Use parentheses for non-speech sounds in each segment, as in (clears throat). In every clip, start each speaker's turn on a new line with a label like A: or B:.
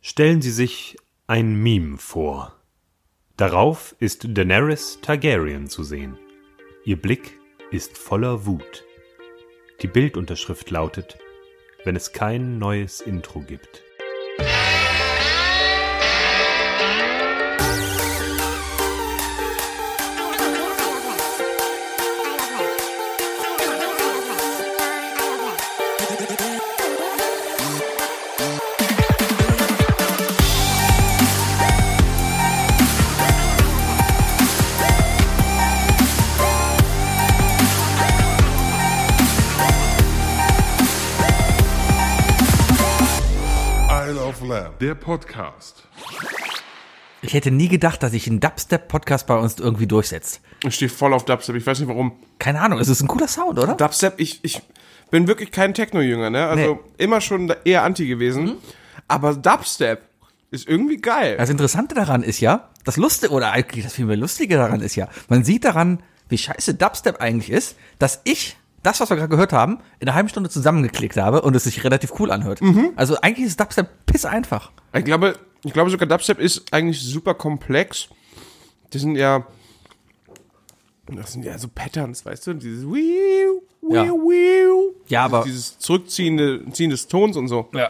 A: Stellen Sie sich ein Meme vor. Darauf ist Daenerys Targaryen zu sehen. Ihr Blick ist voller Wut. Die Bildunterschrift lautet, wenn es kein neues Intro gibt.
B: Isle of Lamb. Der Podcast.
C: Ich hätte nie gedacht, dass sich ein Dubstep-Podcast bei uns irgendwie durchsetzt.
D: Ich stehe voll auf Dubstep. Ich weiß nicht warum.
C: Keine Ahnung, es ist ein cooler Sound, oder?
D: Dubstep, ich, ich bin wirklich kein Techno-Jünger, ne? Also
C: Nee. Mhm.
D: immer schon da- eher Anti gewesen. Aber Dubstep ist irgendwie geil.
C: Das Interessante daran ist ja, das Lustige, oder eigentlich das viel mehr Lustige daran ist ja, man sieht daran, wie scheiße Dubstep eigentlich ist, dass ich das, was wir gerade gehört haben, in einer halben Stunde zusammengeklickt habe und es sich relativ cool anhört. Also eigentlich ist Dubstep piss einfach.
D: Ich glaube, ich glaube sogar Dubstep ist eigentlich super komplex. Das sind ja, das sind ja so Patterns, weißt du? Dieses wiu, wiu,
C: Ja.
D: wiu.
C: Ja, aber-
D: dieses zurückziehende Ziehen des Tons und so.
C: Ja.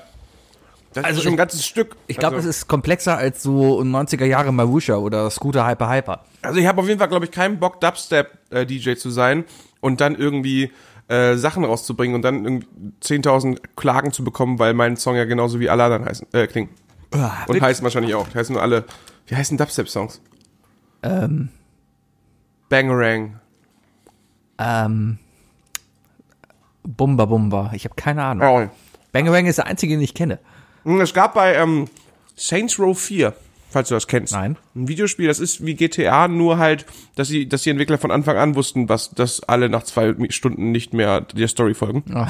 D: Das
C: Also
D: ist schon
C: ich-
D: ein ganzes Stück.
C: Ich glaube,
D: also,
C: es ist komplexer als so 90er Jahre Marusha oder Scooter Hyper Hyper.
D: Also ich habe auf jeden Fall, glaube ich, keinen Bock, Dubstep-DJ zu sein und dann irgendwie äh, Sachen rauszubringen und dann irgendwie 10.000 Klagen zu bekommen, weil mein Song ja genauso wie alle anderen heißen, äh, klingt. Und heißen wahrscheinlich auch. Heißen nur alle. Wie heißen Dubstep-Songs?
C: Ähm,
D: Bangarang.
C: ähm, Bumba Bumba. Ich habe keine Ahnung.
D: Oh.
C: Bangarang ist der einzige, den ich kenne.
D: Und Es gab bei ähm, Saints Row 4, falls du das kennst.
C: Nein.
D: Ein Videospiel, das ist wie GTA, nur halt, dass die, dass die Entwickler von Anfang an wussten, was, dass alle nach zwei Stunden nicht mehr der Story folgen.
C: Ah.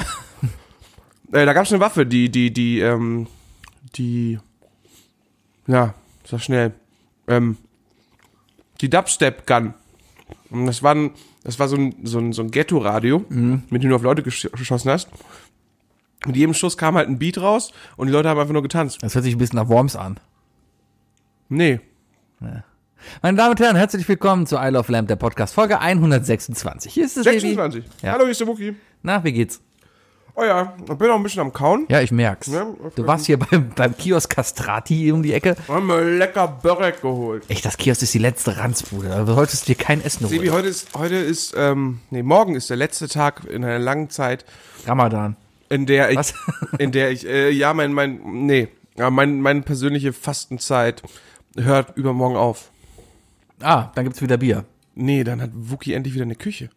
D: Äh, da gab es eine Waffe, die, die, die, ähm, die, ja, sag schnell, ähm, die Dubstep-Gun. Und das war ein, das war so ein, so ein, so ein Ghetto-Radio, mit dem du auf Leute gesch geschossen hast. Mit jedem Schuss kam halt ein Beat raus und die Leute haben einfach nur getanzt.
C: Das hört sich ein bisschen nach Worms an.
D: Nee.
C: Meine Damen und Herren, herzlich willkommen zu Isle of Lamp, der Podcast, Folge 126. Hier ist das
D: 26.
C: Ja.
D: Hallo, hier ist der Wookie.
C: Na, wie geht's?
D: Oh ja, ich bin auch ein bisschen am Kauen.
C: Ja, ich merk's.
D: Ja,
C: du warst hier beim, beim Kiosk Castrati um die Ecke.
D: Ich Haben mir lecker Börek geholt.
C: Echt, das Kiosk ist die letzte Ranzbude. Da solltest du dir kein Essen
D: Sebi,
C: holen.
D: heute ist, heute ist, ähm, nee, morgen ist der letzte Tag in einer langen Zeit,
C: Ramadan.
D: in der ich,
C: Was?
D: (laughs) in der ich, äh, ja, mein, mein, nee, ja, mein, meine persönliche Fastenzeit hört übermorgen auf.
C: Ah, dann gibt's wieder Bier.
D: Nee, dann hat Wookie endlich wieder eine Küche.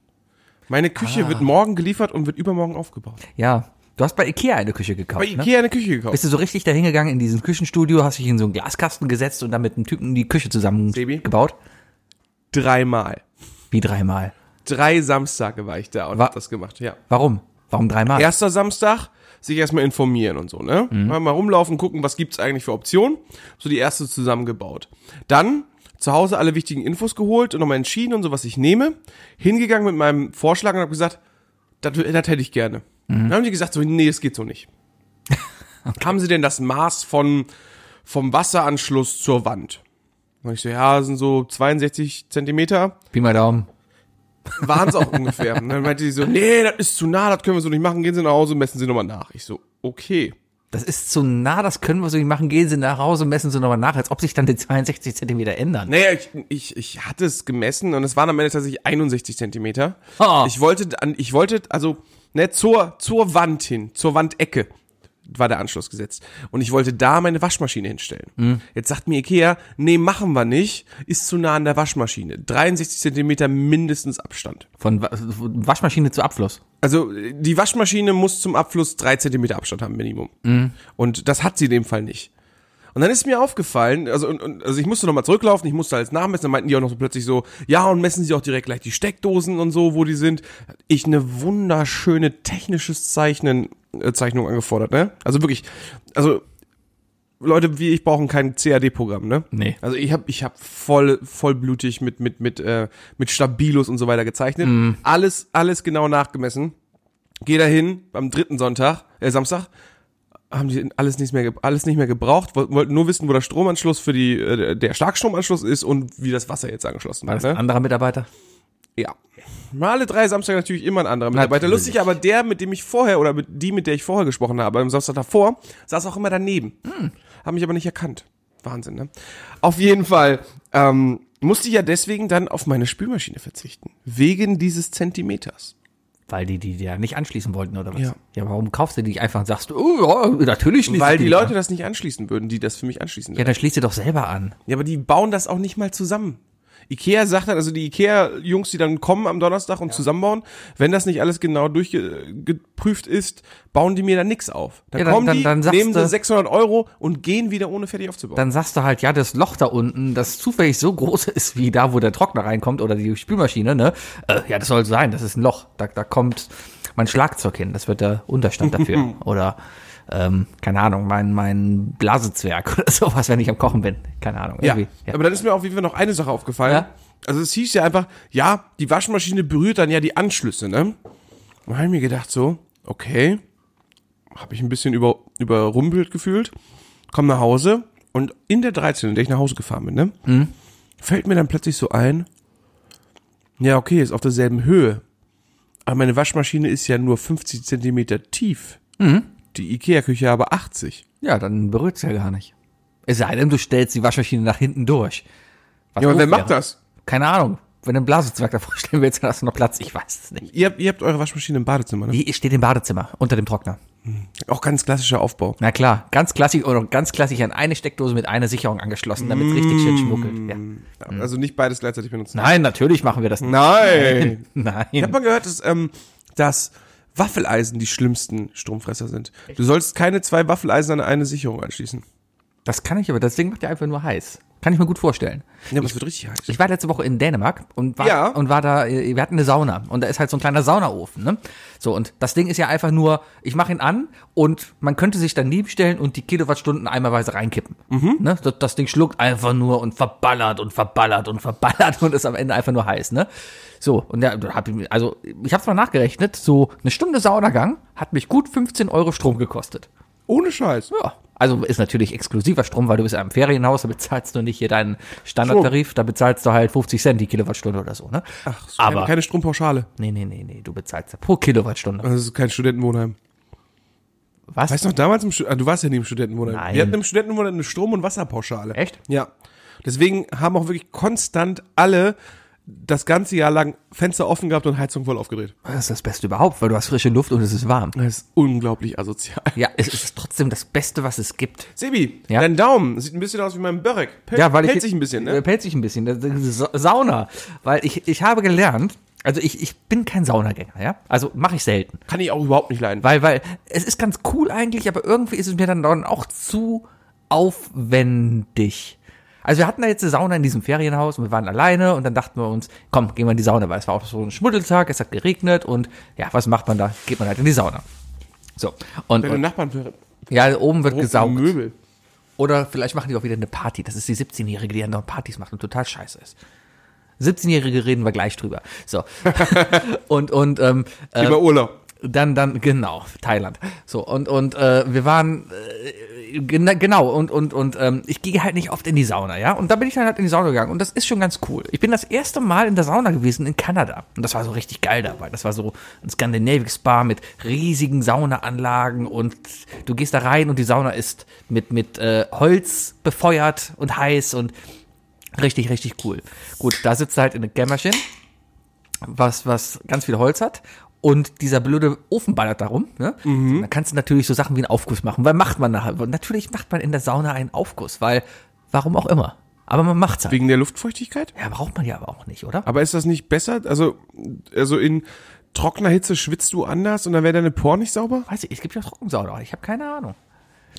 D: Meine Küche
C: Ah.
D: wird morgen geliefert und wird übermorgen aufgebaut.
C: Ja. Du hast bei Ikea eine Küche gekauft,
D: Bei
C: ne?
D: Ikea eine Küche gekauft.
C: Bist du so richtig dahingegangen in diesem Küchenstudio, hast dich in so einen Glaskasten gesetzt und dann mit einem Typen die Küche
D: Sebi?
C: zusammengebaut?
D: Dreimal.
C: Wie dreimal?
D: Drei Samstage war ich da und
C: Wa-
D: hab das gemacht, ja.
C: Warum? Warum dreimal?
D: erster Samstag sich erstmal informieren und so, ne? Mal, mal rumlaufen, gucken, was gibt's eigentlich für Optionen. So die erste zusammengebaut. Dann zu Hause alle wichtigen Infos geholt und nochmal entschieden und so, was ich nehme. Hingegangen mit meinem Vorschlag und hab gesagt, das, das hätte ich gerne. Dann haben die gesagt, so, nee, das geht so nicht. Haben sie denn das Maß von, vom Wasseranschluss zur Wand? Und ich so, ja, sind so 62 Zentimeter
C: Pi mal Daumen.
D: waren es auch ungefähr. Und dann meinte sie so, nee, das ist zu nah, das können wir so nicht machen, gehen Sie nach Hause, messen Sie nochmal nach. Ich so, okay.
C: Das ist zu nah, das können wir so nicht machen. Gehen Sie nach Hause, messen Sie nochmal nach, als ob sich dann die 62 Zentimeter ändern.
D: Naja, ich, ich, ich hatte es gemessen und es waren am Ende tatsächlich 61 Zentimeter.
C: Ah.
D: Ich wollte, an- ich wollte, also, ne, zur, zur Wand hin, zur Wandecke war der Anschluss gesetzt. Und ich wollte da meine Waschmaschine hinstellen. Jetzt sagt mir Ikea, nee, machen wir nicht, ist zu nah an der Waschmaschine. 63 Zentimeter mindestens Abstand.
C: Von Wa- von Waschmaschine zu Abfluss.
D: Also die Waschmaschine muss zum Abfluss drei Zentimeter Abstand haben, Minimum. Und das hat sie in dem Fall nicht. Und dann ist mir aufgefallen, also, und, und, also ich musste nochmal zurücklaufen, ich musste alles nachmessen, dann meinten die auch noch so plötzlich so, ja, und messen sie auch direkt gleich die Steckdosen und so, wo die sind. Ich eine wunderschöne technisches Zeichnen, äh, Zeichnung angefordert, ne? Also wirklich, also Leute wie ich brauchen kein CAD-Programm, ne?
C: Nee.
D: Also ich habe ich hab voll vollblutig mit mit mit äh, mit Stabilos und so weiter gezeichnet. Alles alles genau nachgemessen. Geh dahin am dritten Sonntag, äh, Samstag. haben die alles nicht mehr, ge- alles nicht mehr gebraucht, woll- wollten nur wissen, wo der Stromanschluss für die, äh, der Starkstromanschluss ist und wie das Wasser jetzt angeschlossen
C: War das
D: wird.
C: ein
D: Ne?
C: anderer Mitarbeiter?
D: Ja. War Alle drei Samstage natürlich immer ein anderer Mitarbeiter.
C: Natürlich.
D: Lustig, aber der, mit dem ich vorher oder mit die, mit der ich vorher gesprochen habe, am Samstag davor, saß auch immer daneben. Haben mich aber nicht erkannt. Wahnsinn, ne? Auf jeden Fall ähm, musste ich ja deswegen dann auf meine Spülmaschine verzichten. Wegen dieses Zentimeters.
C: Weil die die ja nicht anschließen wollten oder was?
D: Ja.
C: ja warum kaufst du die nicht einfach und sagst, oh ja, natürlich nicht.
D: Weil die Leute das nicht anschließen würden, die das für mich anschließen
C: Ja, dann schließt sie doch selber an.
D: Ja, aber die bauen das auch nicht mal zusammen. Ikea sagt dann, also die Ikea-Jungs, die dann kommen am Donnerstag und zusammenbauen, wenn das nicht alles genau durchgeprüft ist, bauen die mir dann nix auf. Dann
C: Ja, dann-
D: kommen
C: dann-
D: die,
C: dann sagst
D: nehmen
C: du-
D: sie 600 Euro und gehen wieder ohne fertig aufzubauen.
C: Dann sagst du halt, ja, das Loch da unten, das zufällig so groß (laughs) ist wie da, wo der Trockner reinkommt oder die Spülmaschine, ne? Äh, ja, das soll sein, das ist ein Loch. Da, da kommt mein Schlagzeug hin, das wird der
D: (laughs)
C: Unterstand dafür. oder, ähm, keine Ahnung, mein, mein Blasezwerg (laughs) oder sowas, wenn ich am Kochen bin. Keine Ahnung.
D: ja.
C: irgendwie. ja.
D: aber dann ist mir auf jeden Fall noch eine Sache aufgefallen.
C: Ja?
D: Also es hieß ja einfach, ja, die Waschmaschine berührt dann ja die Anschlüsse, ne? Dann habe ich mir gedacht so, okay, habe ich ein bisschen über, überrumpelt gefühlt, komm nach Hause und in der 13, in der ich nach Hause gefahren bin, ne?
C: Mhm.
D: Fällt mir dann plötzlich so ein, ja, okay, ist auf derselben Höhe. Aber meine Waschmaschine ist ja nur 50 Zentimeter tief.
C: Mhm.
D: Die Ikea-Küche aber 80.
C: ja, dann berührt's ja gar nicht. Es sei denn, du stellst die Waschmaschine nach hinten durch. Was
D: Ja, aber
C: doof
D: wer
C: wäre.
D: macht das?
C: Keine Ahnung. Wenn du einen Blasezwerg davor (laughs) stellen willst, dann hast du noch Platz. Ich weiß es nicht.
D: Ihr habt, ihr habt eure Waschmaschine im Badezimmer, ne?
C: Die steht im Badezimmer, unter dem Trockner.
D: Auch ganz klassischer Aufbau.
C: Na klar, ganz klassisch oder ganz klassisch an eine Steckdose mit einer Sicherung angeschlossen, damit es richtig
D: Mm.
C: schön schmuckelt. Ja.
D: Also nicht beides gleichzeitig benutzen.
C: Mhm. Nein, natürlich machen wir das nicht.
D: Nein. Ich habe
C: (laughs) Nein.
D: mal gehört, dass, ähm, dass Waffeleisen die schlimmsten Stromfresser sind. Du sollst keine zwei Waffeleisen an eine Sicherung anschließen.
C: Das kann ich aber, das Ding macht ja einfach nur heiß. Kann ich mir gut vorstellen.
D: Ja, aber es wird richtig heiß.
C: Ich war letzte Woche in Dänemark und war,
D: Ja.
C: und war da, äh, wir hatten eine Sauna und da ist halt so ein kleiner Saunaofen, ne? So, und das Ding ist ja einfach nur, ich mache ihn an und man könnte sich daneben stellen und die Kilowattstunden einmalweise reinkippen. Ne? Das, das Ding schluckt einfach nur und verballert und verballert und verballert (laughs) und ist am Ende einfach nur heiß, ne? So, und ja, da hab ich, mir- also ich habe es mal nachgerechnet, so eine Stunde Saunagang hat mich gut 15 Euro Strom gekostet.
D: Ohne Scheiß.
C: Ja. Also ist natürlich exklusiver Strom, weil du bist ja im Ferienhaus, da bezahlst du nicht hier deinen Standardtarif, da bezahlst du halt 50 Cent die Kilowattstunde oder so, ne?
D: Ach, so
C: Aber-
D: keine, keine Strompauschale.
C: Nee, nee, nee, nee, du bezahlst ja pro Kilowattstunde.
D: Das ist kein Studentenwohnheim.
C: Was?
D: Äh, Weißt du noch, damals im Stu- ah, du warst ja nie im Studentenwohnheim.
C: Nein.
D: Wir hatten im Studentenwohnheim eine Strom- und Wasserpauschale.
C: Echt?
D: Ja. Deswegen haben auch wirklich konstant alle das ganze Jahr lang Fenster offen gehabt und Heizung voll aufgedreht.
C: Das ist das Beste überhaupt, weil du hast frische Luft und es ist warm.
D: Das ist unglaublich asozial.
C: Ja, es ist trotzdem das Beste, was es gibt.
D: Sebi,
C: Ja?
D: dein Daumen sieht ein bisschen aus wie mein Börek. Pel-
C: Ja, weil ich
D: Pellt sich ein bisschen, ne?
C: Äh, Pellt sich ein bisschen. Das ist Sa- Sauna, weil ich ich habe gelernt, also ich ich bin kein Saunagänger, ja? Also mache ich selten.
D: Kann ich auch überhaupt nicht leiden.
C: Weil, weil es ist ganz cool eigentlich, aber irgendwie ist es mir dann, dann auch zu aufwendig. Also wir hatten da jetzt eine Sauna in diesem Ferienhaus und wir waren alleine und dann dachten wir uns, komm, gehen wir in die Sauna, weil es war auch so ein Schmuddeltag, es hat geregnet und ja, was macht man da? Geht man halt in die Sauna. So, und,
D: Deine
C: und
D: Nachbarn für
C: ja, oben wird Äh, gesaugt.
D: Möbel.
C: Oder vielleicht machen die auch wieder eine Party. Das ist die 17-Jährige, die andere Partys macht und total scheiße ist. 17-Jährige reden wir gleich drüber. So. (laughs) und und ähm, äh,
D: Über Urlaub.
C: dann, dann, genau, Thailand. So, und, und äh, wir waren, äh, gena- genau, und, und, und ähm, ich gehe halt nicht oft in die Sauna, ja. Und da bin ich dann halt in die Sauna gegangen und das ist schon ganz cool. Ich bin das erste Mal in der Sauna gewesen in Kanada. Und das war so richtig geil dabei. Das war so ein Scandinavian Spa mit riesigen Saunaanlagen und du gehst da rein und die Sauna ist mit, mit äh, Holz befeuert und heiß und Richtig, richtig cool. Gut, da sitzt er halt in einem Kämmerchen, was, was ganz viel Holz hat. Und dieser blöde Ofen ballert darum. Ne? Da kannst du natürlich so Sachen wie einen Aufguss machen. Weil macht man nachher. Natürlich macht man in der Sauna einen Aufguss, weil warum auch immer. Aber man macht's halt.
D: Wegen der Luftfeuchtigkeit?
C: Ja, braucht man ja aber auch nicht, oder?
D: Aber ist das nicht besser? Also, also in trockener Hitze schwitzt du anders und dann wäre deine Por nicht sauber?
C: Weiß ich, es gibt ja auch Trockensauna, ich habe keine Ahnung.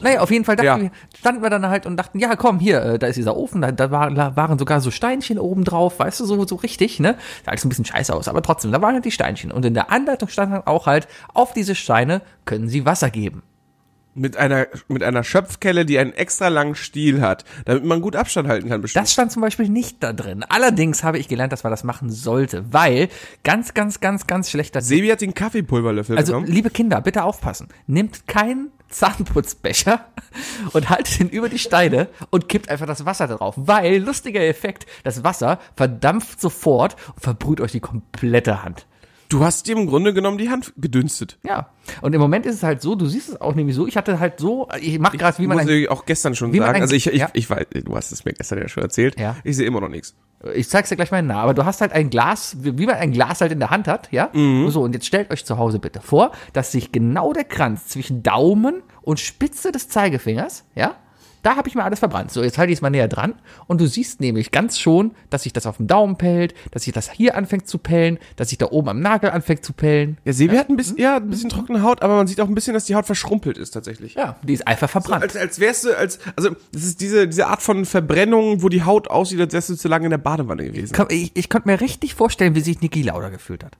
C: Naja, auf jeden Fall dachten
D: Ja.
C: wir, standen wir dann halt und dachten, ja komm, hier, äh, da ist dieser Ofen, da, da waren- da waren sogar so Steinchen oben drauf, weißt du, so, so richtig, ne? Sah alles ein bisschen scheiße aus, aber trotzdem, da waren halt die Steinchen. Und in der Anleitung stand dann auch halt, auf diese Steine können sie Wasser geben.
D: Mit einer, mit einer Schöpfkelle, die einen extra langen Stiel hat, damit man gut Abstand halten kann, bestimmt.
C: Das stand zum Beispiel nicht da drin. Allerdings habe ich gelernt, dass man das machen sollte, weil ganz, ganz, ganz, ganz schlechter
D: Sebi hat den Kaffeepulverlöffel
C: Also,
D: genommen.
C: liebe Kinder, bitte aufpassen. Nehmt keinen Zahnputzbecher (laughs) und haltet ihn über die Steine und kippt einfach das Wasser drauf. Weil, lustiger Effekt, das Wasser verdampft sofort und verbrüht euch die komplette Hand.
D: Du hast dir im Grunde genommen die Hand gedünstet.
C: Ja. Und im Moment ist es halt so, du siehst es auch nämlich so, ich hatte halt so, ich mache gerade, wie man
D: Muss
C: ein,
D: ich auch gestern schon
C: wie man
D: sagen.
C: ein-
D: Also ich, ich,
C: ja.
D: ich weiß, du hast es mir gestern ja schon erzählt.
C: Ja.
D: Ich sehe immer noch nichts.
C: ich zeig's dir gleich mal nah, aber du hast halt ein Glas, wie wie man ein Glas halt in der Hand hat, ja? So, und jetzt stellt euch zu Hause bitte vor, dass sich genau der Kranz zwischen Daumen und Spitze des Zeigefingers, ja? Da habe ich mir alles verbrannt. So, jetzt halte ich es mal näher dran und du siehst nämlich ganz schon, dass sich das auf dem Daumen pellt, dass sich das hier anfängt zu pellen, dass sich da oben am Nagel anfängt zu pellen.
D: Ja, Sebi hat ein bisschen, ja, ein bisschen trockene Haut, aber man sieht auch ein bisschen, dass die Haut verschrumpelt ist tatsächlich.
C: Ja, die ist einfach verbrannt.
D: Als, als wärst du, als, also, das ist diese, diese Art von Verbrennung, wo die Haut aussieht, als wärst du zu lange in der Badewanne gewesen.
C: Komm, ich ich konnte mir richtig vorstellen, wie sich Niki Lauda gefühlt hat.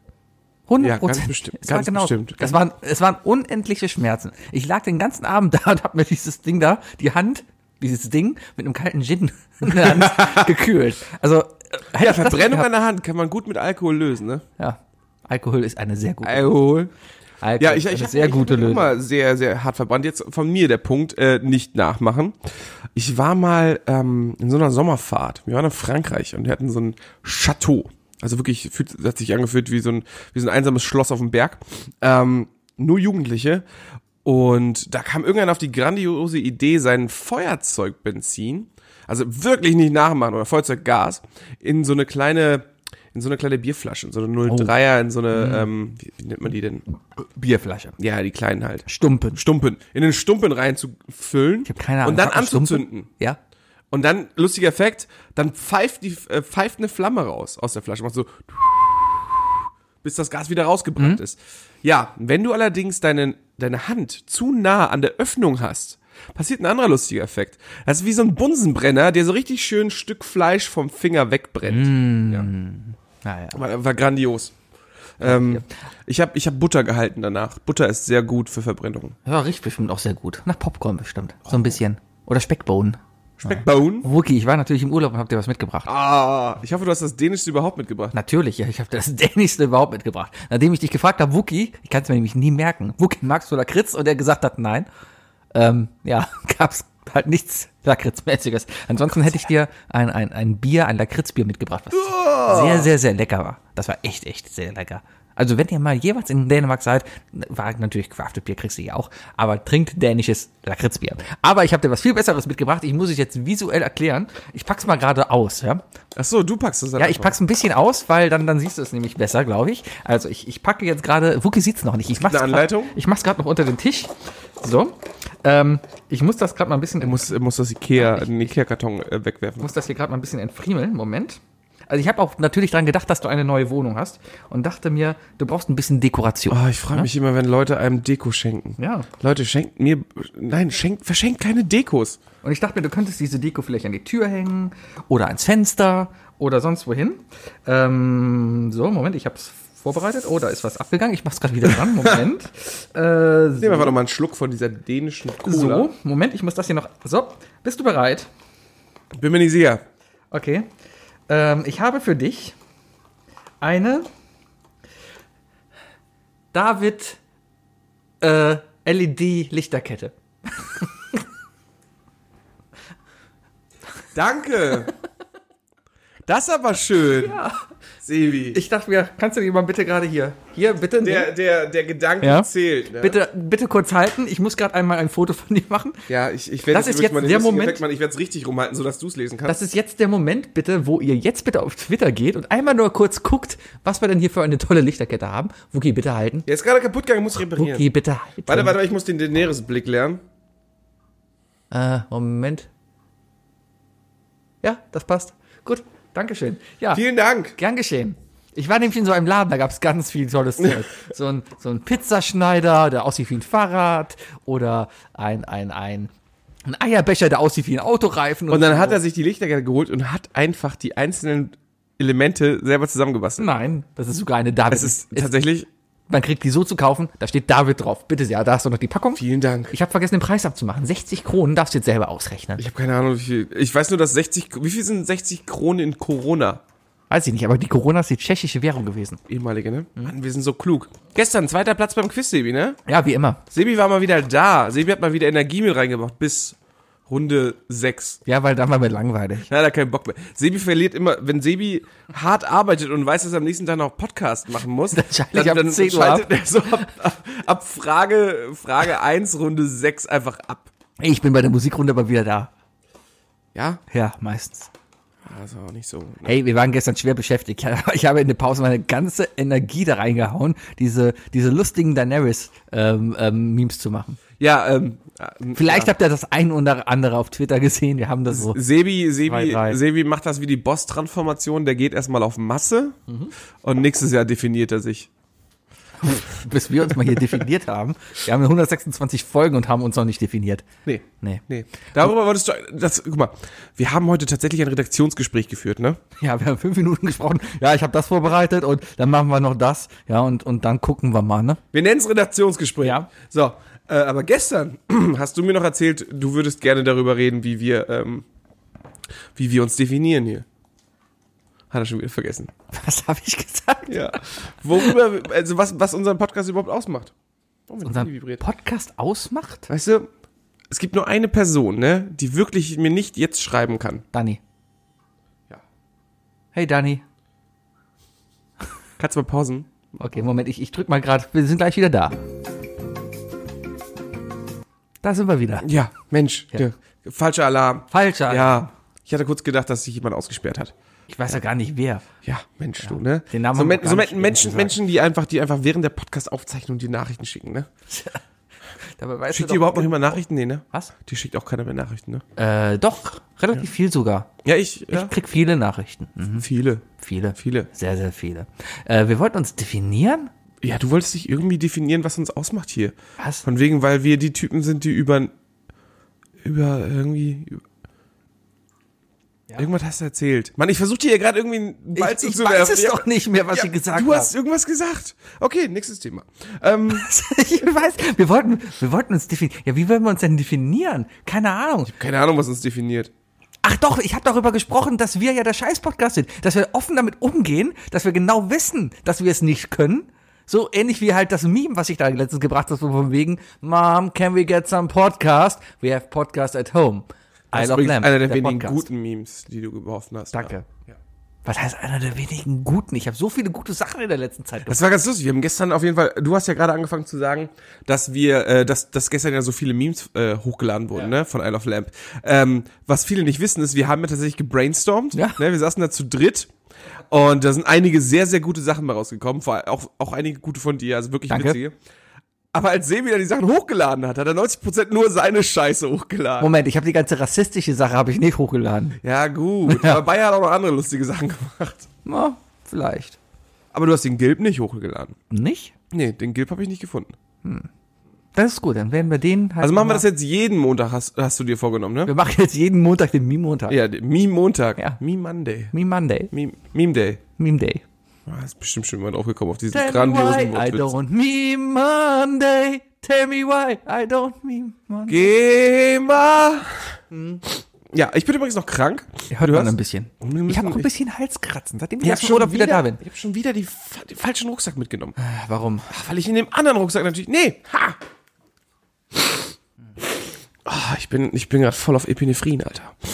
C: 100
D: Ja,
C: Prozent.
D: ganz bestimmt,
C: Es
D: ganz
C: war genau,
D: bestimmt,
C: Es waren, es waren unendliche Schmerzen. Ich lag den ganzen Abend (laughs) da und habe mir dieses Ding da, die Hand, dieses Ding mit einem kalten Gin (laughs) in
D: (laughs)
C: der Hand gekühlt. Also, ja,
D: Verbrennung an der Hand kann man gut mit Alkohol lösen, ne?
C: Ja. Alkohol ist eine sehr gute,
D: Alkohol.
C: Alkohol
D: Ja, ich,
C: ist
D: ich
C: eine
D: hab-
C: Also sehr
D: ich
C: gute
D: hab mich auch
C: Lösung.
D: mal sehr, sehr hart verbrannt. Jetzt von mir der Punkt, äh, nicht nachmachen. Ich war mal ähm, in so einer Sommerfahrt. Wir waren in Frankreich und wir hatten so ein Chateau. Also wirklich, fühlt, hat sich angefühlt wie so, ein, wie so ein einsames Schloss auf dem Berg. Ähm, nur Jugendliche. Und da kam irgendeiner auf die grandiose Idee, sein Feuerzeugbenzin, also wirklich nicht nachmachen oder Feuerzeuggas, in so eine kleine, in so eine kleine Bierflasche, in so
C: Oh.
D: eine 03er, in so
C: Mhm.
D: eine, ähm, wie, wie nennt man die denn?
C: Bierflasche.
D: Ja, die kleinen halt.
C: Stumpen.
D: Stumpen. In den Stumpen reinzufüllen.
C: Ich habe keine Ahnung.
D: Und dann
C: sagt man Stumpen?
D: anzuzünden.
C: Ja.
D: Und dann, lustiger Effekt, dann pfeift, die, äh, pfeift eine Flamme raus aus der Flasche. Macht so. Bis das Gas wieder rausgebrannt
C: Mhm.
D: ist. Ja, wenn du allerdings deinen, deine Hand zu nah an der Öffnung hast, passiert ein anderer lustiger Effekt. Das ist wie so ein Bunsenbrenner, der so richtig schön ein Stück Fleisch vom Finger wegbrennt.
C: Mhm. Naja.
D: War, war grandios. Ähm, ich habe ich hab Butter gehalten danach. Butter ist sehr gut für Verbrennungen.
C: Ja, riecht bestimmt auch sehr gut. Nach Popcorn bestimmt. So ein bisschen. Oder Speckbohnen.
D: Speckbone.
C: Wookie, ich war natürlich im Urlaub und hab dir was mitgebracht.
D: Ah, ich hoffe, du hast das Dänischste überhaupt mitgebracht.
C: Natürlich, ja, ich habe das (laughs) Dänischste überhaupt mitgebracht. Nachdem ich dich gefragt habe, Wookie, ich kann es mir nämlich nie merken, Wookie, magst du Lakritz? Und er gesagt hat, nein. Ähm, ja, (laughs) gab's halt nichts Lakritzmäßiges. Ansonsten hätte ich dir ein, ein, ein Bier, ein Lakritzbier mitgebracht, was sehr, sehr, sehr lecker war. Das war echt, echt sehr lecker. Also wenn ihr mal jeweils in Dänemark seid, war natürlich Crafted Bier kriegst du ja auch, aber trinkt dänisches Lakritzbier. Aber ich habe dir was viel Besseres mitgebracht. Ich muss es jetzt visuell erklären. Ich pack's mal gerade aus, ja.
D: Ach so, du packst das dann
C: Ja, ich
D: einfach.
C: pack's ein bisschen aus, weil dann, dann siehst du es nämlich besser, glaube ich. Also ich, ich packe jetzt gerade, Wookie sieht's noch nicht. Ich mach's
D: eine
C: grad-
D: Anleitung?
C: Ich mach's gerade noch unter den Tisch. So. Ähm, ich muss das gerade mal ein bisschen, muss,
D: Muss, muss das Ikea, den Ikea-Karton äh, wegwerfen.
C: muss das hier gerade mal ein bisschen entfriemeln. Moment. Also ich habe auch natürlich dran gedacht, dass du eine neue Wohnung hast und dachte mir, du brauchst ein bisschen Dekoration.
D: Ah, ich frage mich immer, wenn Leute einem Deko schenken.
C: Ja.
D: Leute, schenkt mir, nein, schenkt, verschenkt keine Dekos.
C: Und ich dachte mir, du könntest diese Deko vielleicht an die Tür hängen oder ans Fenster oder sonst wohin. Ähm, so, Moment, ich hab's vorbereitet. Oh, da ist was abgegangen. Ich mach's gerade wieder
D: (laughs)
C: dran. Moment. äh, so.
D: Nehmen wir einfach nochmal einen Schluck von dieser dänischen Cola.
C: So, Moment, ich muss das hier noch. So, bist du bereit?
D: Bin mir nicht sicher.
C: Okay. Ähm, ich habe für dich eine David äh, LED Lichterkette.
D: Danke. (laughs) das ist aber schön. Ja. Sevi.
C: Ich dachte mir, kannst du die mal bitte gerade hier, hier bitte,
D: der,
C: nehmen?
D: der, der Gedanke
C: Ja.
D: zählt. Ne?
C: bitte, bitte kurz halten. Ich muss gerade einmal ein Foto von dir machen.
D: Ja, ich, ich werde
C: Das ist jetzt der Moment.
D: Ich werde es richtig rumhalten, sodass du es lesen kannst.
C: Das ist jetzt der Moment, bitte, wo ihr jetzt bitte auf Twitter geht und einmal nur kurz guckt, was wir denn hier für eine tolle Lichterkette haben. Wookie, bitte halten.
D: Der ist gerade kaputt gegangen, muss reparieren.
C: Wookie, bitte halten.
D: Warte, warte, ich muss den Daenerys-Blick lernen.
C: Äh, Moment. Ja, das passt. Gut, Dankeschön. Ja,
D: Vielen Dank.
C: gern geschehen. Ich war nämlich in so einem Laden, da gab's ganz viel
D: (laughs)
C: tolles Zeug. So ein, so ein Pizzaschneider, der aussieht wie ein Fahrrad oder ein, ein, ein, ein Eierbecher, der aussieht wie ein Autoreifen.
D: Und dann hat
C: so.
D: er sich die Lichterkette geholt und hat einfach die einzelnen Elemente selber zusammengebastelt.
C: Nein, das ist sogar eine David.
D: Es ist tatsächlich.
C: man kriegt die so zu kaufen, da steht David drauf. Bitte sehr, da hast du noch die Packung.
D: Vielen Dank.
C: Ich habe vergessen, den Preis abzumachen. 60 Kronen darfst du jetzt selber ausrechnen.
D: Ich habe keine Ahnung, wie viel. Ich weiß nur, dass 60. Wie viel sind 60 Kronen in Corona?
C: Weiß ich nicht, aber die Corona ist die tschechische Währung gewesen.
D: Ehemalige, ne? Mann, wir sind so klug. Gestern zweiter Platz beim Quiz, Sebi, ne?
C: Ja, wie immer.
D: Sebi war mal wieder da. Sebi hat mal wieder Energie mit reingemacht bis Runde 6.
C: Ja, weil dann war mir langweilig.
D: Da hat er keinen Bock mehr. Sebi verliert immer, wenn Sebi hart arbeitet und weiß, dass er am nächsten Tag noch Podcast machen
C: (laughs)
D: muss, dann,
C: schalte ich ab 10 Uhr
D: schaltet er so ab, ab, ab Frage, Frage 1, Runde 6 einfach ab.
C: Ich bin bei der Musikrunde aber wieder da.
D: Ja?
C: Ja, meistens.
D: Also auch nicht so.
C: Hey, wir waren gestern schwer beschäftigt. (laughs) Ich habe in der Pause meine ganze Energie da reingehauen, diese, diese lustigen Daenerys-Memes ähm, ähm, Memes zu machen.
D: Ja, ähm. ähm,
C: Vielleicht
D: ja.
C: habt ihr das ein oder andere auf Twitter gesehen. Wir haben das so.
D: Sebi, Sebi,
C: Drei, drei.
D: Sebi macht das wie die Boss-Transformation, der geht erstmal auf Masse
C: Mhm.
D: und nächstes Jahr definiert er sich.
C: bis wir uns mal hier definiert haben. Wir haben 126 Folgen und haben uns noch nicht definiert.
D: Nee.
C: Nee.
D: Nee. Darüber wolltest du. Das, guck mal, wir haben heute tatsächlich ein Redaktionsgespräch geführt, ne?
C: Ja, wir haben fünf Minuten gesprochen. Ja, ich habe das vorbereitet und dann machen wir noch das. Ja, und, und dann gucken wir mal, ne? (laughs)
D: Wir nennen es Redaktionsgespräch.
C: Ja.
D: So, äh, aber gestern (clears throat) hast du mir noch erzählt, du würdest gerne darüber reden, wie wir, ähm, wie wir uns definieren hier. Hat er schon wieder vergessen.
C: Was habe ich gesagt?
D: Ja. Worüber, also was, was unseren Podcast überhaupt ausmacht. Oh, mein Handy
C: Unseren
D: vibriert.
C: Podcast ausmacht?
D: Weißt du, es gibt nur eine Person, ne, die wirklich mir nicht jetzt schreiben kann.
C: Dani.
D: Ja.
C: Hey, Dani.
D: Kannst du mal pausen?
C: Okay, Moment, ich, ich drück mal gerade. Wir sind gleich wieder da. Da sind wir wieder.
D: Ja, Mensch.
C: Ja.
D: der- Falscher Alarm.
C: Falscher.
D: Ja. Ich hatte kurz gedacht, dass sich jemand ausgesperrt hat.
C: Ich weiß ja gar nicht wer.
D: Ja, Mensch, du, ne?
C: Den Namen
D: so
C: haben wir
D: Men
C: noch gar
D: so Men
C: nicht
D: Menschen,
C: gesagt.
D: Menschen, die einfach, die einfach während der Podcast-Aufzeichnung die Nachrichten schicken, ne?
C: Dabei weißt
D: Schickt ihr überhaupt noch jemand Nachrichten? Nee, ne?
C: Was?
D: Die schickt auch keiner mehr Nachrichten, ne?
C: Äh, doch, relativ viel sogar.
D: Ja, ich, ja.
C: Ich krieg viele Nachrichten. Mhm,
D: Viele.
C: viele.
D: Viele.
C: Sehr, sehr viele. Äh, wir wollten uns definieren.
D: Ja, du wolltest dich irgendwie definieren, was uns ausmacht hier.
C: Was?
D: Von wegen, weil wir die Typen sind, die über, über irgendwie, irgendwas hast du erzählt. Mann, ich versuche dir hier gerade irgendwie einen Ball
C: ich ich
D: zuzuwerfen.
C: weiß es
D: Ja,
C: doch nicht mehr, was ich gesagt
D: Du
C: habe.
D: hast irgendwas gesagt. Okay, nächstes Thema. Ähm,
C: (laughs) ich weiß, wir wollten, wir wollten uns definieren. Ja, wie wollen wir uns denn definieren? Keine Ahnung.
D: keine Ahnung, was uns definiert.
C: Ach doch, ich habe darüber gesprochen, dass wir ja der Scheiß-Podcast sind, dass wir offen damit umgehen, dass wir genau wissen, dass wir es nicht können. So ähnlich wie halt das Meme, was ich da letztens gebracht habe, so von wegen, Mom, can we get some podcast? We have podcast at home. I
D: Das ist
C: love
D: übrigens
C: Lamb.
D: einer der, wenigen guten Memes, die du geworfen hast.
C: Danke. Was heißt einer der wenigen guten? Ich habe so viele gute Sachen in der letzten Zeit gemacht.
D: Das war ganz lustig. Wir haben gestern auf jeden Fall, du hast ja gerade angefangen zu sagen, dass wir, äh, dass, dass gestern ja so viele Memes äh, hochgeladen wurden, ne, von Isle of Lamp. Ähm, was viele nicht wissen, ist, wir haben ja tatsächlich gebrainstormt.
C: Ja.
D: Ne, wir saßen da zu dritt und da sind einige sehr, sehr gute Sachen bei rausgekommen. Vor allem auch, auch einige gute von dir, also wirklich
C: Danke.
D: witzige. Aber als Sebi dann die Sachen hochgeladen hat, hat er 90% nur seine Scheiße hochgeladen.
C: Moment, ich habe die ganze rassistische Sache habe ich nicht hochgeladen.
D: (laughs) Ja, gut. Aber Bayer hat auch noch andere lustige Sachen gemacht.
C: Na, vielleicht.
D: Aber du hast den Gilb nicht hochgeladen.
C: Nicht?
D: Nee, den Gilb habe ich nicht gefunden.
C: Das ist gut, dann werden wir den halt
D: Also machen wir
C: immer-
D: das jetzt jeden Montag, hast, hast du dir vorgenommen, ne?
C: Wir machen jetzt jeden Montag den Meme-Montag.
D: Ja, den Meme Montag.
C: Ja.
D: Meme Monday.
C: Meme Monday.
D: Meme, Meme Day.
C: Meme Day.
D: Ah, ist bestimmt schon jemand aufgekommen auf diesen
C: Tell me
D: grandiosen
C: why I
D: Wortwitz.
C: don't meme Monday. Tell me why I don't meme Monday.
D: Geh mal. Ja, ich bin übrigens noch krank.
C: Hm. Hört
D: Du
C: man
D: hast-
C: ein bisschen.
D: Wir müssen
C: Ich habe auch ein
D: echt-
C: bisschen Halskratzen, seitdem ich
D: Ich
C: ja,
D: hab
C: schon wieder, wieder da bin.
D: Ich habe schon wieder die, fa- den falschen Rucksack mitgenommen.
C: Warum?
D: Weil ich in dem anderen Rucksack natürlich. Nee, ha! Ah, ich bin, ich bin gerade voll auf Epinephrin, Alter. Ah,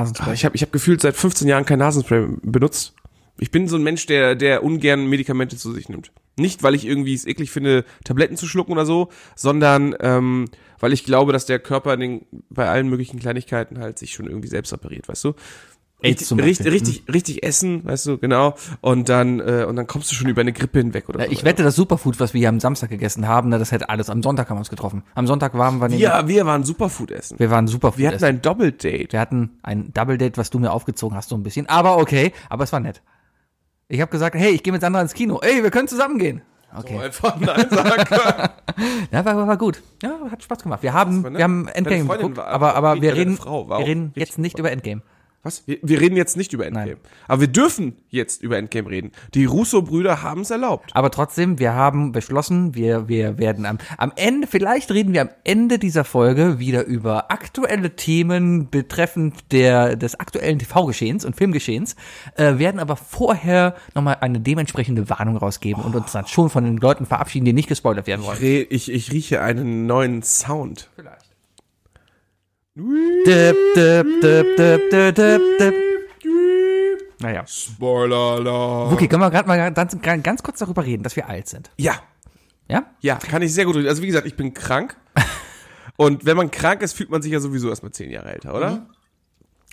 C: Nasenspray.
D: Ich habe ich hab gefühlt seit 15 Jahren kein Nasenspray benutzt. Ich bin so ein Mensch, der, der ungern Medikamente zu sich nimmt. Nicht, weil ich irgendwie es eklig finde, Tabletten zu schlucken oder so, sondern ähm, weil ich glaube, dass der Körper den, bei allen möglichen Kleinigkeiten halt sich schon irgendwie selbst repariert, weißt du?
C: AIDS zum
D: richtig,
C: Beispiel. Hm.
D: richtig, richtig essen, weißt du, genau. Und dann, äh, und dann kommst du schon über eine Grippe hinweg oder
C: Ja,
D: so.
C: Ah, Ich wette, das Superfood, was wir hier am Samstag gegessen haben, na, das hätte alles. Am Sonntag haben wir uns getroffen. Am Sonntag waren wir nämlich-
D: ja, wir waren Superfood essen.
C: wir waren Superfood.
D: Wir hatten
C: essen.
D: ein Doppeldate.
C: wir hatten ein Double Date, was du mir aufgezogen hast, so ein bisschen. Aber okay, aber es war nett. Ich habe gesagt, hey, ich gehe mit Sandra ins Kino. Ey, wir können zusammen gehen. Okay.
D: Einfach nein sagen.
C: Ja, war, war, war gut. Ja, hat Spaß gemacht. Wir haben,
D: war nett.
C: wir haben
D: ne? Deine
C: Endgame
D: Freundin
C: geguckt,
D: war-
C: aber, aber
D: Deine
C: wir reden,
D: Frau war
C: wir
D: auch
C: reden
D: richtig
C: jetzt nicht über Endgame.
D: Was? Wir, wir reden jetzt nicht über Endgame. Aber wir dürfen jetzt über Endgame reden. Die Russo-Brüder haben es erlaubt.
C: Aber trotzdem, wir haben beschlossen, wir, wir werden am, am Ende, vielleicht reden wir am Ende dieser Folge wieder über aktuelle Themen betreffend der, des aktuellen TV-Geschehens und Filmgeschehens, äh, werden aber vorher nochmal eine dementsprechende Warnung rausgeben und uns dann schon von den Leuten verabschieden, die nicht gespoilert werden wollen.
D: Re- Ich, ich rieche einen neuen Sound.
C: Vielleicht. Dip, dip, dip, dip, dip, dip, dip. Naja.
B: Spoiler Alarm.
C: Okay, können wir gerade mal ganz, ganz kurz darüber reden, dass wir alt sind.
D: Ja,
C: Ja?
D: ja, kann ich sehr gut. Also wie gesagt, ich bin krank. Und wenn man krank ist, fühlt man sich ja sowieso erstmal zehn Jahre älter, oder?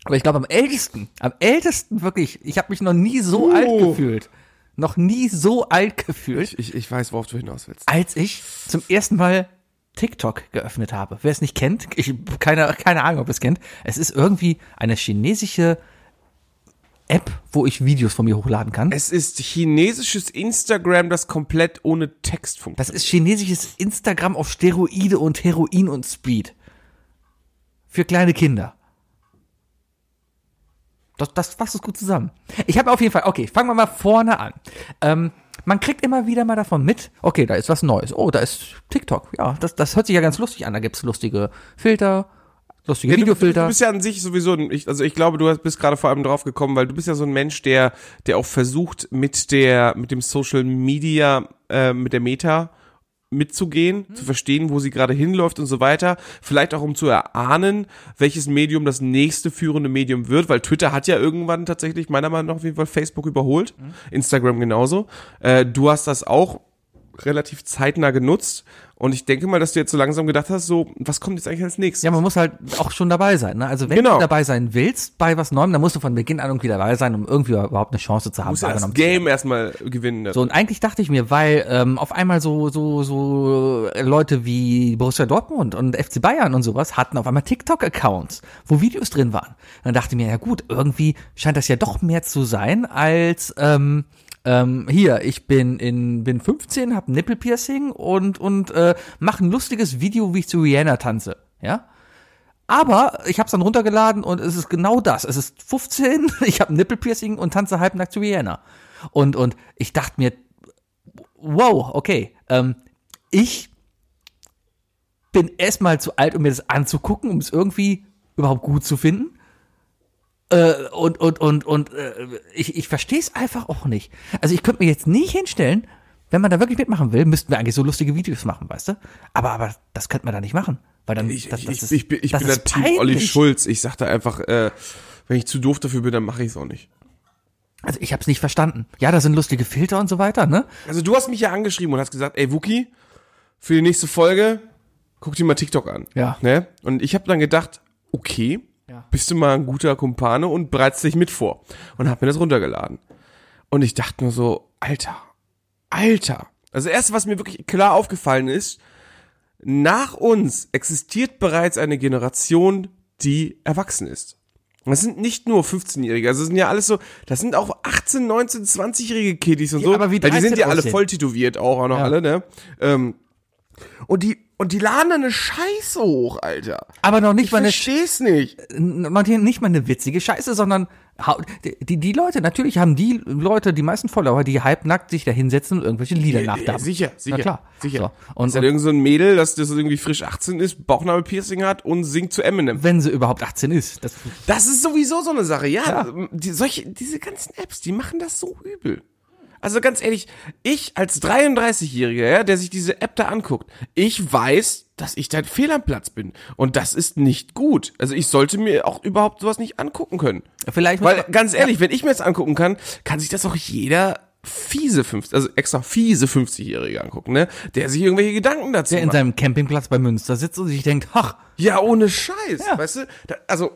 C: Aber ich glaube, am ältesten, am ältesten wirklich, ich habe mich noch nie so alt gefühlt. Noch nie so alt gefühlt,
D: Uh. Ich, ich weiß, worauf du hinaus willst.
C: als ich zum ersten Mal TikTok geöffnet habe. Wer es nicht kennt, ich keine, keine Ahnung, ob ihr es kennt. Es ist irgendwie eine chinesische App, wo ich Videos von mir hochladen kann.
D: Es ist chinesisches Instagram, das komplett ohne Text
C: Das
D: funktioniert.
C: ist chinesisches Instagram auf Steroide und Heroin und Speed. Für kleine Kinder. Das, das fasst es gut zusammen. Ich habe auf jeden Fall, okay, fangen wir mal vorne an. Ähm, man kriegt immer wieder mal davon mit, okay, da ist was Neues. Oh, da ist TikTok. Ja, das, das hört sich ja ganz lustig an. Da gibt's lustige Filter, lustige
D: Du
C: Videofilter.
D: bist ja an sich sowieso, ein- ich, also ich glaube, du hast- bist gerade vor allem drauf gekommen, weil du bist ja so ein Mensch, der, der auch versucht, mit der, mit dem Social Media, äh, mit der Meta mitzugehen, zu verstehen, wo sie gerade hinläuft und so weiter. Vielleicht auch um zu erahnen, welches Medium das nächste führende Medium wird, weil Twitter hat ja irgendwann tatsächlich meiner Meinung nach auf jeden Fall Facebook überholt, Instagram genauso. Äh, du hast das auch relativ zeitnah genutzt und ich denke mal, dass du jetzt so langsam gedacht hast, so, was kommt jetzt eigentlich als nächstes?
C: Ja, man muss halt auch schon dabei sein. Ne? Also wenn
D: Genau.
C: du dabei sein willst bei was Neuem, dann musst du von Beginn an irgendwie dabei sein, um irgendwie überhaupt eine Chance zu haben.
D: muss ja das
C: wahrgenommen zu werden.
D: Game erstmal gewinnen. ne?
C: So, und eigentlich dachte ich mir, weil ähm, auf einmal so, so, so äh, Leute wie Borussia Dortmund und FC Bayern und sowas hatten auf einmal TikTok-Accounts, wo Videos drin waren. Dann dachte ich mir, ja gut, irgendwie scheint das ja doch mehr zu sein als ähm, ähm, hier, ich bin in bin 15, hab Nippelpiercing und und äh, mach ein lustiges Video, wie ich zu Rihanna tanze, ja? Aber ich habe es dann runtergeladen und es ist genau das. Es ist 15, (laughs) ich habe Nippelpiercing und tanze halbnackt zu Rihanna. Und, und ich dachte mir, wow, okay, ähm, ich bin erstmal zu alt, um mir das anzugucken, um es irgendwie überhaupt gut zu finden. Äh, und und, und, und äh, ich, ich verstehe es einfach auch nicht. Also ich könnte mir jetzt nicht hinstellen, wenn man da wirklich mitmachen will, müssten wir eigentlich so lustige Videos machen, weißt du? Aber, aber das könnte man da nicht machen. Weil dann,
D: ich,
C: das, das
D: ich,
C: ist,
D: ich, bin- ich
C: das
D: bin der
C: ist
D: Team Olli
C: peinlich.
D: Schulz. Ich sag da einfach, äh, wenn ich zu doof dafür bin, dann mache ich es auch nicht.
C: Also ich habe es nicht verstanden. Ja, da sind lustige Filter und so weiter, ne?
D: Also du hast mich ja angeschrieben und hast gesagt, ey Wookie, für die nächste Folge guck dir mal TikTok an.
C: Ja.
D: Ne? Und ich habe dann gedacht, okay,
C: Ja.
D: bist du mal ein guter Kumpane und bereitest dich mit vor. Und habe mir das runtergeladen. Und ich dachte nur so, Alter, Alter. Also das erste, was mir wirklich klar aufgefallen ist, nach uns existiert bereits eine Generation, die erwachsen ist. Und das sind nicht nur 15-Jährige, also das sind ja alles so, das sind auch 18, 19, 20-jährige Kiddies und
C: Die
D: so.
C: aber wie
D: weil die sind
C: 13
D: ja alle
C: aussehen.
D: voll tätowiert auch, auch noch alle, ne? Ähm, und die und die laden da eine Scheiße hoch, Alter.
C: Aber noch nicht
D: Ich
C: mal eine
D: versteh's nicht.
C: Äh, noch nicht mal eine witzige Scheiße, sondern hau- die, die Leute, natürlich haben die Leute, die meisten Follower, die halbnackt sich da hinsetzen und irgendwelche Lieder nachdaben.
D: sicher, sicher,
C: Na klar.
D: sicher.
C: So. Und,
D: ist halt
C: und
D: irgend so ein Mädel, das, das irgendwie frisch 18 ist, Bauchnabelpiercing hat und singt zu Eminem.
C: wenn sie überhaupt 18 ist. Das,
D: Das ist sowieso so eine Sache, ja. Die, solche, diese ganzen Apps, die machen das so übel. Also ganz ehrlich, ich als 33-Jähriger, ja, der sich diese App da anguckt, ich weiß, dass ich da fehl am Platz bin. Und das ist nicht gut. Also ich sollte mir auch überhaupt sowas nicht angucken können.
C: vielleicht
D: Weil ganz ehrlich, wenn ich mir das angucken kann, kann sich das auch jeder fiese 50, also extra fiese 50-Jährige angucken, ne? Der sich irgendwelche Gedanken dazu
C: der in
D: macht.
C: seinem Campingplatz bei Münster sitzt und sich denkt, ach,
D: Ja, ohne Scheiß.
C: Ja.
D: Weißt du, da, also,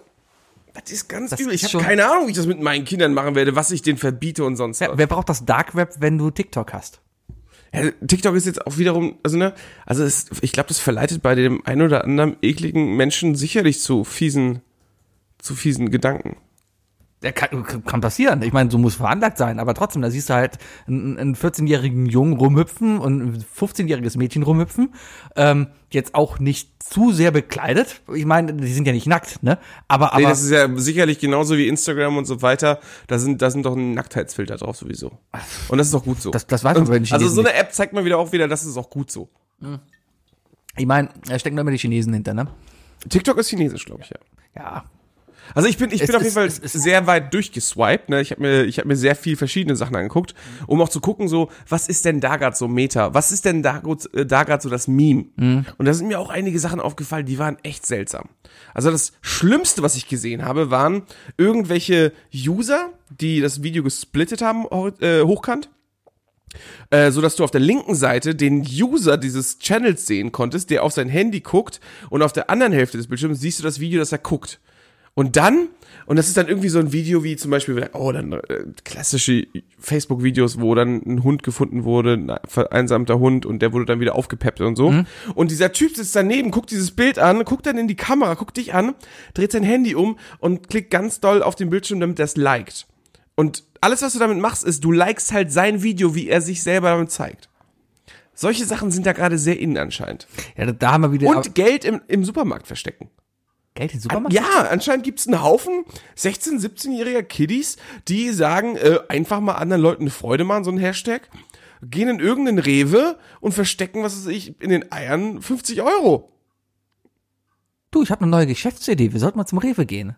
D: das ist ganz
C: Das
D: übel. Ich
C: ist
D: habe
C: schon-
D: keine Ahnung, wie ich das mit meinen Kindern machen werde, was ich denen verbiete und sonst was.
C: wer braucht das Dark Web, wenn du TikTok hast?
D: Ja, TikTok ist jetzt auch wiederum, also ne, also es, ich glaube, das verleitet bei dem ein oder anderen ekligen Menschen sicherlich zu fiesen, zu fiesen Gedanken.
C: Der kann, kann passieren. Ich meine, so muss veranlagt sein, aber trotzdem, da siehst du halt einen, einen 14-jährigen Jungen rumhüpfen und ein 15-jähriges Mädchen rumhüpfen. Ähm, jetzt auch nicht zu sehr bekleidet. Ich meine, die sind ja nicht nackt, ne? Aber, aber
D: Nee, das ist ja sicherlich genauso wie Instagram und so weiter. Da sind, da sind doch ein Nacktheitsfilter drauf sowieso. Und das ist auch gut so.
C: das, das weiß man bei den Chinesen
D: also so
C: nicht.
D: eine App zeigt mir wieder auch wieder, das ist auch gut so.
C: Ich meine, da stecken doch immer die Chinesen hinter, ne?
D: TikTok ist chinesisch, glaube ich, ja.
C: Ja.
D: Also ich bin, ich
C: Es
D: bin auf jeden
C: ist-
D: Fall
C: es ist-
D: sehr weit durchgeswiped. Ne? Ich habe mir, ich hab mir sehr viel verschiedene Sachen angeguckt, um auch zu gucken, so, was ist denn da gerade so Meta? Was ist denn da, gut- äh, da gerade so das Meme?
C: Mhm.
D: Und da sind mir auch einige Sachen aufgefallen, die waren echt seltsam. Also das Schlimmste, was ich gesehen habe, waren irgendwelche User, die das Video gesplittet haben, hori- äh, hochkant äh, so dass du auf der linken Seite den User dieses Channels sehen konntest, der auf sein Handy guckt und auf der anderen Hälfte des Bildschirms siehst du das Video, das er guckt. Und dann, und das ist dann irgendwie so ein Video wie zum Beispiel, oh, dann äh, klassische Facebook-Videos, wo dann ein Hund gefunden wurde, ein vereinsamter Hund und der wurde dann wieder aufgepeppt und so. Und dieser Typ sitzt daneben, guckt dieses Bild an, guckt dann in die Kamera, guckt dich an, dreht sein Handy um und klickt ganz doll auf den Bildschirm, damit er es liked. Und alles, was du damit machst, ist, du likest halt sein Video, wie er sich selber damit zeigt. Solche Sachen sind da gerade sehr innen anscheinend.
C: Ja, da- da haben wir wieder
D: Und Geld im, im Supermarkt verstecken.
C: Geld in den
D: An,
C: Supermarkt.
D: ja, anscheinend gibt's einen Haufen 16-, 17-jähriger Kiddies, die sagen, äh, einfach mal anderen Leuten eine Freude machen, so ein Hashtag, gehen in irgendeinen Rewe und verstecken, was weiß ich, in den Eiern 50 Euro.
C: Du, ich habe eine neue Geschäftsidee. Wir sollten mal zum Rewe gehen.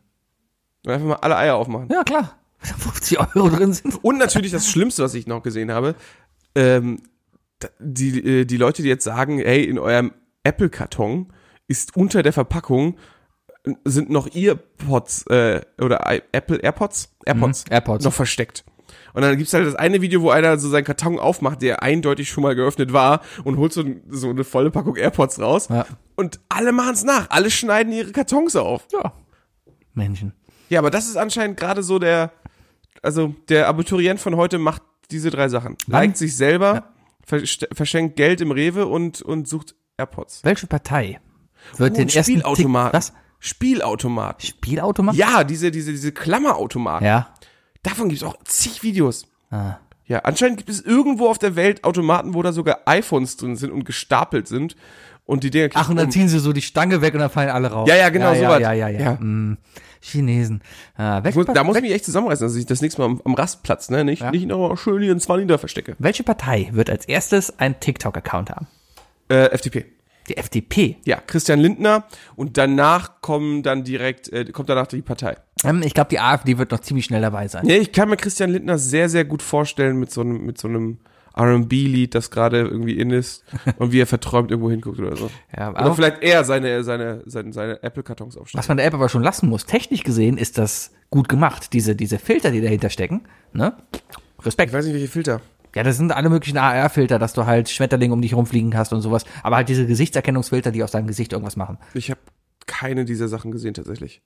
D: Und einfach mal alle Eier aufmachen.
C: Ja, klar. (laughs) Wenn da 50 Euro drin sind.
D: Und natürlich das Schlimmste, was ich noch gesehen habe, ähm, d- die, äh, die Leute, die jetzt sagen, hey, in eurem Apple-Karton ist unter der Verpackung äh, sind noch Earpods äh, oder i- Apple AirPods? AirPods.
C: Mhm. AirPods.
D: Noch versteckt. Und dann gibt's halt das eine Video, wo einer so seinen Karton aufmacht, der eindeutig schon mal geöffnet war und holt so, ein, so eine volle Packung AirPods raus.
C: Ja.
D: Und alle machen's nach. Alle schneiden ihre Kartons auf.
C: Ja. Menschen.
D: Ja, aber das ist anscheinend gerade so der, also der Abiturient von heute macht diese drei Sachen.
C: Wann?
D: Liked sich selber, verste- verschenkt Geld im Rewe und, und sucht AirPods.
C: Welche Partei wird
D: Oh,
C: den
D: ein
C: ersten Tick-
D: Spielautomaten.
C: Was?
D: Spielautomaten.
C: Spielautomat?
D: Ja, diese, diese, diese Klammerautomaten.
C: Ja.
D: Davon gibt's auch zig Videos.
C: Ah.
D: Ja, anscheinend gibt es irgendwo auf der Welt Automaten, wo da sogar iPhones drin sind und gestapelt sind. Und die Dinger
C: Ach, und dann
D: um.
C: ziehen sie so die Stange weg und dann fallen alle raus.
D: Ja, ja, genau,
C: ja,
D: sowas.
C: Ja, ja, ja.
D: Ja.
C: Mm, Chinesen. Ah, welche,
D: Ich um. muss,
C: Par-
D: da muss ich mich echt zusammenreißen, dass ich das nächste Mal am, am Rastplatz, ne, nicht, nicht noch schön hier in Zwanni da verstecke.
C: welche Partei wird als erstes einen TikTok-Account haben?
D: Äh, FDP.
C: Die FDP.
D: Ja, Christian Lindner und danach kommen dann direkt äh, kommt danach die Partei.
C: Ähm, ich glaube, die AfD wird noch ziemlich schnell dabei sein.
D: Ja, ich kann mir Christian Lindner sehr sehr gut vorstellen mit so einem mit so einem R&B Lied, das gerade irgendwie in ist und wie er verträumt irgendwo hinguckt oder so.
C: Ja, aber-
D: oder vielleicht er seine seine seine, seine Apple Kartons aufstellt.
C: Was man der App aber schon lassen muss, technisch gesehen ist das gut gemacht. Diese, diese Filter, die dahinter stecken, ne?
D: Ich
C: Respekt.
D: weiß nicht welche Filter.
C: Ja, das sind alle möglichen AR-Filter, dass du halt Schmetterlinge um dich herumfliegen hast und sowas. Aber halt diese Gesichtserkennungsfilter, die auf deinem Gesicht irgendwas machen.
D: Ich habe keine dieser Sachen gesehen tatsächlich.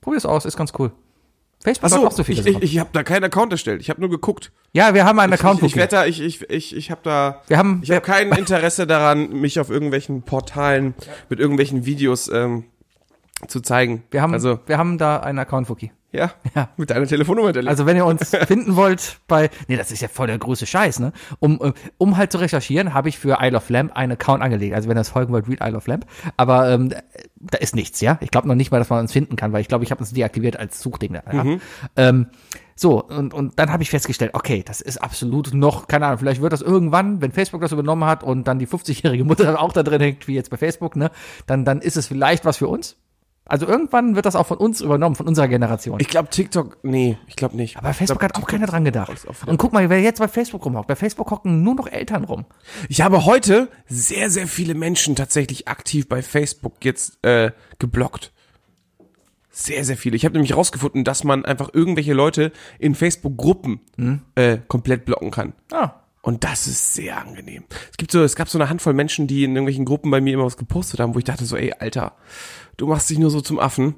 C: Probier's aus, ist ganz cool. Facebook
D: Achso,
C: hat auch so viele
D: ich,
C: davon.
D: ich, ich habe da keinen Account erstellt. Ich habe nur geguckt.
C: Ja, wir haben einen Account.
D: ich ich
C: Wookie.
D: wette, ich ich ich, ich habe da
C: wir haben,
D: Ich habe kein Interesse daran, mich auf irgendwelchen Portalen mit irgendwelchen Videos ähm, zu zeigen.
C: wir haben,
D: also
C: wir haben da einen Account, Wookie.
D: ja,
C: Ja.
D: mit deiner Telefonnummer hinterlegt.
C: Also wenn ihr uns finden wollt bei, nee, das ist ja voll der große Scheiß, ne? Um, äh, um halt zu recherchieren, habe ich für Isle of Lamp einen Account angelegt. Also wenn ihr das folgen wollt, read Isle of Lamp. Aber ähm, da ist nichts, ja? Ich glaube noch nicht mal, dass man uns finden kann, weil ich glaube, ich habe uns deaktiviert als Suchding. Da, ja? ähm, so, und, und dann habe ich festgestellt, okay, das ist absolut noch, keine Ahnung, vielleicht wird das irgendwann, wenn Facebook das übernommen hat und dann die 50-jährige Mutter dann auch da drin hängt, wie jetzt bei Facebook, ne, dann, dann ist es vielleicht was für uns. Also irgendwann wird das auch von uns übernommen, von unserer Generation.
D: ich glaube TikTok, nee, ich glaube nicht.
C: Aber Facebook hat auch keiner dran gedacht.
D: ist auch wieder-
C: Und guck mal, wer jetzt bei Facebook rumhockt. Bei Facebook hocken nur noch Eltern rum.
D: Ich habe heute sehr, sehr viele Menschen tatsächlich aktiv bei Facebook jetzt äh, geblockt. Sehr, sehr viele. Ich habe nämlich rausgefunden, dass man einfach irgendwelche Leute in Facebook-Gruppen äh, komplett blocken kann.
C: Ah.
D: Und das ist sehr angenehm. Es gibt so, es gab so eine Handvoll Menschen, die in irgendwelchen Gruppen bei mir immer was gepostet haben, wo ich dachte so, ey, Alter, du machst dich nur so zum Affen.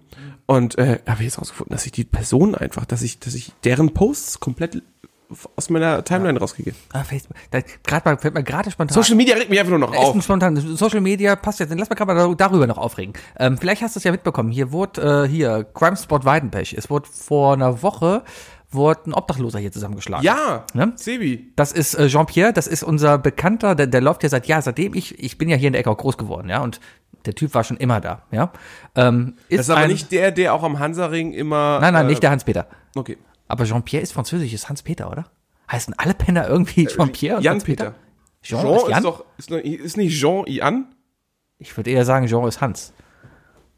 D: Und äh, habe ich jetzt rausgefunden, dass ich die Person einfach, dass ich, dass ich deren Posts komplett aus meiner Timeline rausgegeben.
C: Ah, Facebook. Da, grad mal, fällt mir gerade spontan.
D: Social Media regt mich einfach nur noch
C: Da ist ein
D: auf.
C: spontan. Social Media passt jetzt. Lass mal gerade mal darüber noch aufregen. Ähm, vielleicht hast du es ja mitbekommen. Hier wurde, äh, hier, Crime Spot Weidenpech. Es wurde vor einer Woche, wurde ein Obdachloser hier zusammengeschlagen.
D: Ja,
C: Ne?
D: Sebi.
C: Das ist äh, Jean-Pierre, das ist unser Bekannter, der, der läuft ja seit Jahr, seitdem ich, ich bin ja hier in der Ecke auch groß geworden, ja, und der Typ war schon immer da, ja. Ähm, ist
D: Das ist aber
C: ein,
D: nicht der, der auch am Hansaring immer.
C: Nein, nein,
D: äh,
C: nicht der Hans-Peter.
D: Okay.
C: Aber Jean-Pierre ist französisch, ist Hans-Peter, oder? Heißen alle Penner irgendwie Jean-Pierre und
D: Jan-Peter.
C: Hans-Peter?
D: Äh,
C: Jean,
D: Jean,
C: ist
D: ist,
C: Hm, Jan?
D: doch. Ist, noch- ist nicht Jean Ian?
C: Ich würde eher sagen, Jean ist Hans.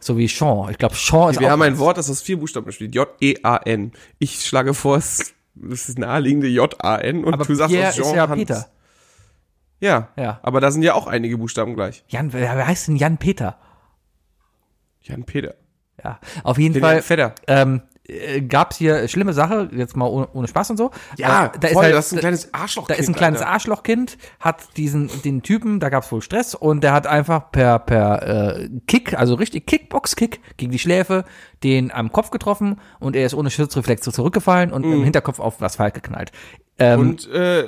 C: So wie Jean. Ich glaube, Jean ist
D: Wir
C: auch
D: haben ein
C: Hans.
D: Wort, das aus vier Buchstaben besteht. J-E-A-N. Ich schlage vor, es es ist naheliegende J-A-N und
C: Aber
D: du sagst
C: Pierre
D: aus Jean
C: ist ja
D: Hans.
C: Peter.
D: Ja.
C: Ja.
D: Aber da sind ja auch einige Buchstaben gleich.
C: Jan, wer wer heißt denn Jan-Peter?
D: Jan Peter.
C: Ja, auf jeden
D: Den
C: Fall.
D: Jan Fedder.
C: Ähm, äh, gab's hier schlimme Sache, jetzt mal ohne, ohne Spaß und so.
D: Ja,
C: äh, da ist
D: Ah, voll,
C: halt,
D: das ist ein kleines Arschloch.
C: Da ist ein kleines Arschlochkind, hat diesen den Typen, da gab es wohl Stress und der hat einfach per per äh, Kick, also richtig Kickbox-Kick gegen die Schläfe, den am Kopf getroffen und er ist ohne Schutzreflex zurückgefallen und im Hinterkopf auf was Asphalt geknallt. Ähm,
D: Mhm. Und äh,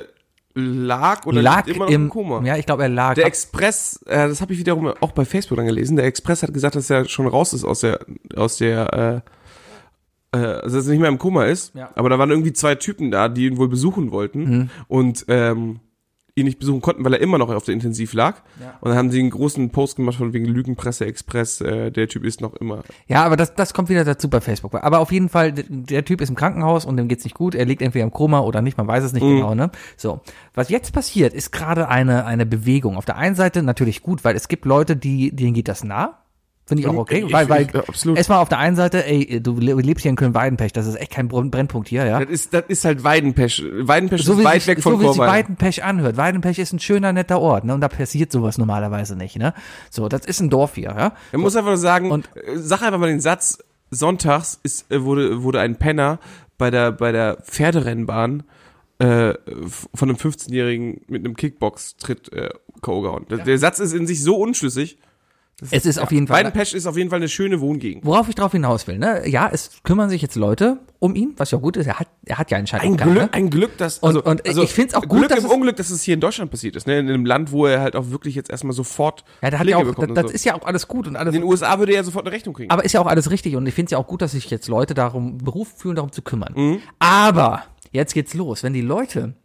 D: lag oder
C: lag
D: liegt immer noch
C: im,
D: im Koma.
C: ja, ich glaube, er lag.
D: Der Express, äh, das habe ich wiederum auch bei Facebook dann gelesen, der Express hat gesagt, dass er schon raus ist aus der, aus der, äh, äh, also dass er nicht mehr im Koma ist.
C: Ja. Mhm.
D: Aber da waren irgendwie zwei Typen da, die ihn wohl besuchen wollten und ähm, ihn nicht besuchen konnten, weil er immer noch auf der Intensiv lag. Und dann haben sie einen großen Post gemacht von wegen Lügenpresse Express, äh, der Typ ist noch immer.
C: Ja, aber das, das kommt wieder dazu bei Facebook. Aber auf jeden Fall, d- der Typ ist im Krankenhaus und dem geht's nicht gut. Er liegt entweder im Koma oder nicht, man weiß es nicht
D: Mhm.
C: genau, ne? So. Was jetzt passiert, ist gerade eine, eine Bewegung. Auf der einen Seite natürlich gut, weil es gibt Leute, die, denen geht das nah. Finde ich auch okay.
D: Ich-
C: weil,
D: ich-
C: weil,
D: ja, absolut.
C: Erstmal auf der einen Seite, ey, du le- lebst hier in Köln-Weidenpech, das ist echt kein Br- Brennpunkt hier, ja?
D: Das ist, das ist halt Weidenpesch. Weidenpesch
C: So
D: ist
C: wie,
D: weit
C: sich,
D: weg von
C: so wie sich
D: Chorweil.
C: Weidenpech anhört. Weidenpech ist ein schöner, netter Ort, ne? Und da passiert sowas normalerweise nicht, ne? So, das ist ein Dorf hier, ja?
D: Man muss einfach nur sagen,
C: Und-
D: äh, sag einfach mal den Satz, sonntags ist, äh, wurde, wurde ein Penner bei der, bei der Pferderennbahn äh, f- von einem 15-Jährigen mit einem Kickbox-Tritt äh, K.O. gehauen. Der, der Satz ist in sich so unschlüssig.
C: Es ist auf jeden Fall.
D: Weidenpesch ist auf jeden Fall eine schöne Wohngegend.
C: Worauf ich drauf hinaus will, ne? Ja, es kümmern sich jetzt Leute um ihn, was ja gut ist. Er hat, er hat ja anscheinend auch keinen, ne?
D: ein Glück, dass also,
C: Und- und ich find's auch gut,
D: Glück
C: dass
D: im
C: es-
D: Unglück, dass es hier in Deutschland passiert ist, ne? in einem Land, wo er halt auch wirklich jetzt erstmal sofort
C: Ja, der hat
D: Pflege
C: ja auch,
D: bekommt und
C: das, das
D: so.
C: ist ja auch alles gut und alles.
D: in den USA würde er ja sofort eine Rechnung kriegen.
C: Aber ist ja auch alles richtig und ich finde es ja auch gut, dass sich jetzt Leute darum berufen fühlen, darum zu kümmern.
D: Mhm.
C: Aber jetzt geht's los, wenn die Leute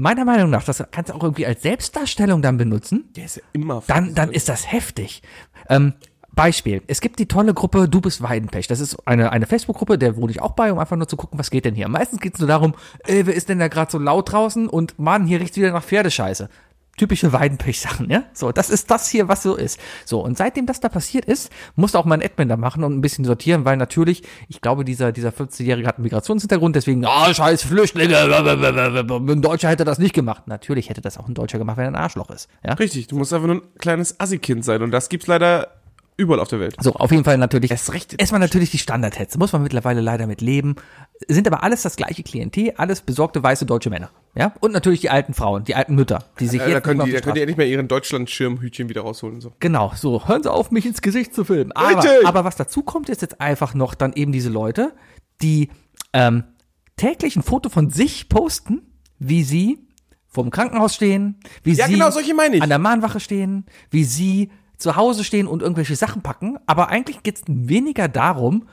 C: meiner Meinung nach, das kannst du auch irgendwie als Selbstdarstellung dann benutzen,
D: der ist ja immer
C: dann, dann ist das heftig. Ähm, Beispiel. Es gibt die tolle Gruppe Du bist Weidenpech. Das ist eine, eine Facebook-Gruppe, der wohne ich auch bei, um einfach nur zu gucken, was geht denn hier. Meistens geht's nur darum, ey, wer ist denn da gerade so laut draußen und Mann, hier riecht's wieder nach Pferdescheiße. Typische Weidenpech-Sachen, ja? So, das ist das hier, was so ist. So, und seitdem das da passiert ist, musste auch mein Admin da machen und ein bisschen sortieren, weil natürlich, ich glaube, dieser, dieser 15-Jährige hat einen Migrationshintergrund, deswegen, ah, scheiß Flüchtlinge, ein Deutscher hätte das nicht gemacht. Natürlich hätte das auch ein Deutscher gemacht, wenn er ein Arschloch ist, ja?
D: Richtig, du musst einfach nur ein kleines Assi-Kind sein und das gibt's leider überall auf der Welt.
C: So, auf jeden Fall natürlich.
D: Erst recht in
C: Erstmal natürlich die Standardhetze. Muss man mittlerweile leider mit leben. Sind aber alles das gleiche Klientel, alles besorgte weiße deutsche Männer. Ja? Und natürlich die alten Frauen, die alten Mütter, die sich
D: Ja, Äh, da
C: jetzt
D: können
C: nicht
D: die, da
C: mehr auf die
D: könnt ihr
C: Straße-
D: ja nicht mehr ihren Deutschland-Schirmhütchen wieder rausholen. und So.
C: Genau, so, hören Sie auf, mich ins Gesicht zu filmen. Aber,
D: Richtig.
C: aber was dazu kommt, ist jetzt einfach noch dann eben diese Leute, die ähm, täglich ein Foto von sich posten, wie sie vom Krankenhaus stehen, wie
D: Ja,
C: sie
D: genau, solche meine ich.
C: an der Mahnwache stehen, wie sie zu Hause stehen und irgendwelche Sachen packen. Aber eigentlich geht's weniger darum,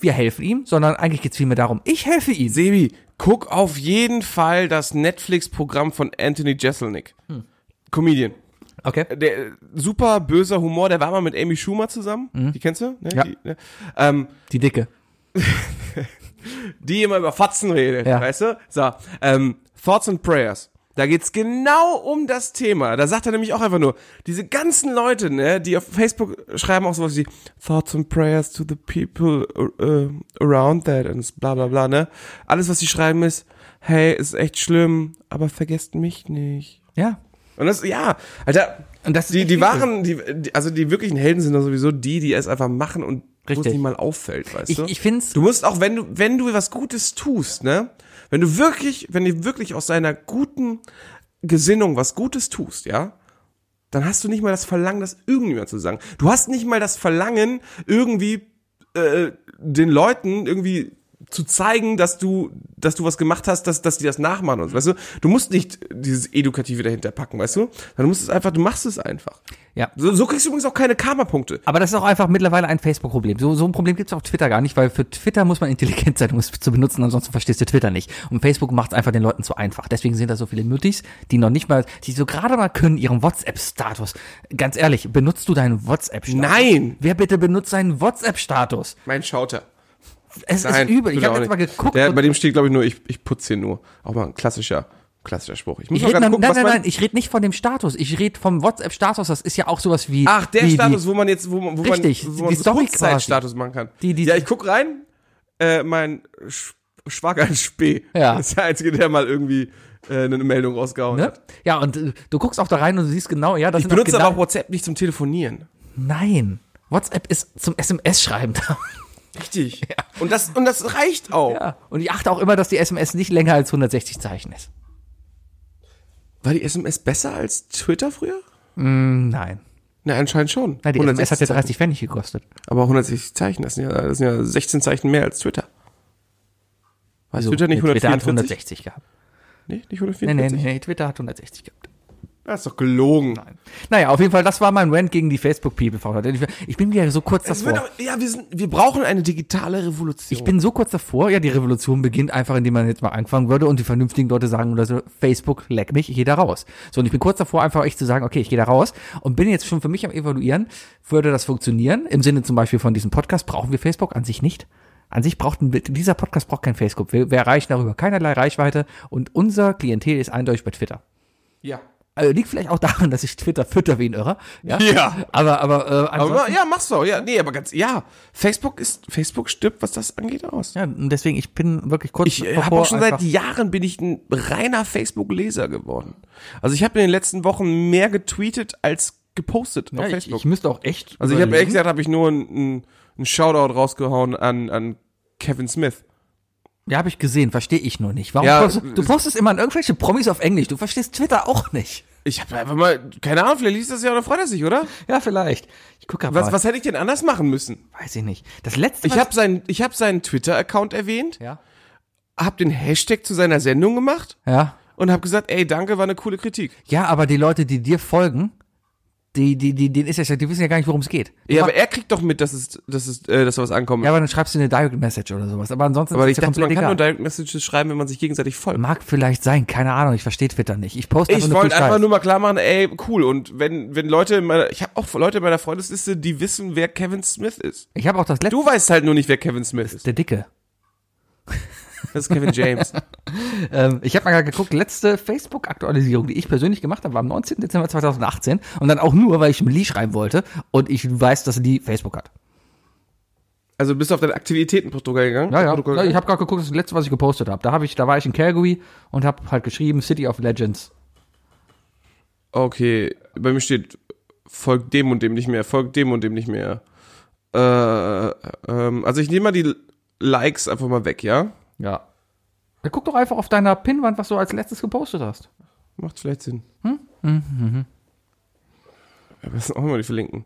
C: wir helfen ihm, sondern eigentlich geht's vielmehr darum, ich helfe ihm.
D: Sebi, guck auf jeden Fall das Netflix-Programm von Anthony Jeselnik.
C: Hm.
D: Comedian.
C: Okay.
D: Der äh, super böser Humor, der war mal mit Amy Schumer zusammen. Die kennst du? Ne?
C: Mhm. Ja.
D: Die, ne? ähm,
C: Die Dicke.
D: die immer über Fotzen redet,
C: Ja.
D: weißt du? So, ähm, Thoughts and Prayers. Da geht's genau um das Thema. Da sagt er nämlich auch einfach nur, diese ganzen Leute, ne, die auf Facebook schreiben auch sowas wie Thoughts and Prayers to the people äh, around that and bla bla bla, ne? Alles, was sie schreiben ist, hey, ist echt schlimm, aber vergesst mich nicht.
C: Ja.
D: Und das, ja, Alter,
C: Und das ist
D: die,
C: echt
D: die
C: übel.
D: wahren, die, die, also die wirklichen Helden sind doch sowieso die, die es einfach machen und wo es
C: Richtig.
D: nicht mal auffällt, weißt
C: Ich,
D: du?
C: ich find's.
D: Du musst auch, wenn du, wenn du was Gutes tust, ne? Wenn du wirklich, wenn du wirklich aus deiner guten Gesinnung was Gutes tust, ja? Dann hast du nicht mal das Verlangen, das irgendjemand zu sagen. Du hast nicht mal das Verlangen, irgendwie äh, den Leuten irgendwie zu zeigen, dass du dass du was gemacht hast, dass, dass die das nachmachen und so, weißt du? Du musst nicht dieses Edukative dahinter packen, weißt du? Sondern Du musst es einfach, du machst es einfach.
C: Ja.
D: So, so kriegst du übrigens auch keine Karma-Punkte.
C: Aber das ist auch einfach mittlerweile ein Facebook-Problem. So, so ein Problem gibt es auf Twitter gar nicht, weil für Twitter muss man intelligent sein, um es zu benutzen, ansonsten verstehst du Twitter nicht. Und Facebook macht es einfach den Leuten zu einfach. Deswegen sind da so viele Muttis, die noch nicht mal, die so gerade mal können, ihren WhatsApp-Status. Ganz ehrlich, benutzt du deinen WhatsApp-Status?
D: Nein!
C: Wer bitte benutzt seinen WhatsApp-Status?
D: Mein Schauter.
C: Es ist übel. Ich
D: will
C: habe
D: auch
C: jetzt mal
D: nicht.
C: geguckt.
D: Der,
C: und-
D: bei dem steht, glaube ich, nur, ich, ich putze den nur. Auch mal ein klassischer, klassischer Spruch. muss
C: ich
D: mal
C: red,
D: grad
C: nein,
D: gucken,
C: nein,
D: was
C: nein,
D: mein-
C: nein, ich rede nicht von dem Status. Ich rede vom WhatsApp-Status. Das ist ja auch sowas wie.
D: Ach, der
C: wie,
D: Status,
C: Wie,
D: wo man jetzt, wo man, wo
C: Richtig,
D: man,
C: die
D: wo man
C: Story quasi.
D: Kurzzeitstatus machen kann.
C: Die- die-
D: ja, ich guck rein, äh, mein Sch Schwager in Spee.
C: Ja.
D: Das (laughs) ist der Einzige, der mal irgendwie äh, eine Meldung rausgehauen
C: ne?
D: hat.
C: Ja, und äh, du guckst auch da rein und du siehst genau, ja, das
D: Ich
C: sind auch
D: benutze
C: genau,
D: aber auch WhatsApp nicht zum Telefonieren.
C: Nein. WhatsApp ist zum SMS-Schreiben da.
D: (laughs) Richtig. Und, das, und das reicht auch.
C: (laughs) Ja. Und ich achte auch immer, dass die SMS nicht länger als 160 Zeichen ist.
D: War die SMS besser als Twitter früher?
C: Nein.
D: Na, anscheinend schon.
C: Nein, die SMS hat ja
D: Zeichen.
C: 30 Pfennig gekostet.
D: Aber 160 Zeichen, das sind, ja, das sind ja 16 Zeichen mehr als Twitter. Weiß Twitter nicht
C: Also, nee, Twitter hat
D: 144?
C: 160 gehabt.
D: Nee, nicht
C: Nee, nee,
D: 144.
C: nee, nee, Twitter hat 160 gehabt.
D: Das ist doch gelogen.
C: Naja, auf jeden Fall, das war mein Rant gegen die Facebook-People. von heute. Ich- Ich bin wieder so kurz
D: Das
C: davor.
D: wird doch, ja, wir, sind, wir brauchen eine digitale Revolution.
C: Ich bin so kurz davor, ja, die Revolution beginnt einfach, indem man jetzt mal anfangen würde und die vernünftigen Leute sagen oder so, Facebook, leck mich, ich gehe da raus. So, und ich bin kurz davor, einfach echt zu sagen, okay, ich gehe da raus und bin jetzt schon für mich am evaluieren, würde das funktionieren? Im Sinne zum Beispiel von diesem Podcast, brauchen wir Facebook an sich nicht? An sich braucht ein, dieser Podcast braucht kein Facebook. Wir, wir erreichen darüber keinerlei Reichweite und unser Klientel ist eindeutig bei Twitter.
D: ja.
C: Also liegt vielleicht auch daran, dass ich Twitter fütter wie ein Irrer. Ja.
D: Ja.
C: Aber, aber, äh,
D: Aber
C: ansonsten-
D: ja, machst du. Ja, nee, aber ganz ja. Facebook ist Facebook stirbt, was das angeht, aus.
C: ja, und deswegen, ich bin wirklich kurz
D: Ich habe auch schon seit
C: einfach-
D: Jahren bin ich ein reiner Facebook-Leser geworden. Also ich habe in den letzten Wochen mehr getweetet als gepostet auf
C: ja, ich,
D: Facebook.
C: ich müsste auch echt.
D: also ich habe ehrlich
C: überlegen.
D: gesagt, habe ich nur einen ein Shoutout rausgehauen an an Kevin Smith.
C: Ja, habe ich gesehen, verstehe ich nur nicht. Warum
D: Ja, äh,
C: postest, du postest immer an irgendwelche Promis auf Englisch, du verstehst Twitter auch nicht.
D: Ich habe einfach mal keine Ahnung, vielleicht liest das ja oder freut er sich, oder?
C: Ja, vielleicht. Ich gucke aber,
D: Was was hätte ich denn anders machen müssen?
C: weiß ich nicht. Das letzte
D: Ich habe seinen ich habe seinen Twitter Account erwähnt.
C: ja.
D: hab den Hashtag zu seiner Sendung gemacht
C: ja.
D: und hab gesagt, ey, danke, war eine coole Kritik.
C: Ja, aber die Leute, die dir folgen, die die die denen ist ja die wissen ja gar nicht, worum es geht. Du
D: Ja,
C: mach-
D: aber er kriegt doch mit, dass es, dass es, äh, dass da was ankommt.
C: ja, aber dann schreibst du eine Direct Message oder sowas, aber ansonsten
D: aber
C: ist
D: ich
C: das ja
D: dachte, man
C: komplett
D: kann nur
C: egal.
D: Direct Messages schreiben, wenn man sich gegenseitig folgt.
C: Mag vielleicht sein, keine Ahnung, ich verstehe Twitter nicht. Ich poste
D: Ich
C: viel
D: wollte einfach
C: Scheiß.
D: nur mal klar machen, ey, cool. Und wenn, wenn Leute in meiner, ich habe auch Leute in meiner Freundesliste, die wissen, wer Kevin Smith ist.
C: Ich habe auch das letzte
D: Du weißt halt nur nicht, wer Kevin Smith ist.
C: der dicke
D: Das ist Kevin
C: (laughs)
D: James.
C: Ähm, ich habe mal gerade geguckt, letzte Facebook-Aktualisierung, die ich persönlich gemacht habe, war am 19. Dezember 2018 und dann auch nur, weil ich Lee schreiben wollte und ich weiß, dass Lee Facebook hat.
D: Also bist du auf dein Aktivitätenprotokoll gegangen?
C: Ja, ja.
D: Protokoll
C: ja ich
D: gegangen?
C: habe gerade geguckt, das ist das letzte, was ich gepostet habe. Da habe ich, da war ich in Calgary und habe halt geschrieben City of Legends.
D: Okay, bei mir steht, folgt dem und dem nicht mehr, folgt dem und dem nicht mehr. Äh, ähm, also ich nehme mal die Likes einfach mal weg, ja?
C: Ja. Ja, guck doch einfach auf deiner Pinwand, was du als letztes gepostet hast.
D: Macht vielleicht Sinn. Hm? Wir müssen auch immer die verlinken.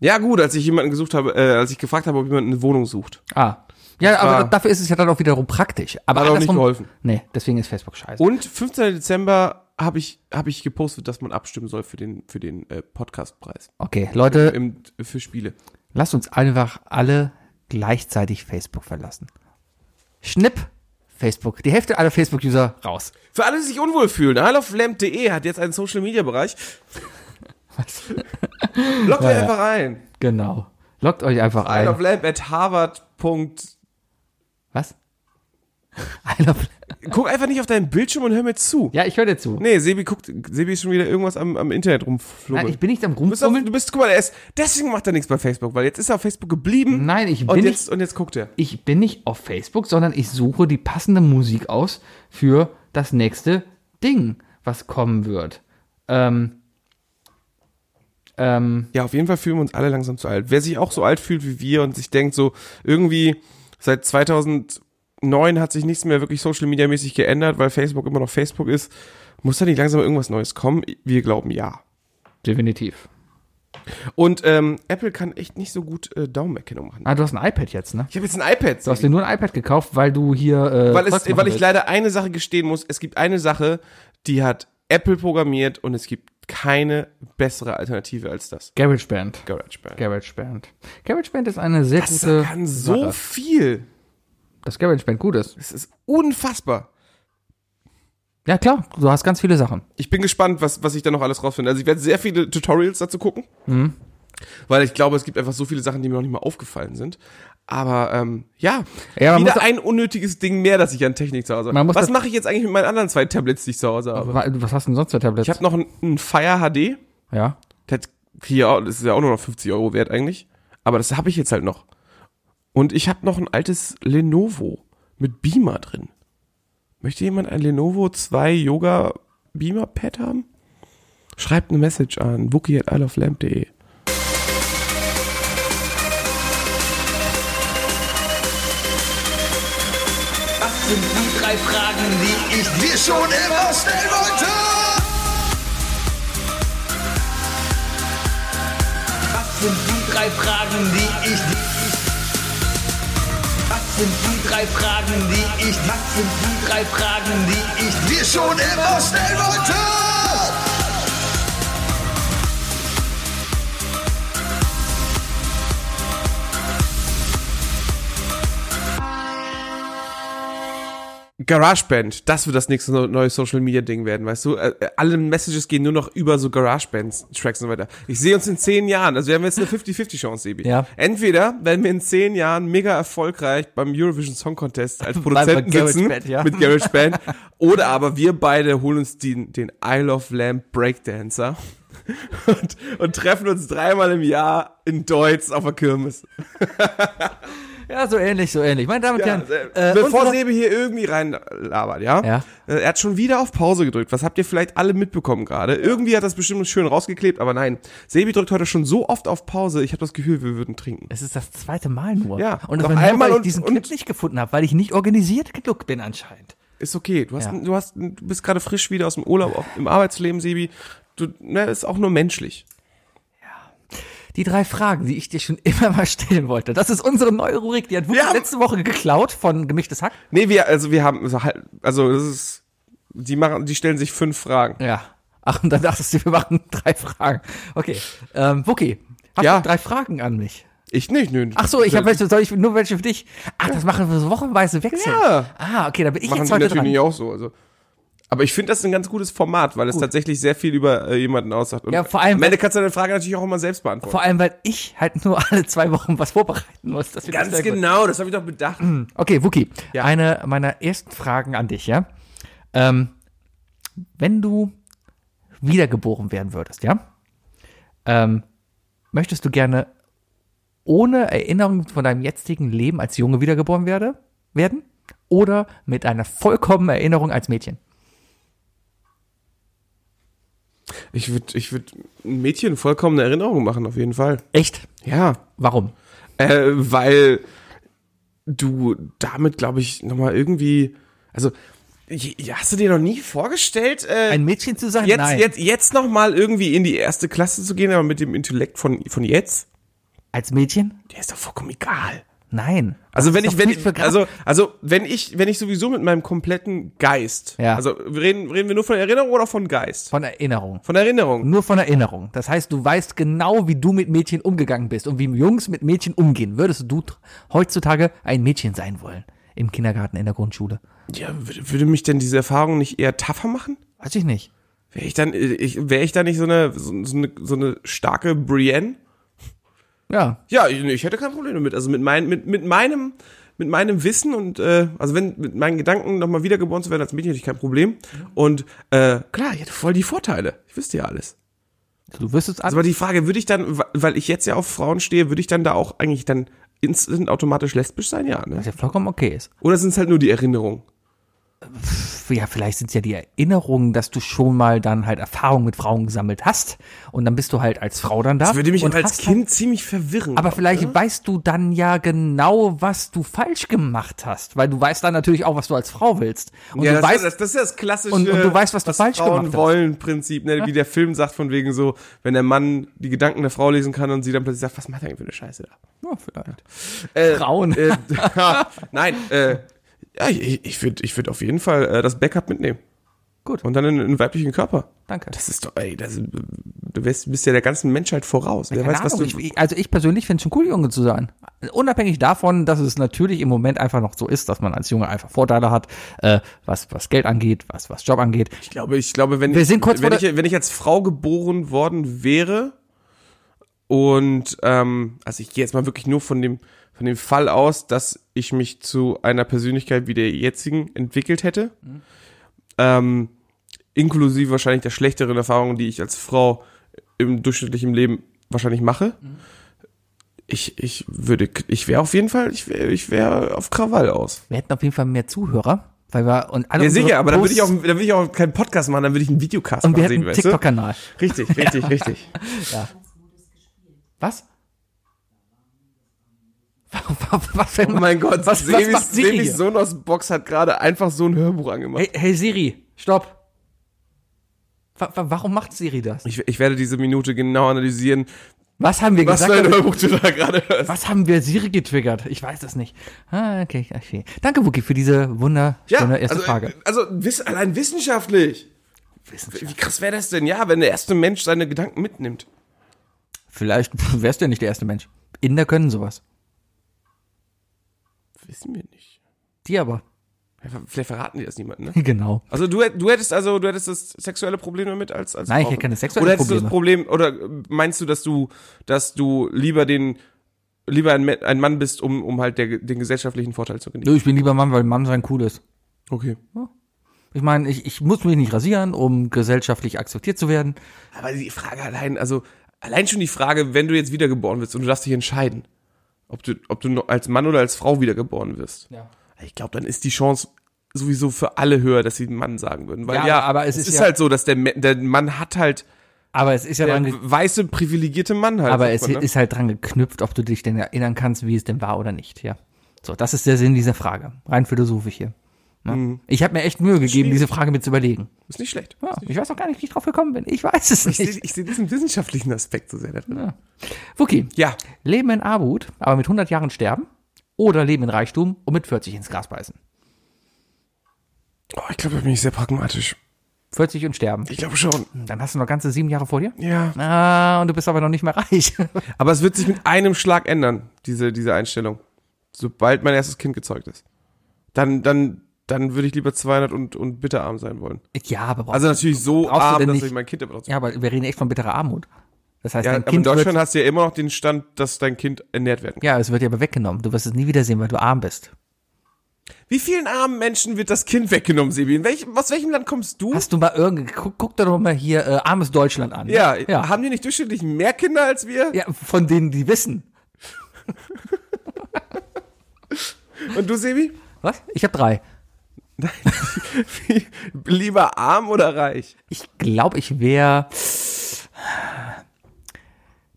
D: Ja gut, als ich jemanden gesucht habe, äh, als ich gefragt habe, ob jemand eine Wohnung sucht.
C: Ah. Ja, aber
D: war-
C: da- dafür ist es ja dann auch wiederum praktisch. Aber
D: Hat auch nicht
C: andersrum-
D: geholfen. Oh.
C: Nee, deswegen ist Facebook scheiße.
D: Und 15. Dezember habe ich, habe ich gepostet, dass man abstimmen soll für den, für den äh, Podcastpreis.
C: Okay, Leute,
D: Im, für Spiele.
C: Lasst uns einfach alle gleichzeitig Facebook verlassen. Schnipp, Facebook. Die Hälfte aller Facebook-User raus.
D: Für alle, die sich unwohl fühlen, isleoflamp.de E hat jetzt einen Social-Media-Bereich. (laughs) Loggt euch einfach ein.
C: Genau. Loggt euch einfach
D: Isle
C: ein.
D: of Lamp at Harvard.
C: Was? (laughs) I love
D: Guck einfach nicht auf deinen Bildschirm und hör mir zu.
C: ja, ich höre dir zu.
D: Nee, Sebi guckt, Sebi ist schon wieder irgendwas am, am Internet rumflummeln.
C: Nein, ich bin nicht am
D: du bist, auf,
C: Rumfummeln.
D: du bist, guck mal, er ist, deswegen macht er nichts bei Facebook, weil jetzt ist er auf Facebook geblieben.
C: Nein, ich
D: und
C: bin
D: jetzt, und jetzt guckt er.
C: Ich bin nicht auf Facebook, sondern ich suche die passende Musik aus für das nächste Ding, was kommen wird. Ähm, ähm,
D: Ja, auf jeden Fall fühlen wir uns alle langsam zu alt. Wer sich auch so alt fühlt wie wir und sich denkt so, irgendwie seit 2009 hat sich nichts mehr wirklich Social Media mäßig geändert, weil Facebook immer noch Facebook ist, muss da nicht langsam irgendwas Neues kommen? Wir glauben ja.
C: definitiv.
D: Und ähm, Apple kann echt nicht so gut äh, Daumenerkennung machen.
E: Ah, du hast ein iPad jetzt, ne?
D: Ich habe jetzt ein iPad.
E: Du hast dir nur ein iPad gekauft, weil du hier. Äh,
D: weil,
E: Zeugs
D: es,
E: machen
D: weil ich
E: willst.
D: leider eine Sache gestehen muss. Es gibt eine Sache, die hat Apple programmiert und es gibt keine bessere Alternative als das.
E: GarageBand.
D: GarageBand.
E: GarageBand. GarageBand ist eine sehr
D: Das
E: gute.
D: kann so
E: Sache.
D: viel.
E: Dass GarageBand gut ist.
D: Das ist unfassbar.
E: Ja, klar. Du hast ganz viele Sachen.
D: Ich bin gespannt, was, was ich da noch alles rausfinde. Also ich werde sehr viele Tutorials dazu gucken. Weil ich glaube, es gibt einfach so viele Sachen, die mir noch nicht mal aufgefallen sind. Aber ähm, ja,
E: Ja, man
D: wieder
E: muss-
D: ein unnötiges Ding mehr, das ich an Technik zu Hause
E: Man
D: habe.
E: muss
D: Was
E: das-
D: mache ich jetzt eigentlich mit meinen anderen zwei Tablets, die ich zu Hause habe?
E: Wa- Was hast du denn sonst für Tablets?
D: Ich habe noch ein, ein Fire HD.
E: ja.
D: Das, hier, auch- das ist ja auch nur noch 50 Euro wert eigentlich. Aber das habe ich jetzt halt noch. Und ich habe noch ein altes Lenovo mit Beamer drin. Möchte jemand ein Lenovo 2 Yoga Beamer Pad haben? Schreibt eine Message an wookie at isleoflamp.de. GarageBand, das wird das nächste no- neue Social Media Ding werden, weißt du? Äh, äh, Alle Messages gehen nur noch über so GarageBand Tracks und so weiter. Ich sehe uns in zehn Jahren, also wir haben jetzt eine 50-50 Chance, Sebi.
C: Ja.
D: Entweder werden wir in zehn Jahren mega erfolgreich beim Eurovision Song Contest
C: (laughs)
D: als
C: bei
D: Produzenten sitzen
C: GarageBand, ja.
D: mit GarageBand oder aber wir beide holen uns den, den I Love Lamp Breakdancer (laughs) und, und treffen uns dreimal im Jahr in Deutsch auf der Kirmes.
C: Ja, so ähnlich, so ähnlich. Meine Damen und
D: Ja,
C: Herren,
D: äh,
C: äh,
D: bevor
C: unsere-
D: Sebe hier irgendwie reinlabert, ja?
C: Ja.
D: Äh, Er hat schon wieder auf Pause gedrückt. Was habt ihr vielleicht alle mitbekommen gerade? Irgendwie hat das bestimmt schön rausgeklebt, aber nein. Sebi drückt heute schon so oft auf Pause, ich habe das Gefühl, wir würden trinken.
C: es ist das zweite Mal nur.
D: Ja,
C: und das
D: noch
C: war nur,
D: einmal
C: weil ich
D: und-
C: diesen
D: und-
C: Clip nicht gefunden habe, weil ich nicht organisiert genug bin anscheinend.
D: Ist okay. Du, hast,
C: Ja.
D: du, hast, du bist gerade frisch wieder aus dem Urlaub, auch im Arbeitsleben, Sebi. Du, ne, ist auch nur menschlich.
C: Die drei Fragen, die ich dir schon (laughs) immer mal stellen wollte. Das ist unsere neue Rubrik, die hat Wupp
D: Ja.
C: letzte Woche geklaut von Gemischtes Hack.
D: Nee, wir, also wir haben, also halt- also das ist, die machen, die stellen sich fünf Fragen.
C: Ja. Ach, und dann dachtest du, wir machen (laughs) drei Fragen. Okay. Ähm, Wookie, hast
D: Ja.
C: du drei Fragen an mich?
D: Ich nicht, nö.
C: Ach so, ich habe welche, soll ich nur welche für dich? Ach, das machen wir so wochenweise Wechsel.
D: Ja.
C: Ah, okay, da bin ich
D: machen
C: jetzt
D: die
C: heute
D: natürlich
C: dran.
D: nicht auch so. Also. Aber ich finde das ein ganz gutes Format, weil es tatsächlich sehr viel über äh, jemanden aussagt. Und
C: Ja, vor allem-
D: Am Ende kannst du deine Frage natürlich auch immer selbst beantworten.
C: Vor allem, weil ich halt nur (laughs) alle zwei Wochen was vorbereiten muss. Das wird sehr gut.
D: genau, das habe ich doch bedacht.
C: Okay, Wookie,
D: Ja.
C: eine meiner ersten Fragen an dich, ja. Ähm, wenn du wiedergeboren werden würdest, ja, ähm, möchtest du gerne ohne Erinnerung von deinem jetzigen Leben als Junge wiedergeboren werde, werden oder mit einer vollkommenen Erinnerung als Mädchen?
D: (clears throat) Ich würde ich würd ein Mädchen vollkommen eine Erinnerung machen, auf jeden Fall.
C: Echt?
D: Ja.
C: Warum?
D: Äh, weil du damit, glaube ich, nochmal irgendwie. Also, j- hast du dir noch nie vorgestellt, äh,
C: Ein Mädchen zu sein?
D: jetzt,
C: Nein.
D: jetzt, jetzt nochmal irgendwie in die erste Klasse zu gehen, aber mit dem Intellekt von, von jetzt?
C: Als Mädchen?
D: Der ist doch vollkommen egal.
C: Nein.
D: Also
C: Das
D: wenn
C: ist
D: ich
C: doch
D: wenn
C: viel für
D: ich,
C: Gra-
D: also also wenn ich wenn ich sowieso mit meinem kompletten Geist,
C: Ja.
D: also reden reden wir nur von Erinnerung oder von Geist?
C: von Erinnerung.
D: Von Erinnerung.
C: Nur von Erinnerung. Das heißt, du weißt genau, wie du mit Mädchen umgegangen bist und wie Jungs mit Mädchen umgehen. Würdest du tr- heutzutage ein Mädchen sein wollen? Im Kindergarten, in der Grundschule?
D: Ja, würde, würde mich denn diese Erfahrung nicht eher tougher machen?
C: Weiß ich nicht.
D: Wäre ich dann ich, wäre ich dann nicht so eine so, so eine so eine starke Brienne?
C: Ja.
D: Ja, ich, ich hätte kein Problem damit. Also mit mein, mit mit meinem mit meinem Wissen und äh, also wenn mit meinen Gedanken nochmal wiedergeboren zu werden als Mädchen hätte ich kein Problem. Und äh, klar, ich hätte voll die Vorteile. Ich wüsste ja alles.
C: Du wirst es
D: Also aber die Frage, würde ich dann, wa- weil ich jetzt ja auf Frauen stehe, würde ich dann da auch eigentlich dann instant automatisch lesbisch sein? Ja, ne?
C: was ja vollkommen okay ist.
D: Oder sind es halt nur die Erinnerungen?
C: ja, vielleicht sind es ja die Erinnerungen, dass du schon mal dann halt Erfahrungen mit Frauen gesammelt hast und dann bist du halt als Frau dann da.
D: Das würde mich
C: und
D: aber als
C: hast halt-
D: Kind ziemlich verwirren.
C: aber vielleicht weißt du dann ja genau, was du falsch gemacht hast, weil du weißt dann natürlich auch, was du als Frau willst. Und
D: ja,
C: du
D: das,
C: weißt,
D: das, das ist das klassische
C: und- und du weißt, was du falsch
D: Frauen
C: gemacht hast.
D: wollen Prinzip, ne? wie der Film sagt von wegen so, wenn der Mann die Gedanken der Frau lesen kann und sie dann plötzlich sagt, was macht er eigentlich für eine Scheiße da?
C: ja, vielleicht.
D: Äh,
C: Frauen. (laughs)
D: Äh, (laughs) nein, äh, ja, ich, ich würde ich würd auf jeden Fall äh, das Backup mitnehmen.
C: Gut.
D: Und dann in einen weiblichen Körper.
C: Danke.
D: Das ist doch, ey, das, du bist, bist ja der ganzen Menschheit voraus. Wer
C: Keine
D: weiß, was
C: Ahnung,
D: du.
C: ich, ich- also ich persönlich finde es schon cool, Junge zu sein. Unabhängig davon, dass es natürlich im Moment einfach noch so ist, dass man als Junge einfach Vorteile hat, äh, was, was Geld angeht, was, was Job angeht.
D: Ich glaube, ich glaube, wenn,
C: Wir
D: ich,
C: sind kurz
D: wenn,
C: vor
D: ich, wenn ich als Frau geboren worden wäre und ähm, also ich gehe jetzt mal wirklich nur von dem von dem Fall aus, dass ich mich zu einer Persönlichkeit wie der jetzigen entwickelt hätte, ähm, inklusive wahrscheinlich der schlechteren Erfahrungen, die ich als Frau im durchschnittlichen Leben wahrscheinlich mache. Ich, ich würde, ich wäre auf jeden Fall, ich wäre ich wäre auf Krawall aus.
C: Wir hätten auf jeden Fall mehr Zuhörer, weil wir und alle
D: Ja,
C: unsere
D: sicher, aber dann würde ich auch,
C: Posts-
D: dann würde ich auch keinen Podcast machen, dann würde ich einen Videocast
C: Also und wir
D: machen,
C: hätten einen
D: weißt du?
C: TikTok-Kanal.
D: Richtig, richtig, richtig.
C: Was? (laughs) was, was,
D: (laughs) Oh mein Gott,
C: was, was macht
D: Sebis,
C: Siri?
D: Sebis
C: hier?
D: Sohn aus Box hat gerade einfach so ein Hörbuch angemacht.
C: Hey, hey Siri, stopp. Wa wa warum macht Siri das?
D: Ich, ich werde diese Minute genau analysieren,
C: Was haben wir
D: was für ein
C: gesagt?
D: Hörbuch du da gerade hörst.
C: Was haben wir Siri getriggert? Ich weiß es nicht. Ah, okay, okay. Danke, Wookie, für diese wunderschöne erste
D: also,
C: Frage.
D: Also wiss, allein wissenschaftlich. Wie krass wäre das denn? Ja, wenn der erste Mensch seine Gedanken mitnimmt.
C: Vielleicht (laughs) pf, wärst du ja nicht der erste Mensch. Inder können sowas.
D: Wissen wir nicht.
C: Die aber. (laughs)
D: Vielleicht verraten die das niemandem, ne?
C: Genau.
D: Also du, hätt- du hättest also du hättest das sexuelle Problem damit als als
C: Nein, ich
D: Frau.
C: hätte keine sexuellen
D: Oder hättest du das
C: Probleme.
D: Problem oder meinst du, dass du dass du lieber den lieber ein, Me- ein Mann bist, um um halt der, den gesellschaftlichen Vorteil zu genießen?
C: Nö, ich bin lieber Mann, weil Mann sein cool ist.
D: Okay.
C: Ich meine, ich, ich muss mich nicht rasieren, um gesellschaftlich akzeptiert zu werden.
D: Aber die Frage allein, also allein schon die Frage, wenn du jetzt wiedergeboren wirst und du darfst dich entscheiden, ob du ob du noch als Mann oder als Frau wiedergeboren wirst.
C: Ja.
D: Ich glaube, dann ist die Chance sowieso für alle höher, dass sie einen Mann sagen würden, weil
C: Ja,
D: ja,
C: aber es ist ja-
D: halt so, dass der Me- der Mann hat halt
C: Aber es ist ja
D: der
C: dran ge-
D: weiße privilegierte Mann halt.
C: Aber es
D: einfach, ne?
C: ist halt dran geknüpft, ob du dich denn erinnern kannst, wie es denn war oder nicht, ja. So, das ist der Sinn dieser Frage. Rein philosophisch hier. Ja.
D: Mhm.
C: Ich habe mir echt Mühe gegeben, diese Frage mir zu überlegen.
D: ist nicht schlecht.
C: Ja, ich weiß auch gar nicht, wie ich drauf gekommen bin. Ich weiß es
D: Ich sehe
C: nicht.
D: ich seh diesen wissenschaftlichen Aspekt so sehr da drin.
C: Wookie,
D: Ja,
C: leben in Armut, aber mit 100 Jahren sterben oder leben in Reichtum und mit 40 ins Gras beißen.
D: oh, ich glaube, da bin ich sehr pragmatisch.
C: 40 und sterben.
D: Ich glaube schon.
C: Dann hast du noch ganze sieben Jahre vor dir.
D: Ja.
C: Ah, und du bist aber noch nicht
D: (laughs)
C: mehr reich.
D: Aber es wird sich mit einem Schlag ändern, diese, diese Einstellung. Sobald mein erstes Kind gezeugt ist. Dann, dann, dann würde ich lieber 200 und, und bitterarm sein wollen.
C: ja, aber brauchst
D: Also natürlich so
C: Brauchst du
D: arm,
C: denn
D: dass
C: nicht-
D: ich mein Kind immer noch
C: Ja, aber wir reden echt von bitterer Armut. Das heißt,
D: ja,
C: dein
D: aber in
C: Kind
D: Deutschland
C: wird,
D: hast du ja immer noch den Stand, dass dein Kind ernährt werden kann.
C: ja, es wird dir aber weggenommen. Du wirst es nie wiedersehen, weil du arm bist.
D: Wie vielen armen Menschen wird das Kind weggenommen, Sebi? In welchem, aus welchem Land kommst du?
C: Hast du mal irgendwie, guck, guck doch noch mal hier äh, armes Deutschland an. ne?
D: ja,
C: ja.
D: haben die nicht durchschnittlich mehr Kinder als wir?
C: ja, von denen die wissen.
D: Und du, Sebi?
C: Was? Ich habe drei.
D: Wie- Lieber arm oder reich?
C: Ich glaube, ich wäre,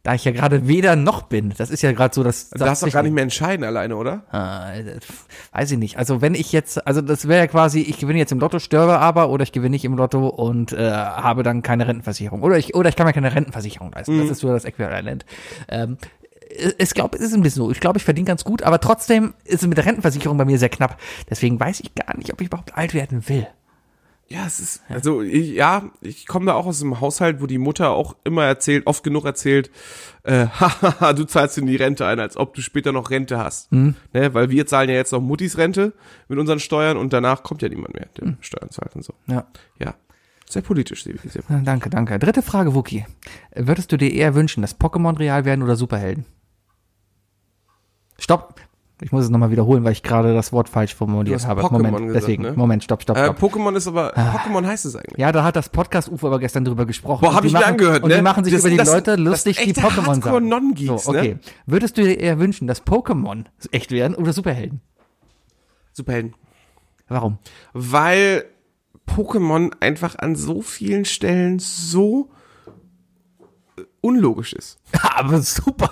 C: da ich ja gerade weder noch bin, das ist ja gerade so, dass
D: Also, Du darfst doch gar nicht mehr entscheiden alleine, oder?
C: Äh, weiß ich nicht. Also wenn ich jetzt, also das wäre ja quasi, ich gewinne jetzt im Lotto, sterbe aber oder ich gewinne nicht im Lotto und äh, habe dann keine Rentenversicherung. Oder ich, oder ich kann mir keine Rentenversicherung leisten.
D: Mhm.
C: Das ist so das Äquivalent. Ähm, es- ich glaube, es ist ein bisschen so. Ich glaube, ich verdiene ganz gut, aber trotzdem ist es mit der Rentenversicherung bei mir sehr knapp. Deswegen weiß ich gar nicht, ob ich überhaupt alt werden will.
D: Ja, es ist. Also, ich, ja, ich komme da auch aus einem Haushalt, wo die Mutter auch immer erzählt, oft genug erzählt, äh, (laughs) hahaha, du zahlst in die Rente ein, als ob du später noch Rente hast. Ne? Weil wir zahlen ja jetzt noch Muttis Rente mit unseren Steuern und danach kommt ja niemand mehr, der Steuern zahlt und so.
C: Ja.
D: Ja. Sehr politisch, Sebi. Sehr
C: Na, Danke, danke. Dritte Frage, Wookie. Würdest du dir eher wünschen, dass Pokémon real werden oder Superhelden? Stopp. Ich muss es nochmal wiederholen, weil ich gerade das Wort falsch formuliert
D: Du hast
C: habe.
D: Pokémon
C: Moment,
D: gesagt,
C: deswegen.
D: ne?
C: Moment, stopp, stopp,
D: äh,
C: stopp.
D: Pokémon ist aber. Pokémon heißt es eigentlich.
C: ja, da hat das Podcast-UFO aber gestern drüber gesprochen.
D: Boah,
C: Und
D: hab
C: die
D: ich mir
C: machen-
D: angehört,
C: Und die
D: ne?
C: machen sich
D: Das-
C: über die
D: das-
C: Leute
D: das
C: lustig, die
D: echte
C: Pokémon sagen.
D: Hardcore-Non-Geeks,
C: So, okay.
D: ne?
C: Würdest du dir eher wünschen, dass Pokémon echt werden oder Superhelden?
D: Superhelden.
C: Warum?
D: Weil Pokémon einfach an so vielen Stellen so äh, unlogisch ist.
C: (laughs) Aber super.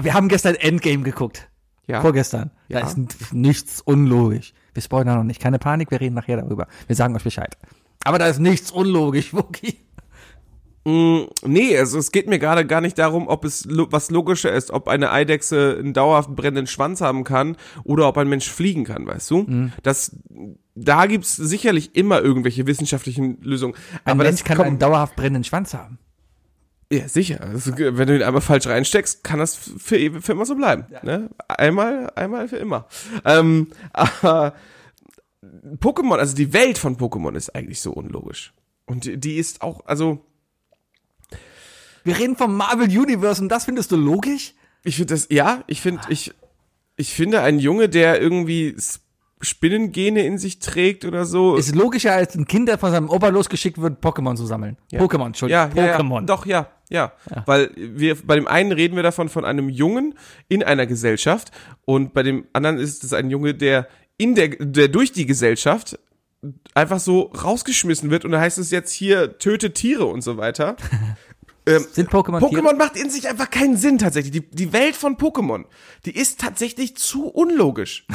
C: Wir haben gestern Endgame geguckt.
D: Ja.
C: Vorgestern.
D: Ja.
C: Da ist n- nichts unlogisch. Wir spoilern noch nicht. Keine Panik, wir reden nachher darüber. Wir sagen euch Bescheid. Aber da ist nichts unlogisch, (laughs) Wookie.
D: Nee, also es geht mir gerade gar nicht darum, ob es lo was logischer ist, ob eine Eidechse einen dauerhaft brennenden Schwanz haben kann oder ob ein Mensch fliegen kann, weißt du? Das, da gibt's sicherlich immer irgendwelche wissenschaftlichen Lösungen.
C: Ein
D: aber
C: Mensch
D: das
C: kann
D: kommt-
C: einen dauerhaft brennenden Schwanz haben.
D: Ja, sicher. Das ist, wenn du ihn einmal falsch reinsteckst, kann das für, ew- für immer so bleiben. Ne? Einmal, einmal für immer. Ähm, aber Pokémon, also die Welt von Pokémon ist eigentlich so unlogisch. Und die- die ist auch, also
C: Wir reden vom Marvel Universe und das findest du logisch?
D: ich finde das, ja, ich finde, ich, ich finde ein Junge, der irgendwie S- Spinnengene in sich trägt oder so.
C: Ist logischer, als ein Kind, der von seinem Opa losgeschickt wird, Pokémon zu sammeln. Pokémon,
D: ja,
C: Entschuldigung.
D: ja, ja,
C: Pokémon.
D: doch, ja, ja, Weil wir, bei dem einen reden wir davon von einem Jungen in einer Gesellschaft und bei dem anderen ist es ein Junge, der in der, der durch die Gesellschaft einfach so rausgeschmissen wird und da heißt es jetzt hier, töte Tiere und so weiter. ähm,
C: Sind Pokémon, Tiere?
D: Pokémon macht in sich einfach keinen Sinn tatsächlich. Die, die Welt von Pokémon, die ist tatsächlich zu unlogisch.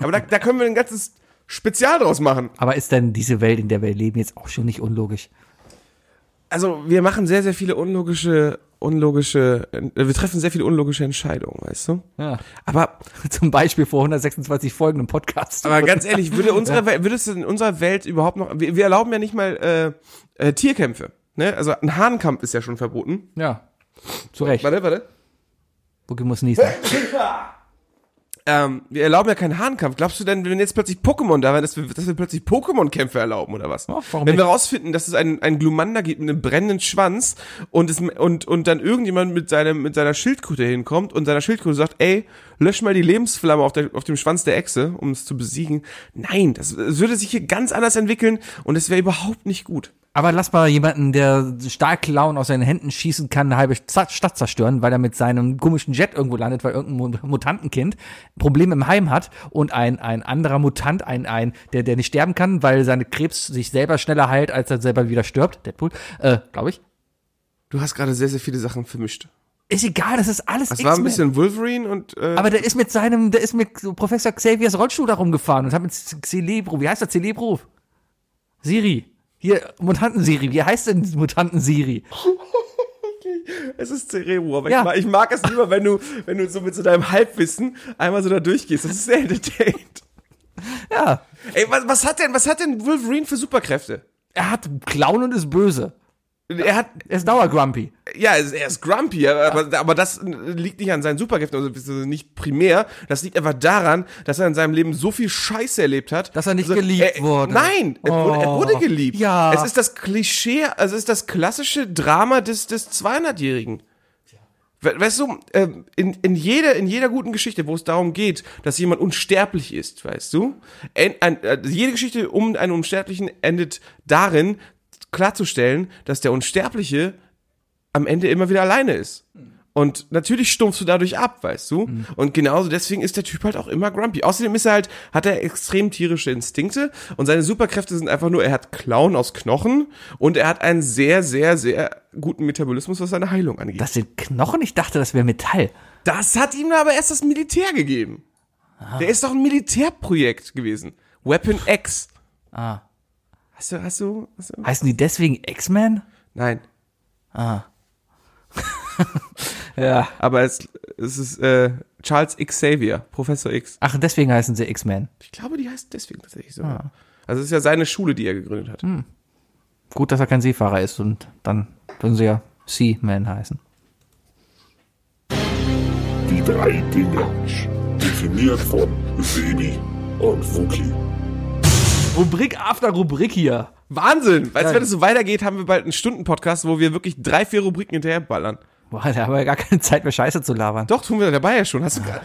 D: Aber da, da können wir ein ganzes Spezial draus machen.
C: Aber ist denn diese Welt, in der wir leben, jetzt auch schon nicht unlogisch?
D: Also wir machen sehr, sehr viele unlogische, unlogische, äh, wir treffen sehr viele unlogische Entscheidungen, weißt du?
C: Ja.
D: Aber,
C: (laughs) Zum Beispiel vor 126 Folgen im Podcast.
D: aber ganz ehrlich,
C: (laughs)
D: würde unsere, Welt- würde es in unserer Welt überhaupt noch, wir, wir erlauben ja nicht mal äh, äh, Tierkämpfe. Ne? Also ein Hahnkampf ist ja schon verboten.
C: Ja. Zu Recht.
D: Warte, warte.
C: Wookie muss niesen.
D: Ähm, wir erlauben ja keinen Hahnkampf. Glaubst du denn, wenn jetzt plötzlich Pokémon da wären, dass wir, dass wir plötzlich Pokémon-Kämpfe erlauben oder was?
C: Ja,
D: wenn
C: warum
D: wir
C: nicht?
D: rausfinden, dass es einen, einen Glumander gibt mit einem brennenden Schwanz und, es, und, und dann irgendjemand mit, seinem, mit seiner Schildkröte hinkommt und seiner Schildkröte sagt, ey, lösch mal die Lebensflamme auf, der, auf dem Schwanz der Echse, um es zu besiegen. Nein, das, es würde sich hier ganz anders entwickeln und es wäre überhaupt nicht gut.
C: Aber lass mal jemanden, der stark Klauen aus seinen Händen schießen kann, eine halbe Sta- Stadt zerstören, weil er mit seinem komischen Jet irgendwo landet, weil irgendein Mu- Mutantenkind Probleme im Heim hat und ein, ein anderer Mutant, ein, ein, der, der nicht sterben kann, weil seine Krebs sich selber schneller heilt, als er selber wieder stirbt. Deadpool, äh, glaube ich.
D: Du hast gerade sehr, sehr viele Sachen vermischt.
C: Ist egal, das ist alles
D: Es war ein
C: X-Men.
D: bisschen Wolverine und äh,
C: Aber der ist mit seinem, der ist mit Professor Xaviers Rollstuhl da rumgefahren und hat mit Celebro, wie heißt der Celebro? Siri. Hier, Mutanten-Siri. Wie heißt denn Mutanten-Siri?
D: Es ist Cerebro, aber
C: Ja.
D: ich, mag, ich mag es lieber, wenn du, wenn du so mit so deinem Halbwissen einmal so da durchgehst. Das ist sehr entertained.
C: Ja.
D: Ey, was, was hat denn, was hat denn Wolverine für Superkräfte?
C: Er hat Clown und ist böse.
D: Er hat,
C: Er ist dauergrumpy.
D: ja, er ist- er ist grumpy, aber, aber das liegt nicht an seinen Superkräften, also beziehungsweise nicht primär. Das liegt einfach daran, dass er in seinem Leben so viel Scheiße erlebt hat. also,
C: Dass er nicht geliebt
D: er,
C: wurde.
D: Nein, er, wurde, er
C: Oh.
D: wurde geliebt.
C: Ja.
D: Es ist das Klischee, also es ist das klassische Drama des, des 200-Jährigen. We- Weißt du, ähm, in, in, jeder, in jeder guten Geschichte, wo es darum geht, dass jemand unsterblich ist, weißt du, en, ein, äh, jede Geschichte um einen Unsterblichen endet darin, klarzustellen, dass der Unsterbliche am Ende immer wieder alleine ist. Und natürlich stumpfst du dadurch ab, weißt du?
C: Mhm.
D: Und genauso deswegen ist der Typ halt auch immer grumpy. Außerdem ist er halt, hat er extrem tierische Instinkte und seine Superkräfte sind einfach nur, er hat Klauen aus Knochen und er hat einen sehr, sehr, sehr guten Metabolismus, was seine Heilung angeht.
C: Das sind Knochen? Ich dachte, das wäre Metall.
D: Das hat ihm aber erst das Militär gegeben.
C: Ah.
D: Der ist doch ein Militärprojekt gewesen. Weapon X.
C: Ah.
D: Hast du, hast du, hast du?
C: Heißen die deswegen X-Men?
D: Nein.
C: Ah.
D: (laughs)
C: Ja.
D: Aber es, es ist äh, Charles Xavier, Professor X.
C: Ach, deswegen heißen sie X-Men.
D: Ich glaube, die heißt deswegen tatsächlich so.
C: Ah.
D: Also es ist ja seine Schule, die er gegründet
C: Hm.
D: hat.
C: Gut, dass er kein Seefahrer ist und dann würden sie ja Sea-Man heißen.
F: Die drei Dinge. Definiert von Sebi und Wookie.
C: Rubrik after Rubrik hier.
D: Wahnsinn! Als wenn es so weitergeht, haben wir bald einen Stunden-Podcast, wo wir wirklich drei, vier Rubriken hinterherballern.
C: Boah, da haben wir ja gar keine Zeit mehr Scheiße zu labern.
D: Doch, tun wir dabei ja schon.
C: Ah.
D: Hast du gar-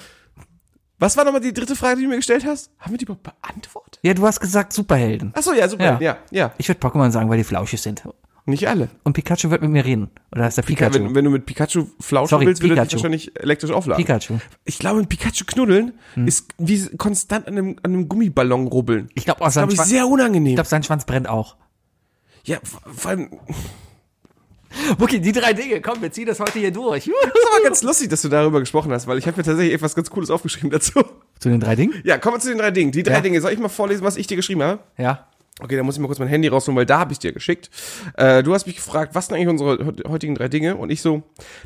D: Was war nochmal die dritte Frage, die du mir gestellt hast? Haben wir die überhaupt beantwortet?
C: Ja, du hast gesagt Superhelden.
D: Achso, ja, super. Ja,
C: Ja.
D: ja.
C: Ich würde Pokémon sagen, weil die flauschig sind.
D: Nicht alle.
C: Und Pikachu wird mit mir reden. Oder ist der Pikachu?
D: Wenn, wenn du mit Pikachu flauschen
C: Sorry,
D: willst, würde er dich
C: Pikachu.
D: wahrscheinlich elektrisch aufladen.
C: Pikachu.
D: Ich glaube, ein Pikachu knuddeln ist wie konstant an einem, an einem Gummiballon rubbelln.
C: Hm. Ich oh, glaube, auch sein
D: Glaube ich,
C: Schwanz,
D: sehr
C: ich
D: unangenehm.
C: glaub, sein Schwanz brennt auch.
D: Ja, vor allem,
C: Wookie, die drei Dinge, komm, wir ziehen das heute hier durch. Juhu.
D: das war ganz lustig, dass du darüber gesprochen hast, weil ich habe mir tatsächlich etwas ganz Cooles aufgeschrieben dazu. (laughs)
C: Zu den drei Dingen?
D: Ja, kommen wir zu den drei Dingen. Die drei Dinge. Soll ich mal vorlesen, was ich dir geschrieben habe?
C: Ja.
D: Okay, da muss ich mal kurz mein Handy rausholen, weil da habe ich dir geschickt. Äh, du hast mich gefragt, was sind eigentlich unsere heut- heutigen drei Dinge? Und ich so,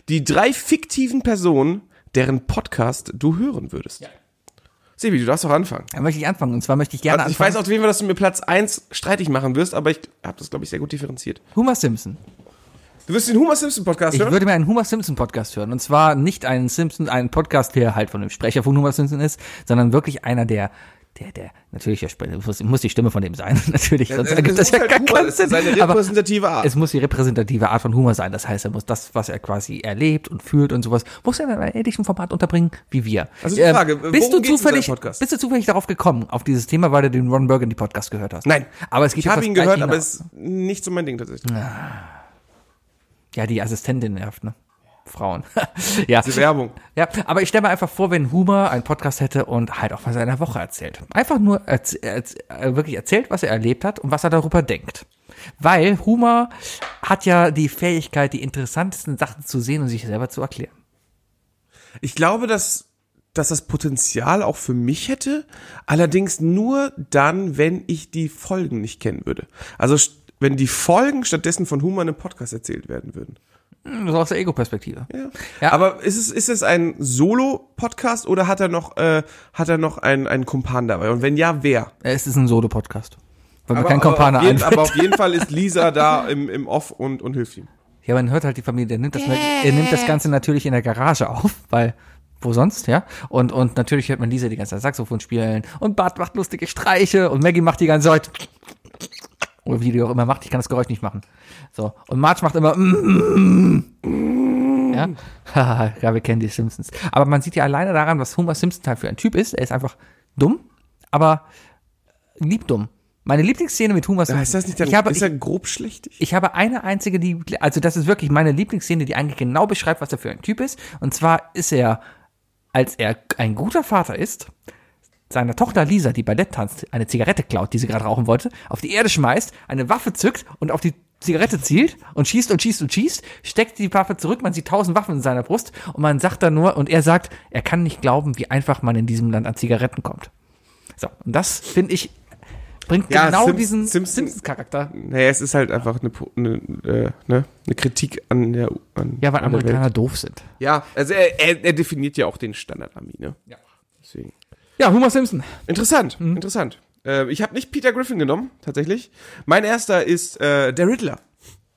D: die drei fiktiven Personen, deren Podcast du hören würdest. Ja. Sebi, du darfst doch anfangen.
C: Dann möchte ich anfangen. Und zwar möchte ich gerne
D: Also ich
C: anfangen.
D: weiß auf jeden Fall, dass du mir Platz eins streitig machen wirst, aber ich habe das, glaube ich, sehr gut differenziert.
C: Homer Simpson.
D: Du wirst den Homer Simpson Podcast
C: Ich
D: hören?
C: würde mir einen Homer Simpson Podcast hören. Und zwar nicht einen Simpson, einen Podcast, der halt von dem Sprecher von Homer Simpson ist, sondern wirklich einer, der, der, der, natürlich, der Sprecher- muss, muss die Stimme von dem sein. (laughs) natürlich, sonst
D: es-
C: ergibt
D: es
C: das ja
D: muss
C: gar
D: halt Homer,
C: keinen
D: das ist
C: Sinn.
D: seine
C: Aber
D: repräsentative Art.
C: es muss die repräsentative Art von Humor sein. Das heißt, er muss das, was er quasi erlebt und fühlt und sowas, muss er in einem ähnlichen Format unterbringen wie wir. Ähm,
D: Also die Frage,
C: bist,
D: worum
C: du
D: geht's in
C: zufällig,
D: seinem Podcast?
C: bist du zufällig darauf gekommen, auf dieses Thema, weil du den Ron Burgundy Podcast gehört hast?
D: Nein.
C: Aber es geht
D: ich
C: auf
D: habe
C: das
D: ihn
C: Gleiche
D: gehört, aber
C: hinaus.
D: es ist nicht so mein Ding tatsächlich.
C: Ja, die Assistentin nervt, ne? Frauen. (laughs) ja.
D: Die Werbung.
C: Ja, aber ich stelle mir einfach vor, wenn Huber einen Podcast hätte und halt auch von seiner Woche erzählt. Einfach nur erz erz äh, wirklich erzählt, was er erlebt hat und was er darüber denkt. Weil Huber hat ja die Fähigkeit, die interessantesten Sachen zu sehen und sich selber zu erklären.
D: Ich glaube, dass, dass das Potenzial auch für mich hätte, allerdings nur dann, wenn ich die Folgen nicht kennen würde. Also st- wenn die Folgen stattdessen von Humor in einem Podcast erzählt werden würden.
C: So aus der Ego-Perspektive.
D: Ja.
C: Ja.
D: Aber ist es, ist es ein Solo-Podcast oder hat er noch, äh, hat er noch einen, einen Kumpan dabei? Und wenn ja, wer?
C: Es ist ein Solo-Podcast. Weil mir
D: Aber-
C: kein
D: aber,
C: Kompaner
D: auf jeden,
C: einfällt.
D: aber auf jeden Fall ist Lisa da im, im Off und, und hilft ihm.
C: Ja, man hört halt die Familie, der nimmt das, er nimmt das Ganze natürlich in der Garage auf, weil wo sonst, ja? Und, und natürlich hört man Lisa die ganze Zeit Saxophon spielen und Bart macht lustige Streiche und Maggie macht die ganze Zeit oder wie die auch immer macht, ich kann das Geräusch nicht machen. So, und Marge macht immer ja? (laughs) Haha, ja, wir kennen die Simpsons. Aber man sieht ja alleine daran, was Homer Simpson halt für ein Typ ist. Er ist einfach dumm, aber lieb dumm. Meine Lieblingsszene mit Homer Simpson.
D: Ah, Ist das nicht dann,
C: ich habe,
D: ist er grob schlechtig?
C: ich habe eine einzige, die, also das ist wirklich meine Lieblingsszene, die eigentlich genau beschreibt, was er für ein Typ ist. Und zwar ist er, als er ein guter Vater ist, seiner Tochter Lisa, die Ballett tanzt, eine Zigarette klaut, die sie gerade rauchen wollte, auf die Erde schmeißt, eine Waffe zückt und auf die Zigarette zielt und schießt und schießt und schießt, steckt die Waffe zurück, man sieht tausend Waffen in seiner Brust und man sagt dann nur, und er sagt, er kann nicht glauben, wie einfach man in diesem Land an Zigaretten kommt. So, und das finde ich, bringt
D: Ja,
C: genau
D: Simps-
C: diesen
D: Simpson-
C: Simpsons-Charakter.
D: Naja, es ist halt einfach eine, po- eine, äh, ne? eine Kritik an der an,
C: Ja, weil
D: an der Welt.
C: Amerikaner doof sind.
D: Ja, also er, er, er definiert ja auch den Standard-Ami, ne? Ja. Deswegen.
C: Ja, Homer Simpson.
D: Interessant,
C: Mhm.
D: interessant. Äh, ich habe nicht Peter Griffin genommen, tatsächlich. Mein erster ist äh, der Riddler.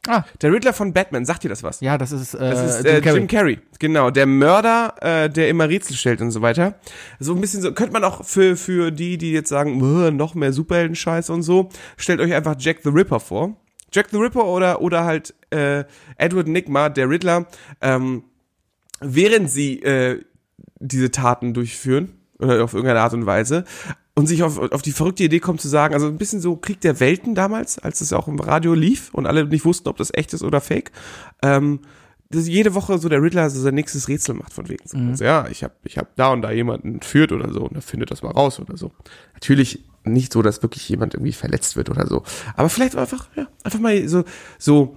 C: Ah.
D: Der Riddler von Batman, sagt dir das was?
C: Ja, das ist, äh,
D: Das ist äh, Jim, Carrey. genau. Der Mörder, äh, der immer Rätsel stellt und so weiter. So ein bisschen so, könnte man auch für, für die, die jetzt sagen, "Bäh, noch mehr Superheldenscheiß und so, stellt euch einfach Jack the Ripper vor. Jack the Ripper oder, oder halt äh, Edward Nigma, der Riddler, ähm, während sie äh, diese Taten durchführen, oder auf irgendeine Art und Weise, und sich auf, auf die verrückte Idee kommt zu sagen, also ein bisschen so Krieg der Welten damals, als es auch im Radio lief und alle nicht wussten, ob das echt ist oder fake, ähm, dass jede Woche so der Riddler so sein nächstes Rätsel macht von wegen. so, Also, ja, ich habe ich hab da und da jemanden entführt oder so und er findet das mal raus oder so. Natürlich nicht so, dass wirklich jemand irgendwie verletzt wird oder so. Aber vielleicht einfach, ja, einfach mal so, so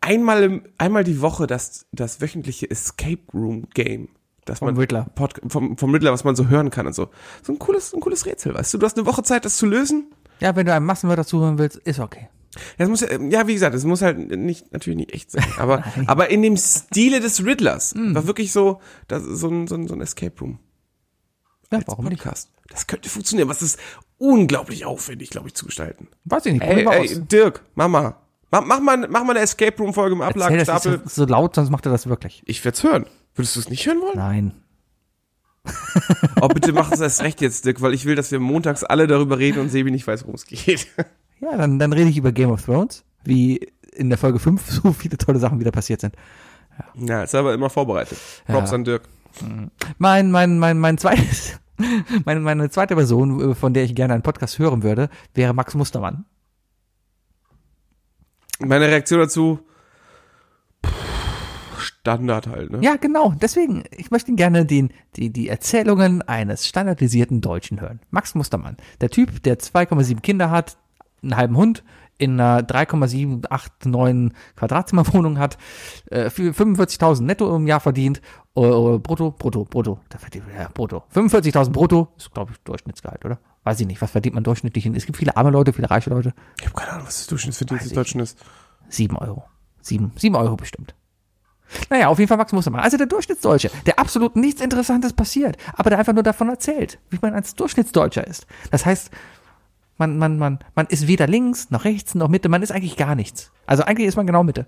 D: einmal, im, einmal die Woche das, das wöchentliche Escape Room Game. Das vom man,
C: Riddler.
D: Pod, vom, vom Riddler, was man so hören kann und so. So ein cooles, ein cooles Rätsel, weißt du? Du hast eine Woche Zeit, das zu lösen.
C: Ja, wenn du einem Massenwörter zuhören willst, ist okay.
D: Ja, es muss, ja- ja, wie gesagt, es muss halt nicht, natürlich nicht echt sein,
C: (laughs)
D: aber, aber in dem Stile des Riddlers
C: Mm.
D: war wirklich so, das, so, ein, so, ein, so ein Escape Room.
C: Ja,
D: als Podcast. Das könnte funktionieren, was ist unglaublich aufwendig, glaube ich, zu gestalten.
C: Weiß ich nicht.
D: Ey,
C: probier mal
D: ey, Dirk, Mama, mach, mach, mal, mach mal eine Escape Room Folge im
C: aus. Erzähl das
D: Ablagenstapel.
C: nicht so, so laut, sonst macht er das wirklich.
D: Ich werd's hören. Würdest du es nicht hören wollen?
C: Nein.
D: Oh, bitte mach es erst recht jetzt, Dirk, weil ich will, dass wir montags alle darüber reden und Sebi nicht weiß, worum es geht. (laughs)
C: Ja, dann, dann rede ich über Game of Thrones, wie in der Folge 5 so viele tolle Sachen wieder passiert sind.
D: Na, ist aber immer vorbereitet. Props
C: Ja.
D: an Dirk.
C: Mein, mein, mein, mein zweites, (laughs) meine, meine zweite Person, äh, von der ich gerne einen Podcast hören würde, wäre Max Mustermann.
D: Meine Reaktion dazu, pff, Standard halt, ne?
C: Ja, genau. Deswegen, ich möchte gerne den, die, die Erzählungen eines standardisierten Deutschen hören. Max Mustermann. Der Typ, der 2,7 Kinder hat, einen halben Hund in einer 3,789 Quadratzimmerwohnung hat, äh, für 45.000 netto im Jahr verdient, äh, brutto, brutto, brutto, da verdient, ja, brutto, 45.000 brutto, ist glaube ich Durchschnittsgehalt, oder? Weiß ich nicht, was verdient man durchschnittlich? in- Es gibt viele arme Leute, viele reiche Leute.
D: Ich habe keine Ahnung, was das Durchschnittsverdienst des
C: ich
D: Deutschen ist.
C: Sieben Euro. Sieben, sieben Euro bestimmt. Naja, auf jeden Fall Max Mustermann. Also der Durchschnittsdeutsche, der absolut nichts Interessantes passiert, aber der einfach nur davon erzählt, wie man als Durchschnittsdeutscher ist. Das heißt, man, man, man, man ist weder links noch rechts noch Mitte, man ist eigentlich gar nichts. Also eigentlich ist man genau Mitte.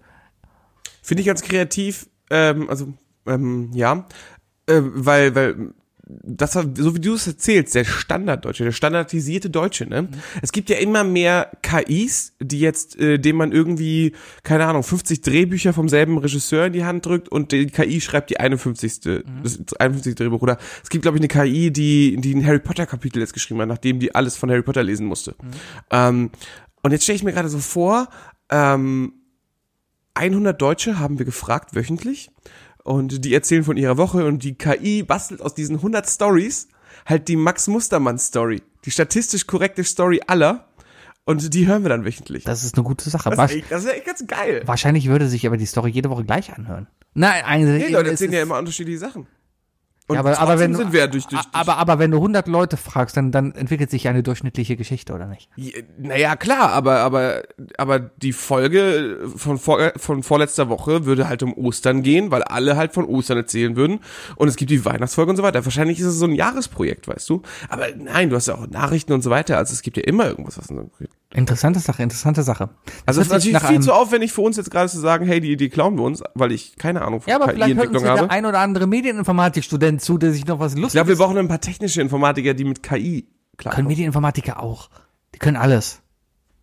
D: Finde ich ganz kreativ, ähm, also, ähm, ja, äh, weil, weil, das, hat- so wie du es erzählst, der Standarddeutsche, der standardisierte Deutsche, ne? Es gibt ja immer mehr KIs, die jetzt, äh, dem man irgendwie, keine Ahnung, 50 Drehbücher vom selben Regisseur in die Hand drückt und die KI schreibt die 51. Das, das 51. Drehbuch. Oder es gibt, glaube ich, eine KI, die, die ein Harry Potter Kapitel jetzt geschrieben hat, nachdem die alles von Harry Potter lesen musste. Ähm, und jetzt stelle ich mir gerade so vor, ähm, 100 Deutsche haben wir gefragt wöchentlich und die erzählen von ihrer Woche und die KI bastelt aus diesen 100 Stories halt die Max Mustermann Story, die statistisch korrekte Story aller und die hören wir dann wöchentlich.
C: Das ist eine gute Sache.
D: Das
C: Wasch-
D: ist echt, das ist echt ganz geil.
C: Wahrscheinlich würde sich aber die Story jede Woche gleich anhören. Nein, eigentlich.
D: Die Leute
C: es
D: erzählen
C: ist-
D: ja immer unterschiedliche Sachen. Und
C: Ja, aber, aber
D: trotzdem
C: wenn,
D: sind wir ja durch, durch, durch
C: aber, aber wenn du 100 Leute fragst, dann, dann entwickelt sich ja eine durchschnittliche Geschichte, oder nicht?
D: Ja, Naja, klar, aber, aber, aber die Folge von, vor, von vorletzter Woche würde halt um Ostern gehen, weil alle halt von Ostern erzählen würden. Und es gibt die Weihnachtsfolge und so weiter. Wahrscheinlich ist es so ein Jahresprojekt, weißt du? Aber nein, du hast ja auch Nachrichten und so weiter. Also es gibt ja immer irgendwas, was uns geht.
C: Interessante Sache, interessante Sache.
D: Also es ist
C: hört
D: natürlich
C: sich nach
D: viel
C: einem-
D: zu aufwendig für uns jetzt gerade zu sagen, hey, die Idee klauen wir uns, weil ich keine Ahnung von
C: Ja, aber vielleicht hört uns
D: KI-Entwicklung
C: ja der
D: habe.
C: ein oder andere Medieninformatikstudent zu, der sich noch was
D: Ich glaube, wir
C: Lustiges...
D: brauchen ein paar technische Informatiker, die mit KI
C: können
D: klarkommen.
C: Medieninformatiker auch. Die können alles.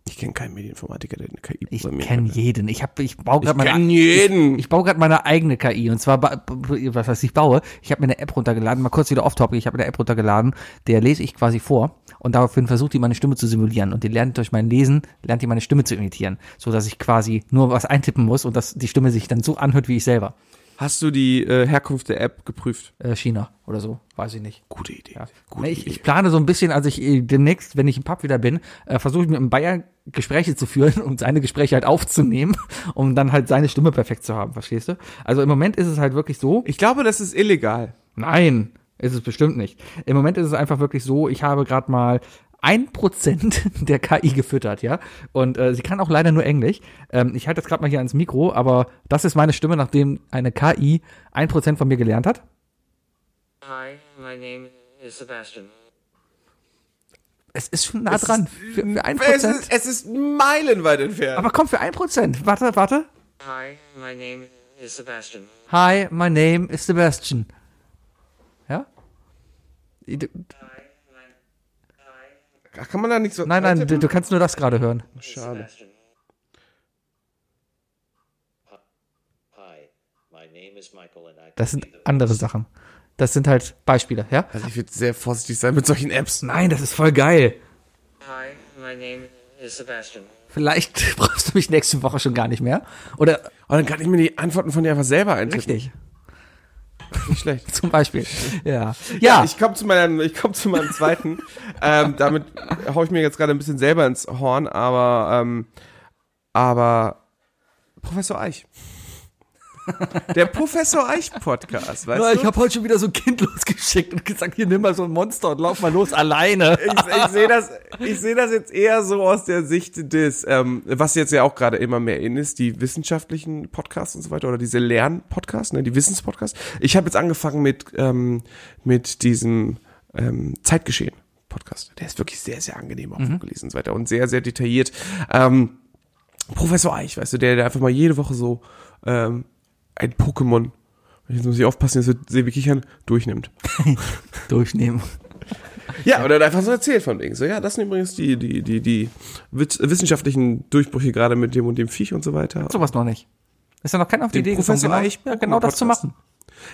D: Ich kenne keinen Medieninformatiker, der eine KI
C: Ich
D: programmieren
C: kenne
D: kann.
C: jeden. Ich habe, ich baue gerade
D: Ich
C: meine,
D: kenn jeden.
C: ich baue gerade meine eigene KI und zwar, ba- b- was heißt ich baue? Ich habe mir eine App runtergeladen. Mal kurz wieder off topic. Ich habe eine App runtergeladen, der lese ich quasi vor und daraufhin versucht die meine Stimme zu simulieren und die lernt durch mein Lesen lernt die meine Stimme zu imitieren, so dass ich quasi nur was eintippen muss und dass die Stimme sich dann so anhört wie ich selber.
D: Hast du die äh, Herkunft der App geprüft?
C: Äh, China oder so, weiß ich nicht.
D: Gute Idee.
C: Ne, ich, ich plane so ein bisschen, also ich äh, demnächst, wenn ich im Pub wieder bin, äh, versuche ich mit einem Bayer Gespräche zu führen, (laughs) um seine Gespräche halt aufzunehmen, (laughs) um dann halt seine Stimme perfekt zu haben, verstehst du? Also im Moment ist es halt wirklich so.
D: Ich glaube, das ist illegal.
C: Nein, ist es bestimmt nicht. Im Moment ist es einfach wirklich so, ich habe gerade mal ein Prozent (laughs) der KI gefüttert, ja. Und äh, sie kann auch leider nur Englisch. Ähm, ich halte das gerade mal hier ans Mikro, aber das ist meine Stimme, nachdem eine KI ein Prozent von mir gelernt hat.
G: Hi, my name is Sebastian.
C: Es ist schon nah dran. Für, für ein
D: äh, Es
C: Prozent.
D: ist, es ist meilenweit entfernt.
C: Aber komm, für 1%. Warte, warte.
G: Hi, my name is Sebastian.
C: Hi, my name is Sebastian. Ja? Du-
G: Hi, my, hi,
D: Ach, kann man da nicht so.
C: Nein, nein, du, du kannst nur das gerade hören.
D: Schade.
G: Sebastian.
H: Hi, my name is Michael and I
C: Das sind andere Sachen. Das sind halt Beispiele, ja?
D: Also ich würde sehr vorsichtig sein mit solchen Apps.
C: Nein, das ist voll geil.
G: Hi, my name is Sebastian.
C: Vielleicht (laughs) brauchst du mich nächste Woche schon gar nicht mehr. Oder
D: Und dann kann ich mir die Antworten von dir einfach selber eintippen.
C: richtig,
D: Nicht schlecht.
C: zum Beispiel. Ja. Ja.
D: Ich komme zu meinem, ich komme zu meinem
C: (laughs)
D: zweiten. ähm, damit hau ich mir jetzt gerade ein bisschen selber ins Horn, aber, ähm, aber Professor Eich. Der Professor Eich Podcast, weißt
C: Ja,
D: du?
C: ich habe heute schon wieder so ein Kind (laughs) losgeschickt und gesagt, hier nimm mal so ein Monster und lauf mal los alleine.
D: ich, ich sehe das, ich sehe das jetzt eher so aus der Sicht des, ähm, was jetzt ja auch gerade immer mehr in ist, die wissenschaftlichen Podcasts und so weiter oder diese Lern-Podcasts, ne, die Wissenspodcasts. Ich habe jetzt angefangen mit ähm, mit diesem ähm, Zeitgeschehen. Podcast. Der ist wirklich sehr, sehr angenehm auch gelesen und so weiter und sehr, sehr detailliert. Ähm, Professor Eich, weißt du, der, der einfach mal jede Woche so ähm, ein Pokémon, jetzt muss ich aufpassen, dass wir Sebi kichern, durchnimmt.
C: Durchnehmen.
D: Ja, oder einfach so erzählt von wegen. So, ja, das sind übrigens die, die, die, die wit- wissenschaftlichen Durchbrüche gerade mit dem und dem Viech und so weiter.
C: Sowas noch nicht. Ist ja noch keiner auf die
D: Den
C: Idee gekommen,
D: Professor Oh,
C: genau,
D: Eichberg
C: ja, genau das zu
D: Podcast.
C: machen.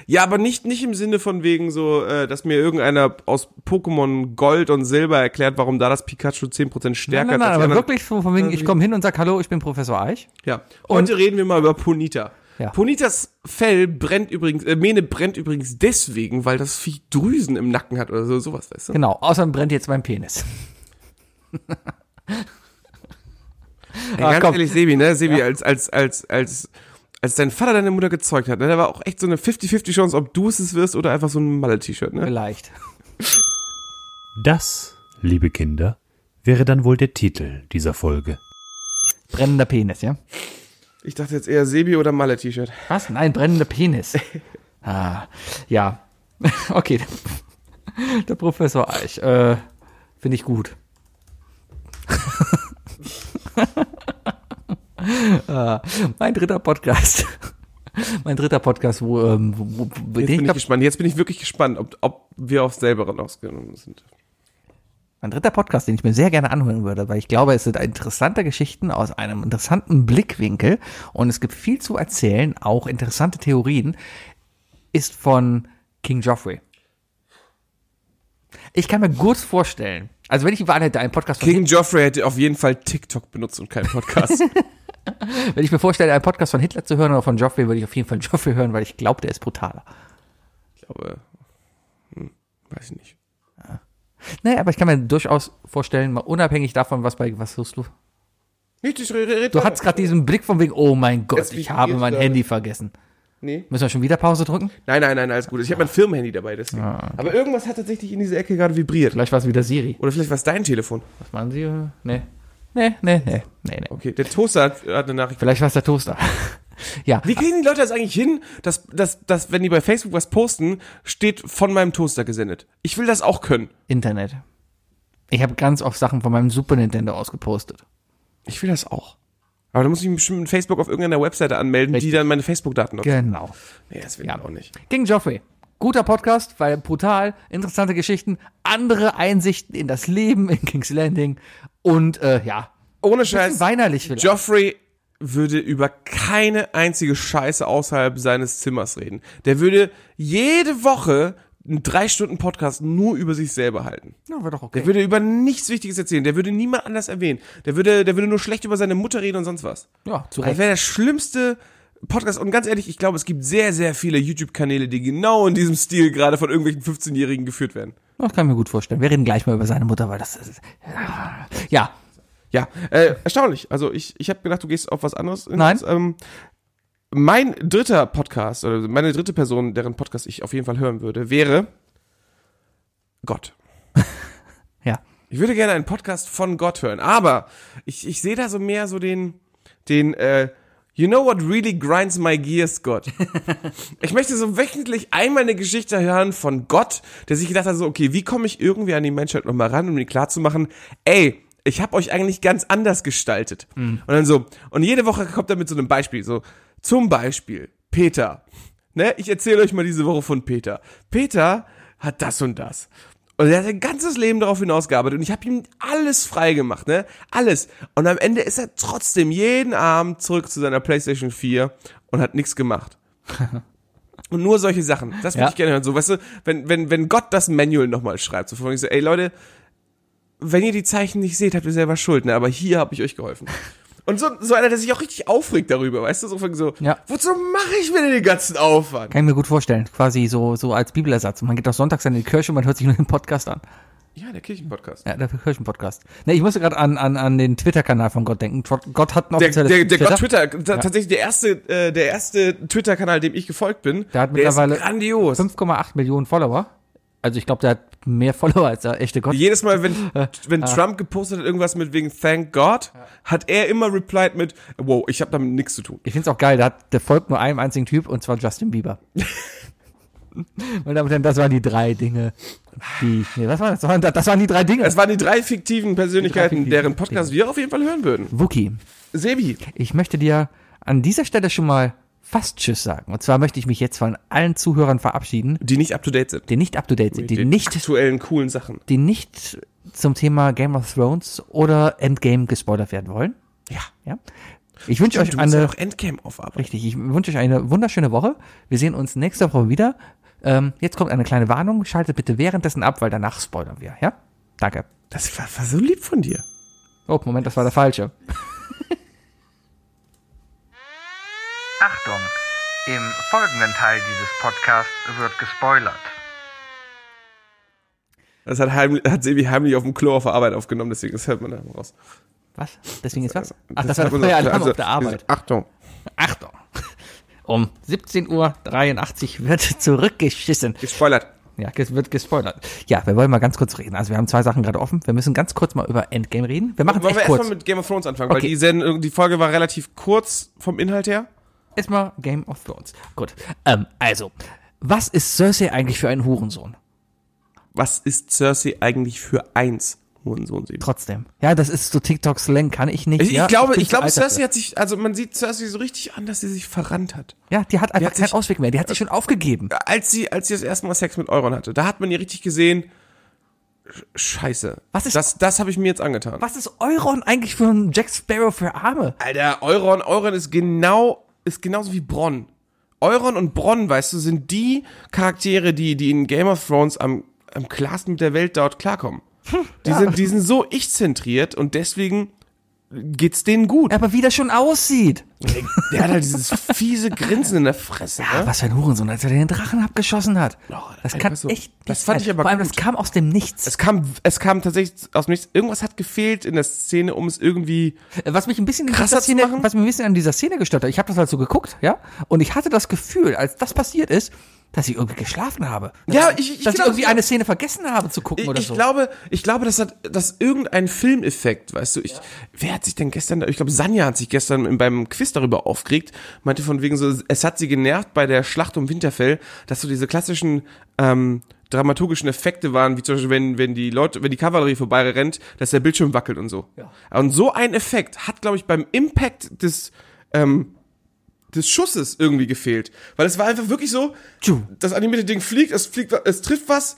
D: Ja, aber nicht, nicht im Sinne von wegen so, äh, dass mir irgendeiner aus Pokémon Gold und Silber erklärt, warum da das Pikachu 10% stärker
C: Nein, nein,
D: ist. als
C: nein,
D: die
C: aber
D: anderen.
C: wirklich von, von wegen, ich komme hin und sag Hallo, ich bin Professor Eich.
D: Ja. Heute reden wir mal über Ponita.
C: Ja.
D: Ponitas Fell brennt übrigens, äh, Mähne brennt übrigens deswegen, weil das Vieh Drüsen im Nacken hat oder so, sowas, weißt du? (laughs)
C: Genau, außerdem brennt jetzt mein Penis.
D: Ey, ganz ehrlich, Sebi, ne? Sebi, als, als, als, als, als dein Vater deine Mutter gezeugt hat, ne? da war auch echt so eine 50-50 Chance, ob du es wirst oder einfach so ein Malle-T-Shirt, ne?
C: Vielleicht.
A: Das, liebe Kinder, wäre dann wohl der Titel dieser Folge.
C: Brennender Penis, ja?
D: Ich dachte jetzt eher Sebi oder Malle-T-Shirt.
C: Was? Nein,
D: (laughs)
C: brennender Penis. Ah, ja. (laughs) Okay. Der Professor Eich. Äh, Finde ich gut. (laughs) Ah, mein dritter Podcast. (laughs) Mein dritter Podcast, wo, ähm, wo, wo
D: Jetzt
C: den
D: bin
C: ich
D: ich,
C: glaub,
D: gespannt. Jetzt bin ich wirklich gespannt, ob, ob wir aufs selber rausgenommen sind.
C: mein dritter Podcast, den ich mir sehr gerne anhören würde, weil ich glaube, es sind interessante Geschichten aus einem interessanten Blickwinkel und es gibt viel zu erzählen, auch interessante Theorien, ist von King Joffrey. Ich kann mir gut vorstellen, also wenn ich die Wahl hätte, einen Podcast von
D: King Joffrey hätte auf jeden Fall TikTok benutzt und keinen (laughs) Podcast.
C: Wenn ich mir vorstelle, einen Podcast von Hitler zu hören oder von Joffrey, würde ich auf jeden Fall (laughs) Joffrey hören, weil ich glaube, der ist brutaler.
D: ich glaube, hm, weiß ich nicht.
C: Naja, aber ich kann mir durchaus vorstellen, mal unabhängig davon, was bei, was suchst du?
D: Nicht, ich rede. red
C: Du
D: doch.
C: hattest gerade diesen Blick von wegen, oh mein Gott,
D: Jetzt
C: ich
D: vibriert
C: habe mein
D: gerade.
C: Handy vergessen.
D: Nee.
C: Müssen wir schon wieder Pause drücken?
D: Nein, nein, nein, alles gut. Ich habe mein Firmenhandy dabei, deswegen. Aber irgendwas hat tatsächlich in diese Ecke gerade vibriert.
C: Vielleicht war es wieder Siri.
D: Oder vielleicht war es dein Telefon.
C: Was meinen Sie? Nee. Nee, nee, nee, nee, nee.
D: Okay, der Toaster hat, hat eine Nachricht.
C: Vielleicht war es der Toaster. (laughs) ja.
D: Wie kriegen die Leute das eigentlich hin, dass, dass, dass, wenn die bei Facebook was posten, steht von meinem Toaster gesendet? Ich will das auch können.
C: Internet. Ich habe ganz oft Sachen von meinem Super Nintendo ausgepostet.
D: Ich will das auch. Aber da muss ich mich bestimmt mit Facebook auf irgendeiner Webseite anmelden,
C: Richtig.
D: die dann meine Facebook-Daten nutzt.
C: Genau.
D: Nee, das will
C: Ja.
D: ich auch nicht.
C: King Joffrey. Guter Podcast, weil brutal, interessante Geschichten, andere Einsichten in das Leben in King's Landing und äh, ja,
D: Ohne
C: bisschen
D: Scheiß.
C: weinerlich vielleicht.
D: Joffrey würde über keine einzige Scheiße außerhalb seines Zimmers reden. Der würde jede Woche einen drei Stunden Podcast nur über sich selber halten.
C: Ja, war doch
D: Der würde über nichts Wichtiges erzählen. Der würde niemand anders erwähnen. Der würde, der würde nur schlecht über seine Mutter reden und sonst was.
C: Ja, zu
D: Das
C: Recht.
D: wäre der schlimmste Podcast. Und ganz ehrlich, ich glaube, es gibt sehr, sehr viele YouTube-Kanäle, die genau in diesem Stil gerade von irgendwelchen 15-Jährigen geführt werden.
C: Das kann ich mir gut vorstellen. Wir reden gleich mal über seine Mutter, weil das ist. Ja. ja.
D: Ja, äh, erstaunlich. Also ich, ich habe gedacht, du gehst auf was anderes.
C: Nein.
D: Ähm, mein dritter Podcast, oder meine dritte Person, deren Podcast ich auf jeden Fall hören würde, wäre Gott.
C: Ja.
D: Ich würde gerne einen Podcast von Gott hören, aber ich, ich sehe da so mehr so den, den, äh, You know what really grinds my gears, Gott. Ich möchte so wöchentlich einmal eine Geschichte hören von Gott, der sich gedacht hat, so, okay, wie komme ich irgendwie an die Menschheit nochmal ran, um ihnen klarzumachen, ey, ich habe euch eigentlich ganz anders gestaltet. Und dann so, und jede Woche kommt er mit so einem Beispiel, so, zum Beispiel, Peter. Ne, ich erzähle euch mal diese Woche von Peter. Peter hat das und das. Und er hat sein ganzes Leben darauf hinausgearbeitet und ich habe ihm alles freigemacht, ne? Alles. Und am Ende ist er trotzdem jeden Abend zurück zu seiner PlayStation 4 und hat nichts gemacht. Und nur solche Sachen. Das würde
C: Ja.
D: ich gerne hören. So, weißt du, wenn, wenn, wenn Gott das Manual nochmal schreibt, so von wegen so, ey Leute, wenn ihr die Zeichen nicht seht, habt ihr selber Schuld, ne? Aber hier habe ich euch geholfen. Und so, so einer, der sich auch richtig aufregt darüber, weißt du, so von so,
C: Ja.
D: wozu mache ich mir denn den ganzen Aufwand?
C: Kann ich mir gut vorstellen. Quasi so, so als Bibelersatz. Man geht doch sonntags in die Kirche und man hört sich nur den Podcast an.
D: Ja, der Kirchenpodcast.
C: Ja, der Kirchenpodcast. Ne, ich musste gerade an, an, an den Twitter-Kanal von Gott denken. Tro- Gott hat ein
D: Der,
C: offizielles
D: der, der
C: Twitter.
D: Gott Twitter, ta- tatsächlich der erste, äh, der erste Twitter-Kanal, dem ich gefolgt bin,
C: Der hat
D: der ist
C: mittlerweile
D: grandios.
C: 5,8 Millionen Follower. Also ich glaube, der hat mehr Follower als der echte Gott.
D: Jedes Mal,
C: (laughs)
D: wenn,
C: Ah.
D: wenn Trump gepostet hat irgendwas mit wegen Thank God, hat er immer replied mit, wow, ich habe damit nichts zu tun.
C: Ich find's auch geil, der, hat, der folgt nur einem einzigen Typ und zwar Justin
D: (laughs)
C: Bieber. und damit, dann- das waren die drei Dinge, die, nee, was war das? Das waren, das waren die drei Dinge.
D: Das waren die drei fiktiven Persönlichkeiten,
C: fiktiven
D: deren Podcast wir auf jeden Fall hören würden.
C: Wookie,
D: Sebi,
C: ich möchte dir an dieser Stelle schon mal fast Tschüss sagen. Und zwar möchte ich mich jetzt von allen Zuhörern verabschieden,
D: die nicht up to date sind.
C: die nicht up to date sind, die nicht,
D: aktuellen coolen Sachen.
C: die nicht zum Thema Game of Thrones oder Endgame gespoilert werden wollen.
D: Ja.
C: Ja. Ich wünsche euch
D: Du musst ja
C: eine
D: noch Endcam aufarbeiten.
C: Richtig, ich wünsche euch eine wunderschöne Woche. Wir sehen uns nächste Woche wieder. Ähm, jetzt kommt eine kleine Warnung. Schaltet bitte währenddessen ab, weil danach spoilern wir, ja? Danke.
D: Das war, war so lieb von dir.
C: Oh, Moment, das war der falsche.
I: Achtung! Im folgenden Teil dieses Podcasts wird gespoilert.
D: Das hat, heimlich, hat Sebi heimlich auf dem Klo auf der Arbeit aufgenommen, deswegen das hört man da raus.
C: Was? Deswegen ist was? Ach, das,
D: hat
C: war
D: unser-
C: der Feueralarm
D: also,
C: auf der Arbeit.
D: Achtung.
C: Achtung. Um 17.83 Uhr wird (laughs) zurückgeschissen.
D: Gespoilert.
C: Ja, es wird gespoilert. Ja, wir wollen mal ganz kurz reden. Also wir haben zwei Sachen gerade offen. Wir müssen ganz kurz mal über Endgame reden. Wir machen es
D: Wollen wir
C: echt kurz.
D: erstmal mit Game of Thrones anfangen,
C: Okay.
D: weil die, Send die Folge war relativ kurz vom Inhalt her.
C: Erstmal Game of Thrones. Gut. Ähm, also, was ist Cersei eigentlich für ein Hurensohn?
D: Was ist Cersei eigentlich für eins? Hurensohn sie.
C: Trotzdem. Ja, das ist so TikTok-Slang, kann ich nicht.
D: Ich,
C: ja,
D: ich glaube,
C: bin
D: ich
C: zu
D: glaube,
C: alt dafür.
D: Cersei hat sich, also man sieht Cersei so richtig an, dass sie sich verrannt hat.
C: Ja, die hat einfach
D: hat
C: keinen
D: sich-
C: Ausweg mehr. Die hat sich schon aufgegeben.
D: Als sie, als sie das erste Mal Sex mit Euron hatte, da hat man ihr richtig gesehen, Sch- Scheiße.
C: Was ist-
D: das? Das habe ich mir jetzt angetan.
C: Was ist Euron eigentlich für ein Jack Sparrow für Arme?
D: Alter, Euron, Euron ist genau, ist genauso wie Bronn. Euron und Bronn, weißt du, sind die Charaktere, die, die in Game of Thrones am, am klarsten mit der Welt dort klarkommen.
C: Hm,
D: Die, sind, die sind so ich-zentriert und deswegen geht's denen gut.
C: Aber wie das schon aussieht.
D: Der hat halt dieses fiese Grinsen in der Fresse. ne?
C: Was für ein Hurensohn, als er den Drachen abgeschossen hat.
D: Oh,
C: Das
D: Alter,
C: kann
D: so-
C: echt nicht
D: das fand
C: sein.
D: ich aber
C: Vor allem,
D: gut.
C: das kam aus dem Nichts.
D: Es kam, es kam tatsächlich aus dem nichts. Irgendwas hat gefehlt in der Szene, um es irgendwie.
C: äh, Was mich ein bisschen in
D: Krasser
C: dieser
D: zu
C: Szene,
D: machen?
C: was mich ein bisschen an dieser Szene gestört hat, ich habe das halt so geguckt, ja, und ich hatte das Gefühl, als das passiert ist, dass ich irgendwie geschlafen habe.
D: Ja, ich- ich
C: dass ich
D: glaub,
C: irgendwie
D: ich-
C: eine Szene vergessen habe zu gucken
D: Ich,
C: oder
D: ich
C: so.
D: glaube, ich glaube, das hat, das ist irgendein Filmeffekt, weißt du. Ich, wer hat sich denn gestern, ich glaube, Sanja hat sich gestern im- beim Quiz darüber aufgeregt, meinte von wegen so, es hat sie genervt bei der Schlacht um Winterfell, dass so diese klassischen ähm, dramaturgischen Effekte waren, wie zum Beispiel, wenn, wenn die Leute, wenn die Kavallerie vorbeirennt, dass der Bildschirm wackelt und so. Und so ein Effekt hat, glaube ich, beim Impact des des Schusses irgendwie gefehlt. Weil es war einfach wirklich so,
C: Tschu.
D: das animierte Ding fliegt, es fliegt, wa- es trifft was,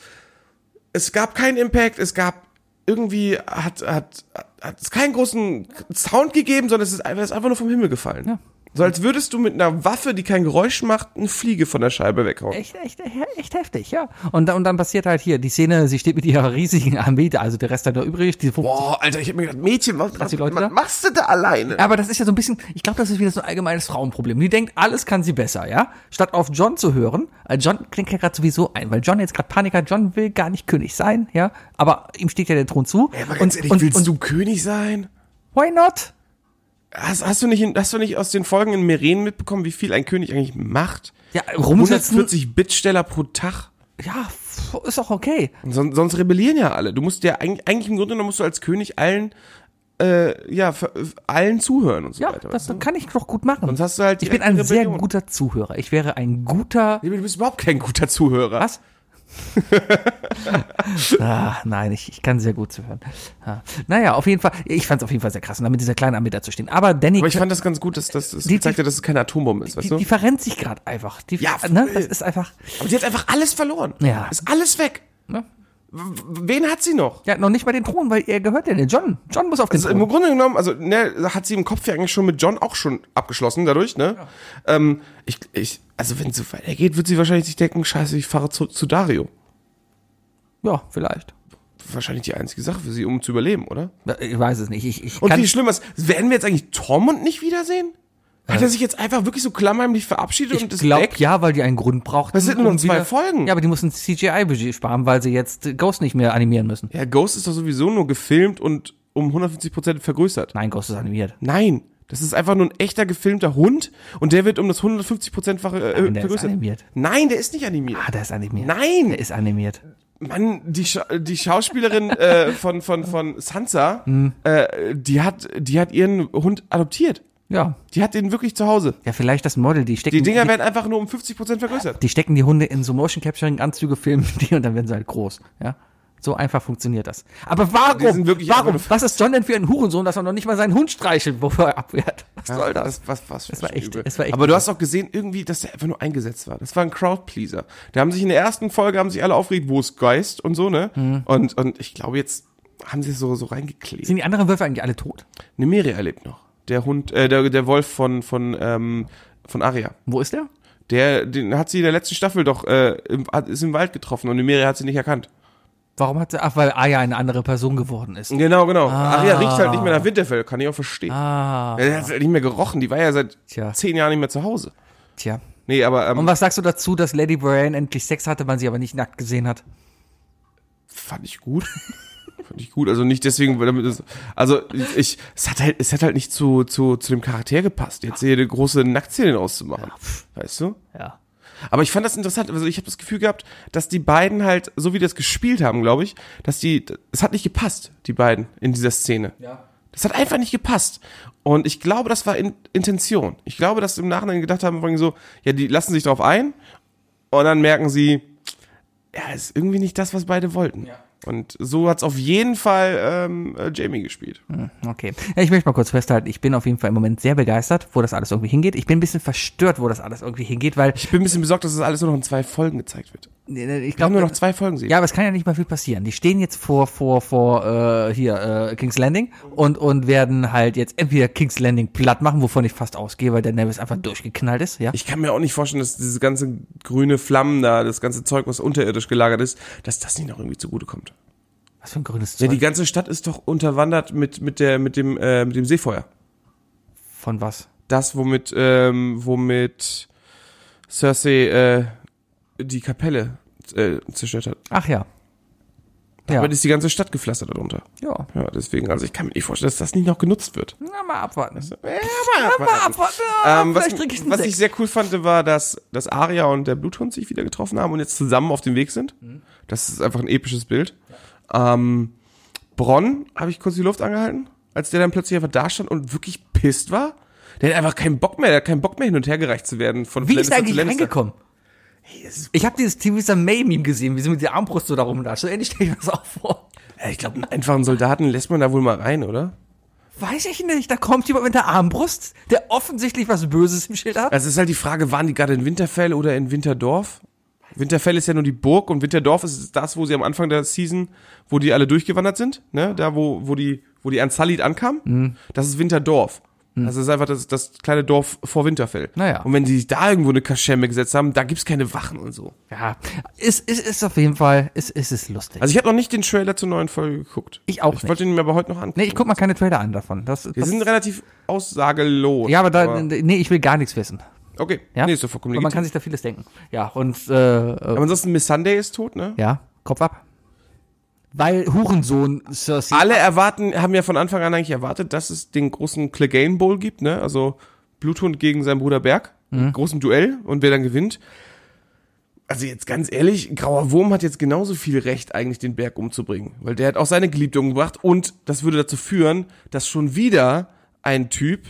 D: es gab keinen Impact, es gab irgendwie hat, hat, hat es keinen großen Sound gegeben, sondern es ist einfach, es ist einfach nur vom Himmel gefallen. So als würdest du mit einer Waffe, die kein Geräusch macht, eine Fliege von der Scheibe weghauen.
C: Echt, echt, echt heftig, ja. Und, dann- und dann passiert halt hier die Szene, sie steht mit ihrer riesigen Armee da, also der Rest dann noch übrig. Die,
D: Boah, Alter, ich hab mir gedacht, Mädchen, was, was,
C: die Leute da?
D: machst du da alleine?
C: aber das ist ja so ein bisschen, ich glaube, das ist wieder so ein allgemeines Frauenproblem. Die denkt, alles kann sie besser, ja. Statt auf John zu hören, äh, John klingt ja gerade sowieso ein, weil John jetzt gerade Panik hat, John will gar nicht König sein, ja. Aber ihm steht ja der Thron zu.
D: Ja, aber ganz ehrlich, willst du König sein?
C: why not?
D: Hast, hast, du nicht, in- hast du nicht aus den Folgen in Meren mitbekommen, wie viel ein König eigentlich macht?
C: Ja, rumsitzen,
D: 140 Bittsteller pro Tag.
C: ja, pf, ist auch okay.
D: Und Sonst, sonst rebellieren ja alle. Du musst ja eigentlich, eigentlich im Grunde genommen musst du als König allen, äh, ja, ver- allen zuhören und so
C: Ja,
D: weiter.
C: das,
D: weißt du?
C: das kann ich doch gut machen.
D: Sonst hast du halt
C: ich bin
D: direkt
C: ein
D: eine
C: sehr
D: Rebellion.
C: guter Zuhörer. Ich wäre
D: (laughs)
C: ein guter.
D: Nee, Du bist überhaupt kein guter Zuhörer.
C: Was? Ah, nein, ich, ich kann sehr gut zuhören. Ja. Naja, auf jeden Fall, ich fand es auf jeden Fall sehr krass, und damit dieser kleine Armee da zu stehen. Aber Danny,
D: Aber ich fand das ganz gut, dass das, das
C: Die-
D: gezeigt hat, dass es keine Atombombe ist,
C: die,
D: weißt
C: die
D: du?
C: verrennt sich gerade einfach. Die,
D: Ja,
C: ne,
D: voll.
C: das ist einfach.
D: Aber die hat einfach alles verloren.
C: Ja.
D: Ist alles weg.
C: Ja.
D: W- w- Wen hat sie noch?
C: Ja, noch nicht mal den Thron, weil er gehört ja den John. John muss auf den
D: Also im
C: Thron.
D: Grunde genommen, also ne, hat sie im Kopf ja eigentlich schon mit John auch schon abgeschlossen dadurch, ne? Ähm, ich, ich, also wenn es so weitergeht, wird sie wahrscheinlich sich denken, scheiße, ich fahre zu, zu Dario.
C: Ja, vielleicht.
D: Wahrscheinlich die einzige Sache für sie, um zu überleben, oder?
C: Ja, Ich weiß es nicht. Ich, ich
D: Und
C: kann,
D: viel schlimmer ist, werden wir jetzt eigentlich Tormund nicht wiedersehen? Hat er sich jetzt einfach wirklich so klammheimlich verabschiedet
C: Äh. Ich
D: und ist
C: glaub,
D: weg?
C: ja, weil die einen Grund brauchten.
D: Das sind nur
C: um
D: noch zwei Folgen.
C: Ja, aber die mussten CGI-Budget sparen, weil sie jetzt äh, Ghost nicht mehr animieren müssen.
D: Ja, Ghost ist doch sowieso nur gefilmt und um 150% vergrößert.
C: Nein, Ghost ist animiert.
D: Nein, das ist einfach nur ein echter gefilmter Hund und der wird um das 150%-fache äh,
C: Nein, der ist
D: vergrößert.
C: animiert.
D: Nein, der ist nicht animiert.
C: Ah, der ist animiert.
D: Nein!
C: Der ist animiert.
D: Mann, die, Scha die Schauspielerin äh, von, von, von Sansa,
C: Hm.
D: äh, die, hat, die hat ihren Hund adoptiert.
C: Ja.
D: Die hat den wirklich zu Hause.
C: Ja, vielleicht das Model, die stecken
D: Die Dinger
C: Hm, die,
D: werden einfach nur um 50% vergrößert.
C: die stecken die Hunde in so Motion Capturing Anzüge, filmen die und dann werden sie halt groß, ja? So einfach funktioniert das. Aber
D: Die
C: warum?
D: sind wirklich
C: warum?
D: einfach-
C: Was ist John denn für ein Hurensohn, dass er noch nicht mal seinen Hund streichelt, bevor er abwehrt? Was soll das?
D: Das, was, was
C: war echt- es war echt
D: Aber du hast auch gesehen, irgendwie, dass der einfach nur eingesetzt war. Das war ein Crowdpleaser. Da haben sich in der ersten Folge haben sich alle aufgeregt, wo ist Geist und so, ne?
C: Hm.
D: Und, und ich glaube, jetzt haben sie es so, so reingeklebt.
C: Sind die anderen Wölfe eigentlich alle tot?
D: Nemeri erlebt noch. Der Hund, äh, der, der Wolf von, von, ähm, von Aria.
C: Wo ist der?
D: Der, den hat sie in der letzten Staffel doch, äh, im, hat, ist im Wald getroffen und Nemeri hat sie nicht erkannt.
C: Warum hat er. Ach, weil Aya eine andere Person geworden ist.
D: Genau, genau. Aria riecht halt nicht mehr nach Winterfell, kann ich auch verstehen.
C: Ah,
D: Er hat halt nicht mehr gerochen, die war ja seit
C: Tja.
D: zehn Jahren nicht mehr zu Hause.
C: tja.
D: Nee, aber ähm,
C: Und was sagst du dazu, dass Lady Brain endlich Sex hatte, man sie aber nicht nackt gesehen hat?
D: fand ich gut. (laughs) Fand ich gut. Also nicht deswegen, weil damit es, also ich, es hat halt, es hat halt nicht zu, zu, zu dem Charakter gepasst, jetzt jede große Nacktszene auszumachen. Weißt du?
C: Ja.
D: Aber ich fand das interessant. Also ich habe das Gefühl gehabt, dass die beiden halt, so wie die das gespielt haben, glaube ich, dass die, es hat nicht gepasst, die beiden in dieser Szene. Ja. Das hat einfach nicht gepasst. Und ich glaube, das war in, Intention. Ich glaube, dass sie im Nachhinein gedacht haben, von wegen so, ja, die lassen sich drauf ein und dann merken sie, ja, ist irgendwie nicht das, was beide wollten. Und so hat's auf jeden Fall ähm, äh, Jamie gespielt.
C: Okay. Ja, ich möchte mal kurz festhalten, ich bin auf jeden Fall im Moment sehr begeistert, wo das alles irgendwie hingeht. Ich bin ein bisschen verstört, wo das alles irgendwie hingeht, weil
D: Ich bin ein bisschen besorgt, dass das alles nur noch in zwei Folgen gezeigt wird.
C: äh, ich
D: Wir haben
C: glaube
D: nur noch zwei Folgen sehen.
C: Ja, aber es kann ja nicht mal viel passieren. Die stehen jetzt vor vor vor äh, hier äh, Kings Landing und und werden halt jetzt entweder Kings Landing platt machen, wovon ich fast ausgehe, weil der Nevis einfach durchgeknallt ist, ja.
D: Ich kann mir auch nicht vorstellen, dass diese ganze grüne Flammen da, das ganze Zeug, was unterirdisch gelagert ist, dass das nicht noch irgendwie zugutekommt.
C: Was für ein grünes
D: Ja,
C: Zeug.
D: die ganze Stadt ist doch unterwandert mit, mit, der, mit, dem, äh, mit dem Seefeuer.
C: von was?
D: Das, womit, ähm, womit Cersei äh, die Kapelle äh, zerstört hat.
C: Ach ja. Ja.
D: Damit ist die ganze Stadt gepflastert darunter.
C: Ja.
D: Ja, deswegen, also ich kann mir nicht vorstellen, dass das nicht noch genutzt wird.
C: Na, mal abwarten.
D: Ja, Also, mal abwarten.
C: Ah,
D: Ähm, was, was ich sehr cool fand, war, dass, dass Aria und der Bluthund sich wieder getroffen haben und jetzt zusammen auf dem Weg sind.
C: Mhm.
D: Das ist einfach ein episches Bild. Ähm, Bronn habe ich kurz die Luft angehalten, als der dann plötzlich einfach da stand und wirklich pisst war. Der hat einfach keinen Bock mehr, der hat keinen Bock mehr hin und her gereicht zu werden. Von
C: Wie ist
D: Lannister
C: er
D: zu
C: eigentlich
D: Lannister.
C: reingekommen? Ich habe dieses Theresa May-Meme gesehen, wie sie mit der Armbrust so da rumlascht. So ähnlich stelle ich mir das auch vor.
D: Ja, Ich glaube, einen einfachen Soldaten lässt man da wohl mal rein, oder?
C: Weiß ich nicht, da kommt jemand mit der Armbrust, der offensichtlich was Böses im Schild hat.
D: Also es ist halt die Frage, waren die gerade in Winterfell oder in Winterdorf? Winterfell ist ja nur die Burg und Winterdorf ist das, wo sie am Anfang der Season, wo die alle durchgewandert sind, ne? Da wo wo die wo die Ansalid ankamen.
C: Mhm.
D: Das ist Winterdorf. Das ist einfach das, das kleine Dorf vor Winterfell.
C: Naja.
D: Und wenn die sich da irgendwo eine Kaschemme gesetzt haben, da gibt's keine Wachen und so.
C: Ja, ist, ist, ist auf jeden Fall, ist, ist, ist lustig.
D: Also ich habe noch nicht den Trailer zur neuen Folge geguckt.
C: Ich auch
D: Ich
C: nicht.
D: wollte ihn mir aber heute noch angucken.
C: nee, ich guck mal keine Trailer an davon. Das,
D: Wir
C: das,
D: sind relativ aussagelos.
C: ja, aber da, nee, ich will gar nichts wissen.
D: okay.
C: Ja?
D: Nee, ist doch vollkommen
C: Weil Man
D: legitim.
C: kann sich da vieles denken. Ja, und, äh, äh,
D: Aber ansonsten Miss Sunday ist tot, ne?
C: ja, Kopf ab. Weil Hurensohn Cersei.
D: alle erwarten, haben ja von Anfang an eigentlich erwartet, dass es den großen Clegane Bowl gibt, ne? Also Bluthund gegen seinen Bruder Berg, im großen Duell und wer dann gewinnt. Also jetzt ganz ehrlich, Grauer Wurm hat jetzt genauso viel Recht, eigentlich den Berg umzubringen, weil der hat auch seine Geliebte umgebracht und das würde dazu führen, dass schon wieder ein Typ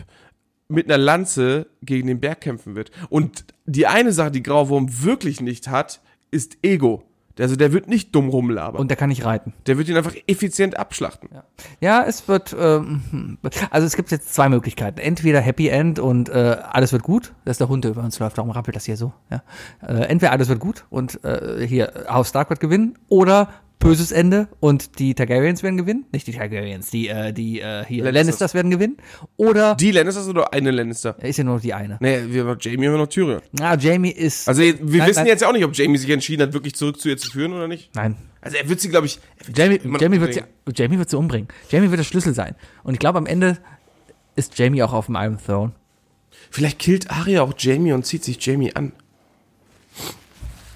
D: mit einer Lanze gegen den Berg kämpfen wird. Und die eine Sache, die Grauer Wurm wirklich nicht hat, ist Ego. Also der wird nicht dumm rumlabern.
C: und der kann nicht reiten.
D: der wird ihn einfach effizient abschlachten.
C: Ja, es wird, ähm, also es gibt jetzt zwei Möglichkeiten. Entweder Happy End und äh, alles wird gut, dass der Hund der über uns läuft, darum rappelt das hier so. Ja. Äh, entweder alles wird gut und äh, hier House Stark wird gewinnen oder böses Ende und die Targaryens werden gewinnen. Nicht die Targaryens, die, äh, die äh, hier Lannisters. werden gewinnen. Oder
D: Die Lannisters oder eine Lannister?
C: ist ja nur noch die eine.
D: Nee, wir haben noch Jamie und noch Tyrion.
C: Na, Jamie ist.
D: Also wir
C: Nein,
D: wissen
C: nein.
D: jetzt ja auch nicht, ob Jamie sich entschieden hat, wirklich zurück zu ihr zu führen oder nicht.
C: nein.
D: Also er wird sie, glaube ich. er wird
C: Jamie,
D: sie immer
C: Jamie, wird sie,
D: umbringen.
C: Jamie wird sie umbringen. Jamie wird der Schlüssel sein. Und ich glaube, am Ende ist Jamie auch auf dem Iron Throne.
D: Vielleicht killt Arya auch Jamie und zieht sich Jamie an.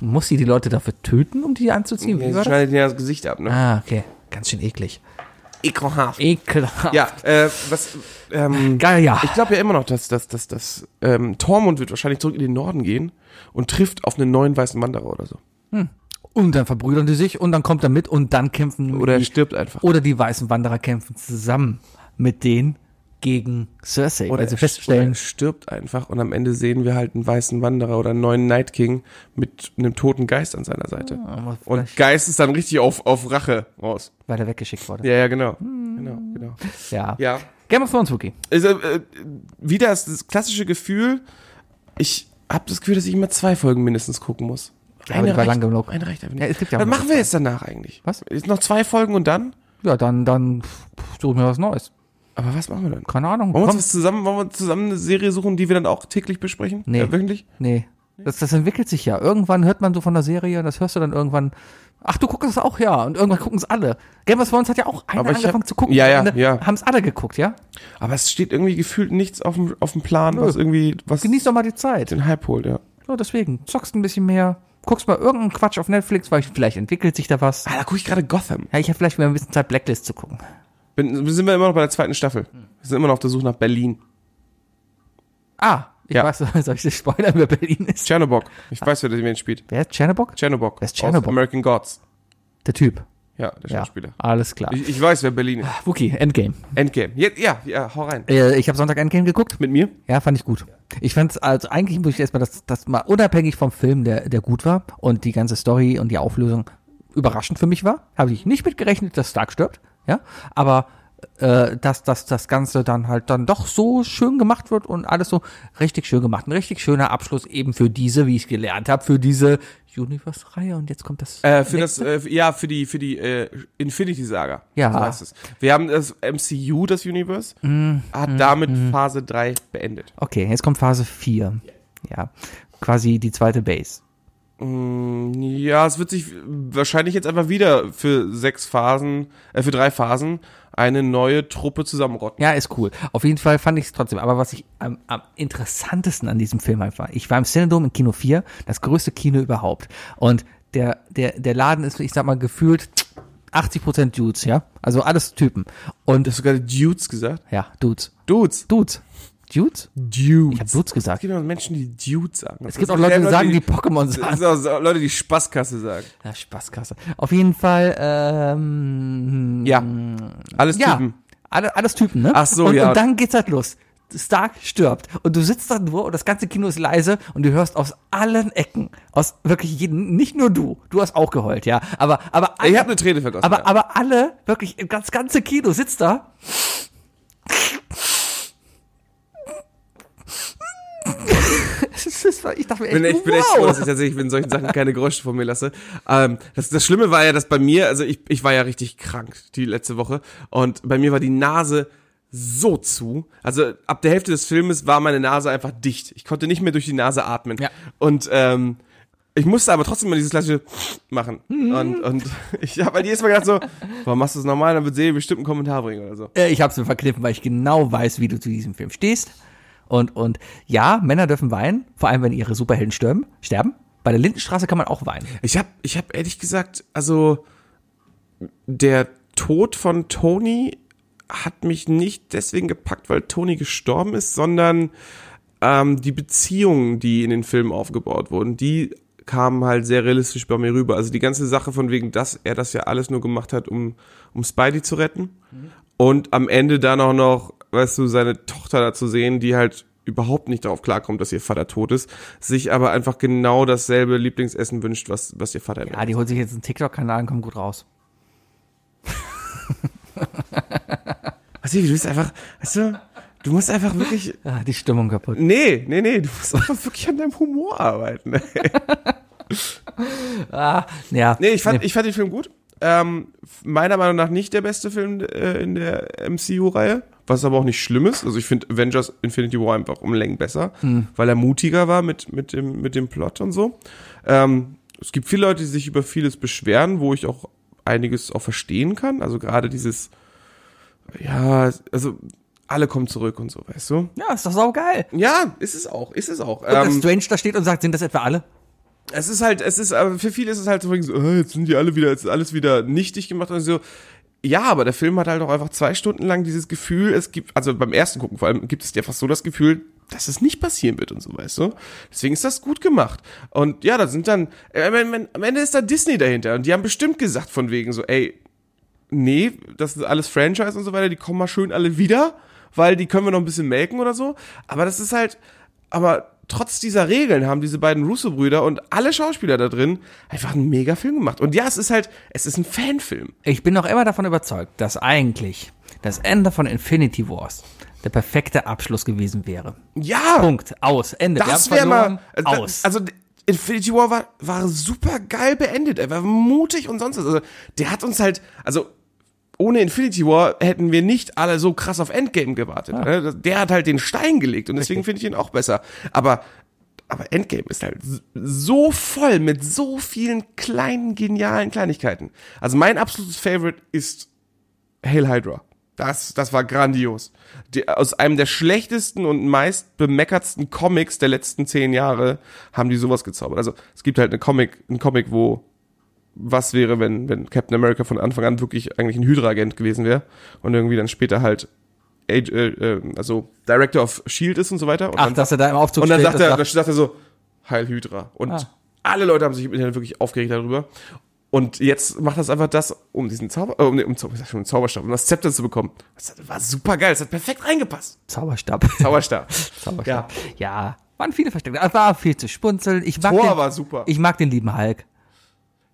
C: Muss sie die Leute dafür töten, um die anzuziehen?
D: Nee,
C: Wie
D: sie
C: war das?
D: schneidet ihr das Gesicht ab, ne?
C: Ah, okay. Ganz schön eklig.
D: Ekelhaft.
C: Ekelhaft.
D: Ja, äh, was. Ähm,
C: Geil, ja.
D: ich glaube ja immer noch, dass, dass, dass, dass ähm, Tormund wird wahrscheinlich zurück in den Norden gehen und trifft auf einen neuen weißen Wanderer oder so.
C: Und dann verbrüdern die sich und dann kommt er mit und dann kämpfen
D: Oder er
C: die,
D: stirbt einfach.
C: oder die weißen Wanderer kämpfen zusammen mit denen gegen Cersei.
D: Oder
C: Oder weil
D: er oder
C: sie Also feststellen,
D: er stirbt einfach und am Ende sehen wir halt einen weißen Wanderer oder einen neuen Night King mit einem toten Geist an seiner Seite.
C: Ah, aber
D: und Geist ist dann richtig auf, auf Rache raus.
C: weil er weggeschickt wurde.
D: Ja, ja, genau.
C: Hm.
D: Genau, genau.
C: Ja.
D: Ja.
C: Game of Thrones Wookie.
D: Also, äh, wieder ist das klassische Gefühl, ich habe das Gefühl, dass ich immer zwei Folgen mindestens gucken muss.
C: Ja, aber die war lang genug.
D: Eine reicht einfach nicht.
C: Ja, es gibt ja auch
D: Was
C: noch
D: machen wir jetzt danach eigentlich?
C: Was?
D: Ist noch zwei Folgen und dann?
C: Ja, dann, dann pff, suchen wir was Neues.
D: Aber was machen wir dann?
C: Keine Ahnung.
D: Wollen wir, uns
C: komm.
D: was zusammen, wollen wir zusammen eine Serie suchen, die wir dann auch täglich besprechen?
C: Nee.
D: Äh, wöchentlich?
C: Nee. Das, das entwickelt sich ja. Irgendwann hört man so von der Serie und das hörst du dann irgendwann. Ach, du guckst es auch, ja. Und irgendwann gucken es alle. Game of Thrones hat ja auch einer
D: Aber ich hab-
C: angefangen zu gucken.
D: Ja,
C: Am
D: ja,
C: Ende
D: ja.
C: Haben es alle geguckt, ja?
D: Aber es steht irgendwie gefühlt nichts auf dem, auf dem Plan, was irgendwie was
C: Genieß doch mal die Zeit.
D: den Hype holt, ja.
C: So, deswegen. Zockst ein bisschen mehr, guckst mal irgendeinen Quatsch auf Netflix, weil vielleicht entwickelt sich da was.
D: Ah, da gucke ich gerade Gotham.
C: Ja, ich habe vielleicht mal ein bisschen Zeit, Blacklist zu gucken.
D: Bin, sind wir immer noch bei der zweiten Staffel. Wir sind immer noch auf der Suche nach Berlin.
C: Ah, ich
D: Ja.
C: weiß, (laughs) soll ich das spoilern, wer Berlin ist?
D: Chernobog. Ich weiß, wer den spielt.
C: Wer ist Chernobog?
D: Chernobog.
C: Wer ist Chernobog?
D: Aus American Gods.
C: Der Typ.
D: Ja, der
C: Ja, Ah.
D: Schauspieler.
C: alles klar.
D: Ich, ich weiß, wer Berlin ist.
C: Wookie, Endgame.
D: Endgame. Ja, ja, ja, hau rein.
C: Äh, ich habe Sonntag Endgame geguckt.
D: Mit mir?
C: Ja, fand ich gut. Ich fand's also eigentlich muss ich erstmal das, das mal unabhängig vom Film, der, der gut war und die ganze Story und die Auflösung überraschend für mich war. Habe ich nicht mitgerechnet, dass Stark stirbt. Ja, aber äh, dass, dass das Ganze dann halt dann doch so schön gemacht wird und alles so richtig schön gemacht. Ein richtig schöner Abschluss eben für diese, wie ich gelernt habe, für diese Universe-Reihe. Und jetzt kommt das.
D: Äh, für das,
C: nächste.
D: äh, ja, für die, für die äh, Infinity Saga.
C: Ja.
D: So heißt es. Wir haben das MCU, das Universe, hat damit Phase 3 beendet.
C: Okay, jetzt kommt Phase 4. Ja, quasi die zweite Base.
D: Ja, es wird sich wahrscheinlich jetzt einfach wieder für sechs Phasen, äh, für drei Phasen eine neue Truppe zusammenrotten.
C: Ja, ist cool. Auf jeden Fall fand ich es trotzdem. Aber was ich am, am interessantesten an diesem Film halt war, ich war im Cinedom in Kino 4, das größte Kino überhaupt. Und der, der, der Laden ist, ich sag mal, gefühlt 80% Dudes, ja? Also alles Typen. Und
D: Hast du gerade Dudes gesagt?
C: ja, Dudes.
D: Dudes.
C: Dudes. Dudes?
D: Dudes.
C: Ich hab Dudes
D: Es
C: gesagt.
D: gibt auch Menschen, die Dudes sagen.
C: Es gibt auch Leute, die sagen, die
D: (laughs)
C: Pokémon
D: Das
C: sagen.
D: sind auch so Leute, die Spaßkasse sagen.
C: Ja, Spaßkasse. Auf jeden Fall, ähm,
D: Ja. Alles
C: ja,
D: Typen.
C: alle, alles Typen, ne?
D: Ach so,
C: und,
D: ja.
C: Und dann geht's halt los. Stark stirbt. Und du sitzt da nur und das ganze Kino ist leise und du hörst aus allen Ecken, aus wirklich jedem, nicht nur du, du hast auch geheult, ja. Aber, aber alle,
D: Ich hab eine Träne vergossen.
C: aber,
D: ja.
C: aber alle, wirklich, das ganze Kino sitzt da. (laughs) Es ist- ich dachte mir echt,
D: bin echt,
C: wow.
D: bin echt froh, dass ich tatsächlich in solchen Sachen keine Geräusche von mir lasse. Ähm, das, das Schlimme war ja, dass bei mir, also ich, ich war ja richtig krank die letzte Woche und bei mir war die Nase so zu. Also ab der Hälfte des Filmes war meine Nase einfach dicht. Ich konnte nicht mehr durch die Nase atmen.
C: Ja.
D: Und ähm, ich musste aber trotzdem mal dieses klassische machen. Und, und (laughs) ich habe halt jedes Mal gedacht so, warum machst du das normal? Dann wird sie bestimmt einen Kommentar bringen oder so.
C: Äh, Ich hab's mir verkniffen, weil ich genau weiß, wie du zu diesem Film stehst. Und, und ja, Männer dürfen weinen, vor allem wenn ihre Superhelden sterben. sterben. Bei der Lindenstraße kann man auch weinen.
D: Ich habe ich hab ehrlich gesagt, also der Tod von Tony hat mich nicht deswegen gepackt, weil Tony gestorben ist, sondern ähm, die Beziehungen, die in den Filmen aufgebaut wurden, die kamen halt sehr realistisch bei mir rüber. Also die ganze Sache von wegen, dass er das ja alles nur gemacht hat, um, um Spidey zu retten. Und am Ende dann auch noch, weißt du, seine Tochter da zu sehen, die halt überhaupt nicht darauf klarkommt, dass ihr Vater tot ist, sich aber einfach genau dasselbe Lieblingsessen wünscht, was, was ihr Vater
C: Ja, die holt sich jetzt einen TikTok-Kanal und kommt gut raus.
D: Also, du bist einfach, weißt du, du musst einfach wirklich,
C: Ah, die Stimmung kaputt.
D: nee, nee, nee, du musst einfach wirklich an deinem Humor arbeiten.
C: Ja,
D: (laughs) Nee, ich fand, ich fand den Film gut. Ähm, f- meiner Meinung nach nicht der beste Film äh, in der MCU-Reihe, was aber auch nicht schlimm ist. Also ich finde Avengers Infinity War einfach um Längen besser, weil er mutiger war mit, mit, dem, mit dem Plot und so. Ähm, es gibt viele Leute, die sich über vieles beschweren, wo ich auch einiges auch verstehen kann. Also gerade dieses, ja, also alle kommen zurück und so, weißt du?
C: ja, ist doch saugeil.
D: Ja, ist es auch, ist es auch. Ähm,
C: Und dass Strange da steht und sagt, sind das etwa alle?
D: Es ist halt, es ist, aber für viele ist es halt so, so äh, jetzt sind die alle wieder, jetzt ist alles wieder nichtig gemacht und so. Ja, aber der Film hat halt auch einfach zwei Stunden lang dieses Gefühl, es gibt, also beim ersten Gucken vor allem, gibt es dir fast so das Gefühl, dass es nicht passieren wird und so, weißt du? Deswegen ist das gut gemacht. Und ja, da sind dann, äh, am Ende- am Ende ist da Disney dahinter und die haben bestimmt gesagt von wegen so, ey, nee, das ist alles Franchise und so weiter, die kommen mal schön alle wieder, weil die können wir noch ein bisschen melken oder so. Aber das ist halt, aber trotz dieser Regeln haben diese beiden Russo-Brüder und alle Schauspieler da drin einfach einen mega Film gemacht. Und ja, es ist halt, es ist ein Fanfilm.
C: Ich bin noch immer davon überzeugt, dass eigentlich das Ende von Infinity Wars der perfekte Abschluss gewesen wäre.
D: Ja!
C: Punkt. Aus. Ende. Wir
D: Das
C: haben
D: wäre mal.
C: verloren.
D: Also,
C: Aus.
D: also Infinity War war, war super geil beendet. Er war mutig und sonst was. Also, der hat uns halt. Also, ohne Infinity War hätten wir nicht alle so krass auf Endgame gewartet.
C: Ah.
D: ne? Das- Der hat halt den Stein gelegt und deswegen finde ich ihn auch besser. Aber. Aber Endgame ist halt s- so voll mit so vielen kleinen, genialen Kleinigkeiten. Also mein absolutes Favorite ist Hail Hydra. Das, das war grandios. Die, aus einem der schlechtesten und meist bemeckertsten Comics der letzten zehn Jahre haben die sowas gezaubert. Also es gibt halt eine Comic, einen Comic, wo was wäre, wenn, wenn Captain America von Anfang an wirklich eigentlich ein Hydra-Agent gewesen wäre und irgendwie dann später halt Ag- äh, äh, also Director of Shield ist und so weiter. Und
J: Ach,
D: dann,
J: dass er da im Aufzug
D: und dann
J: steht,
D: sagt er, dann
J: das
D: sagt er so, Heil Hydra. Und
J: Ah.
D: alle Leute haben sich im Internet wirklich aufgeregt darüber. Und jetzt macht das einfach das, um diesen Zauber, äh, um, den- um, Zauber- ich sag schon, um Zauberstab, um das Zepter zu bekommen. Das war super geil, das hat perfekt reingepasst.
C: Zauberstab.
D: Zauberstab.
C: Zauberstab. Ja. ja. Waren viele versteckt. Es war viel zu spunzeln. Ich mag
D: Thor
C: den,
D: war super.
C: Ich mag den lieben Hulk.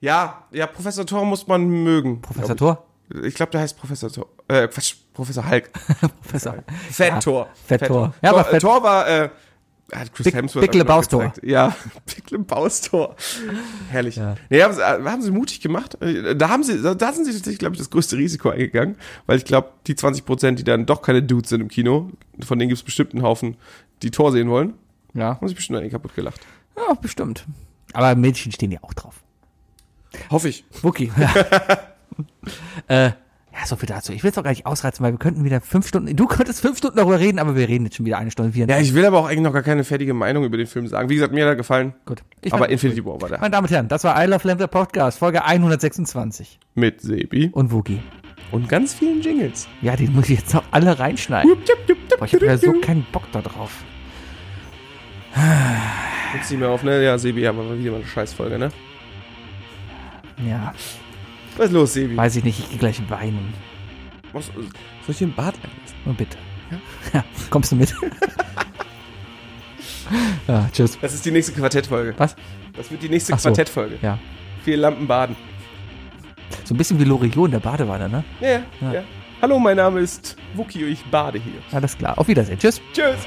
D: ja, ja, Professor Thor muss man mögen.
C: Professor Thor.
D: Thor? Ich glaube, der heißt Professor Thor. Äh, Quatsch, Professor Hulk.
C: Professor.
D: Fett Thor.
C: Fett Thor.
D: Ja,
C: Ja,
D: Thor,
C: aber Fett-
D: Thor war, äh, hat Chris
C: Big-
D: Hemsworth
C: Big Lebowski Thor.
D: gezeigt. Ja, (laughs) Big Lebowski-Tor. Herrlich. Nee, haben, sie, äh, haben sie mutig gemacht. Äh, Da haben sie, da, da sind sie tatsächlich, glaube ich, das größte Risiko eingegangen, weil ich glaube, die 20 Prozent, die dann doch keine Dudes sind im Kino, von denen gibt es bestimmt einen Haufen, die Tor sehen wollen,
C: Ja.
D: haben sich bestimmt einen kaputt gelacht.
C: Ja, bestimmt. Aber Mädchen stehen ja auch drauf.
D: Hoffe ich.
C: (laughs) Wookie. Ja. äh, ja, so viel dazu. Ich will es auch gar nicht ausreizen, weil wir könnten wieder fünf Stunden. Du könntest fünf Stunden darüber reden, aber wir reden jetzt schon wieder eine Stunde vier.
D: Ja, ich will aber auch eigentlich noch gar keine fertige Meinung über den Film sagen. Wie gesagt, mir hat er gefallen.
C: Gut. Ich
D: aber
C: fand-
D: Infinity War war da.
C: Meine Damen und Herren, das war I Love Lamp der Podcast, Folge 126.
D: Mit Sebi
C: Und Wookie.
D: und ganz vielen Jingles.
C: Ja, die muss ich jetzt noch alle reinschneiden. Boah, ich habe ja so keinen Bock da drauf.
D: Jetzt nicht mehr auf, ne? Ja, Sebi, haben wir wieder mal eine Scheißfolge, ne?
C: Ja,
D: Was ist los, Sebi?
C: weiß ich nicht, ich gehe gleich weinen.
D: Was, soll ich dir einen Bart einlassen?
C: Nur bitte. Ja, kommst du mit? ja, tschüss.
D: Das ist die nächste Quartettfolge.
C: Was?
D: Das wird die nächste
C: Ach so.
D: Quartettfolge.
C: Ja.
D: Vier Lampen baden.
C: So ein bisschen wie Loriot in der Badewanne, ne?
D: Ja, ja, ja. Hallo, mein Name ist Wookie und ich bade hier.
C: Alles klar. Auf Wiedersehen. Tschüss.
D: Tschüss!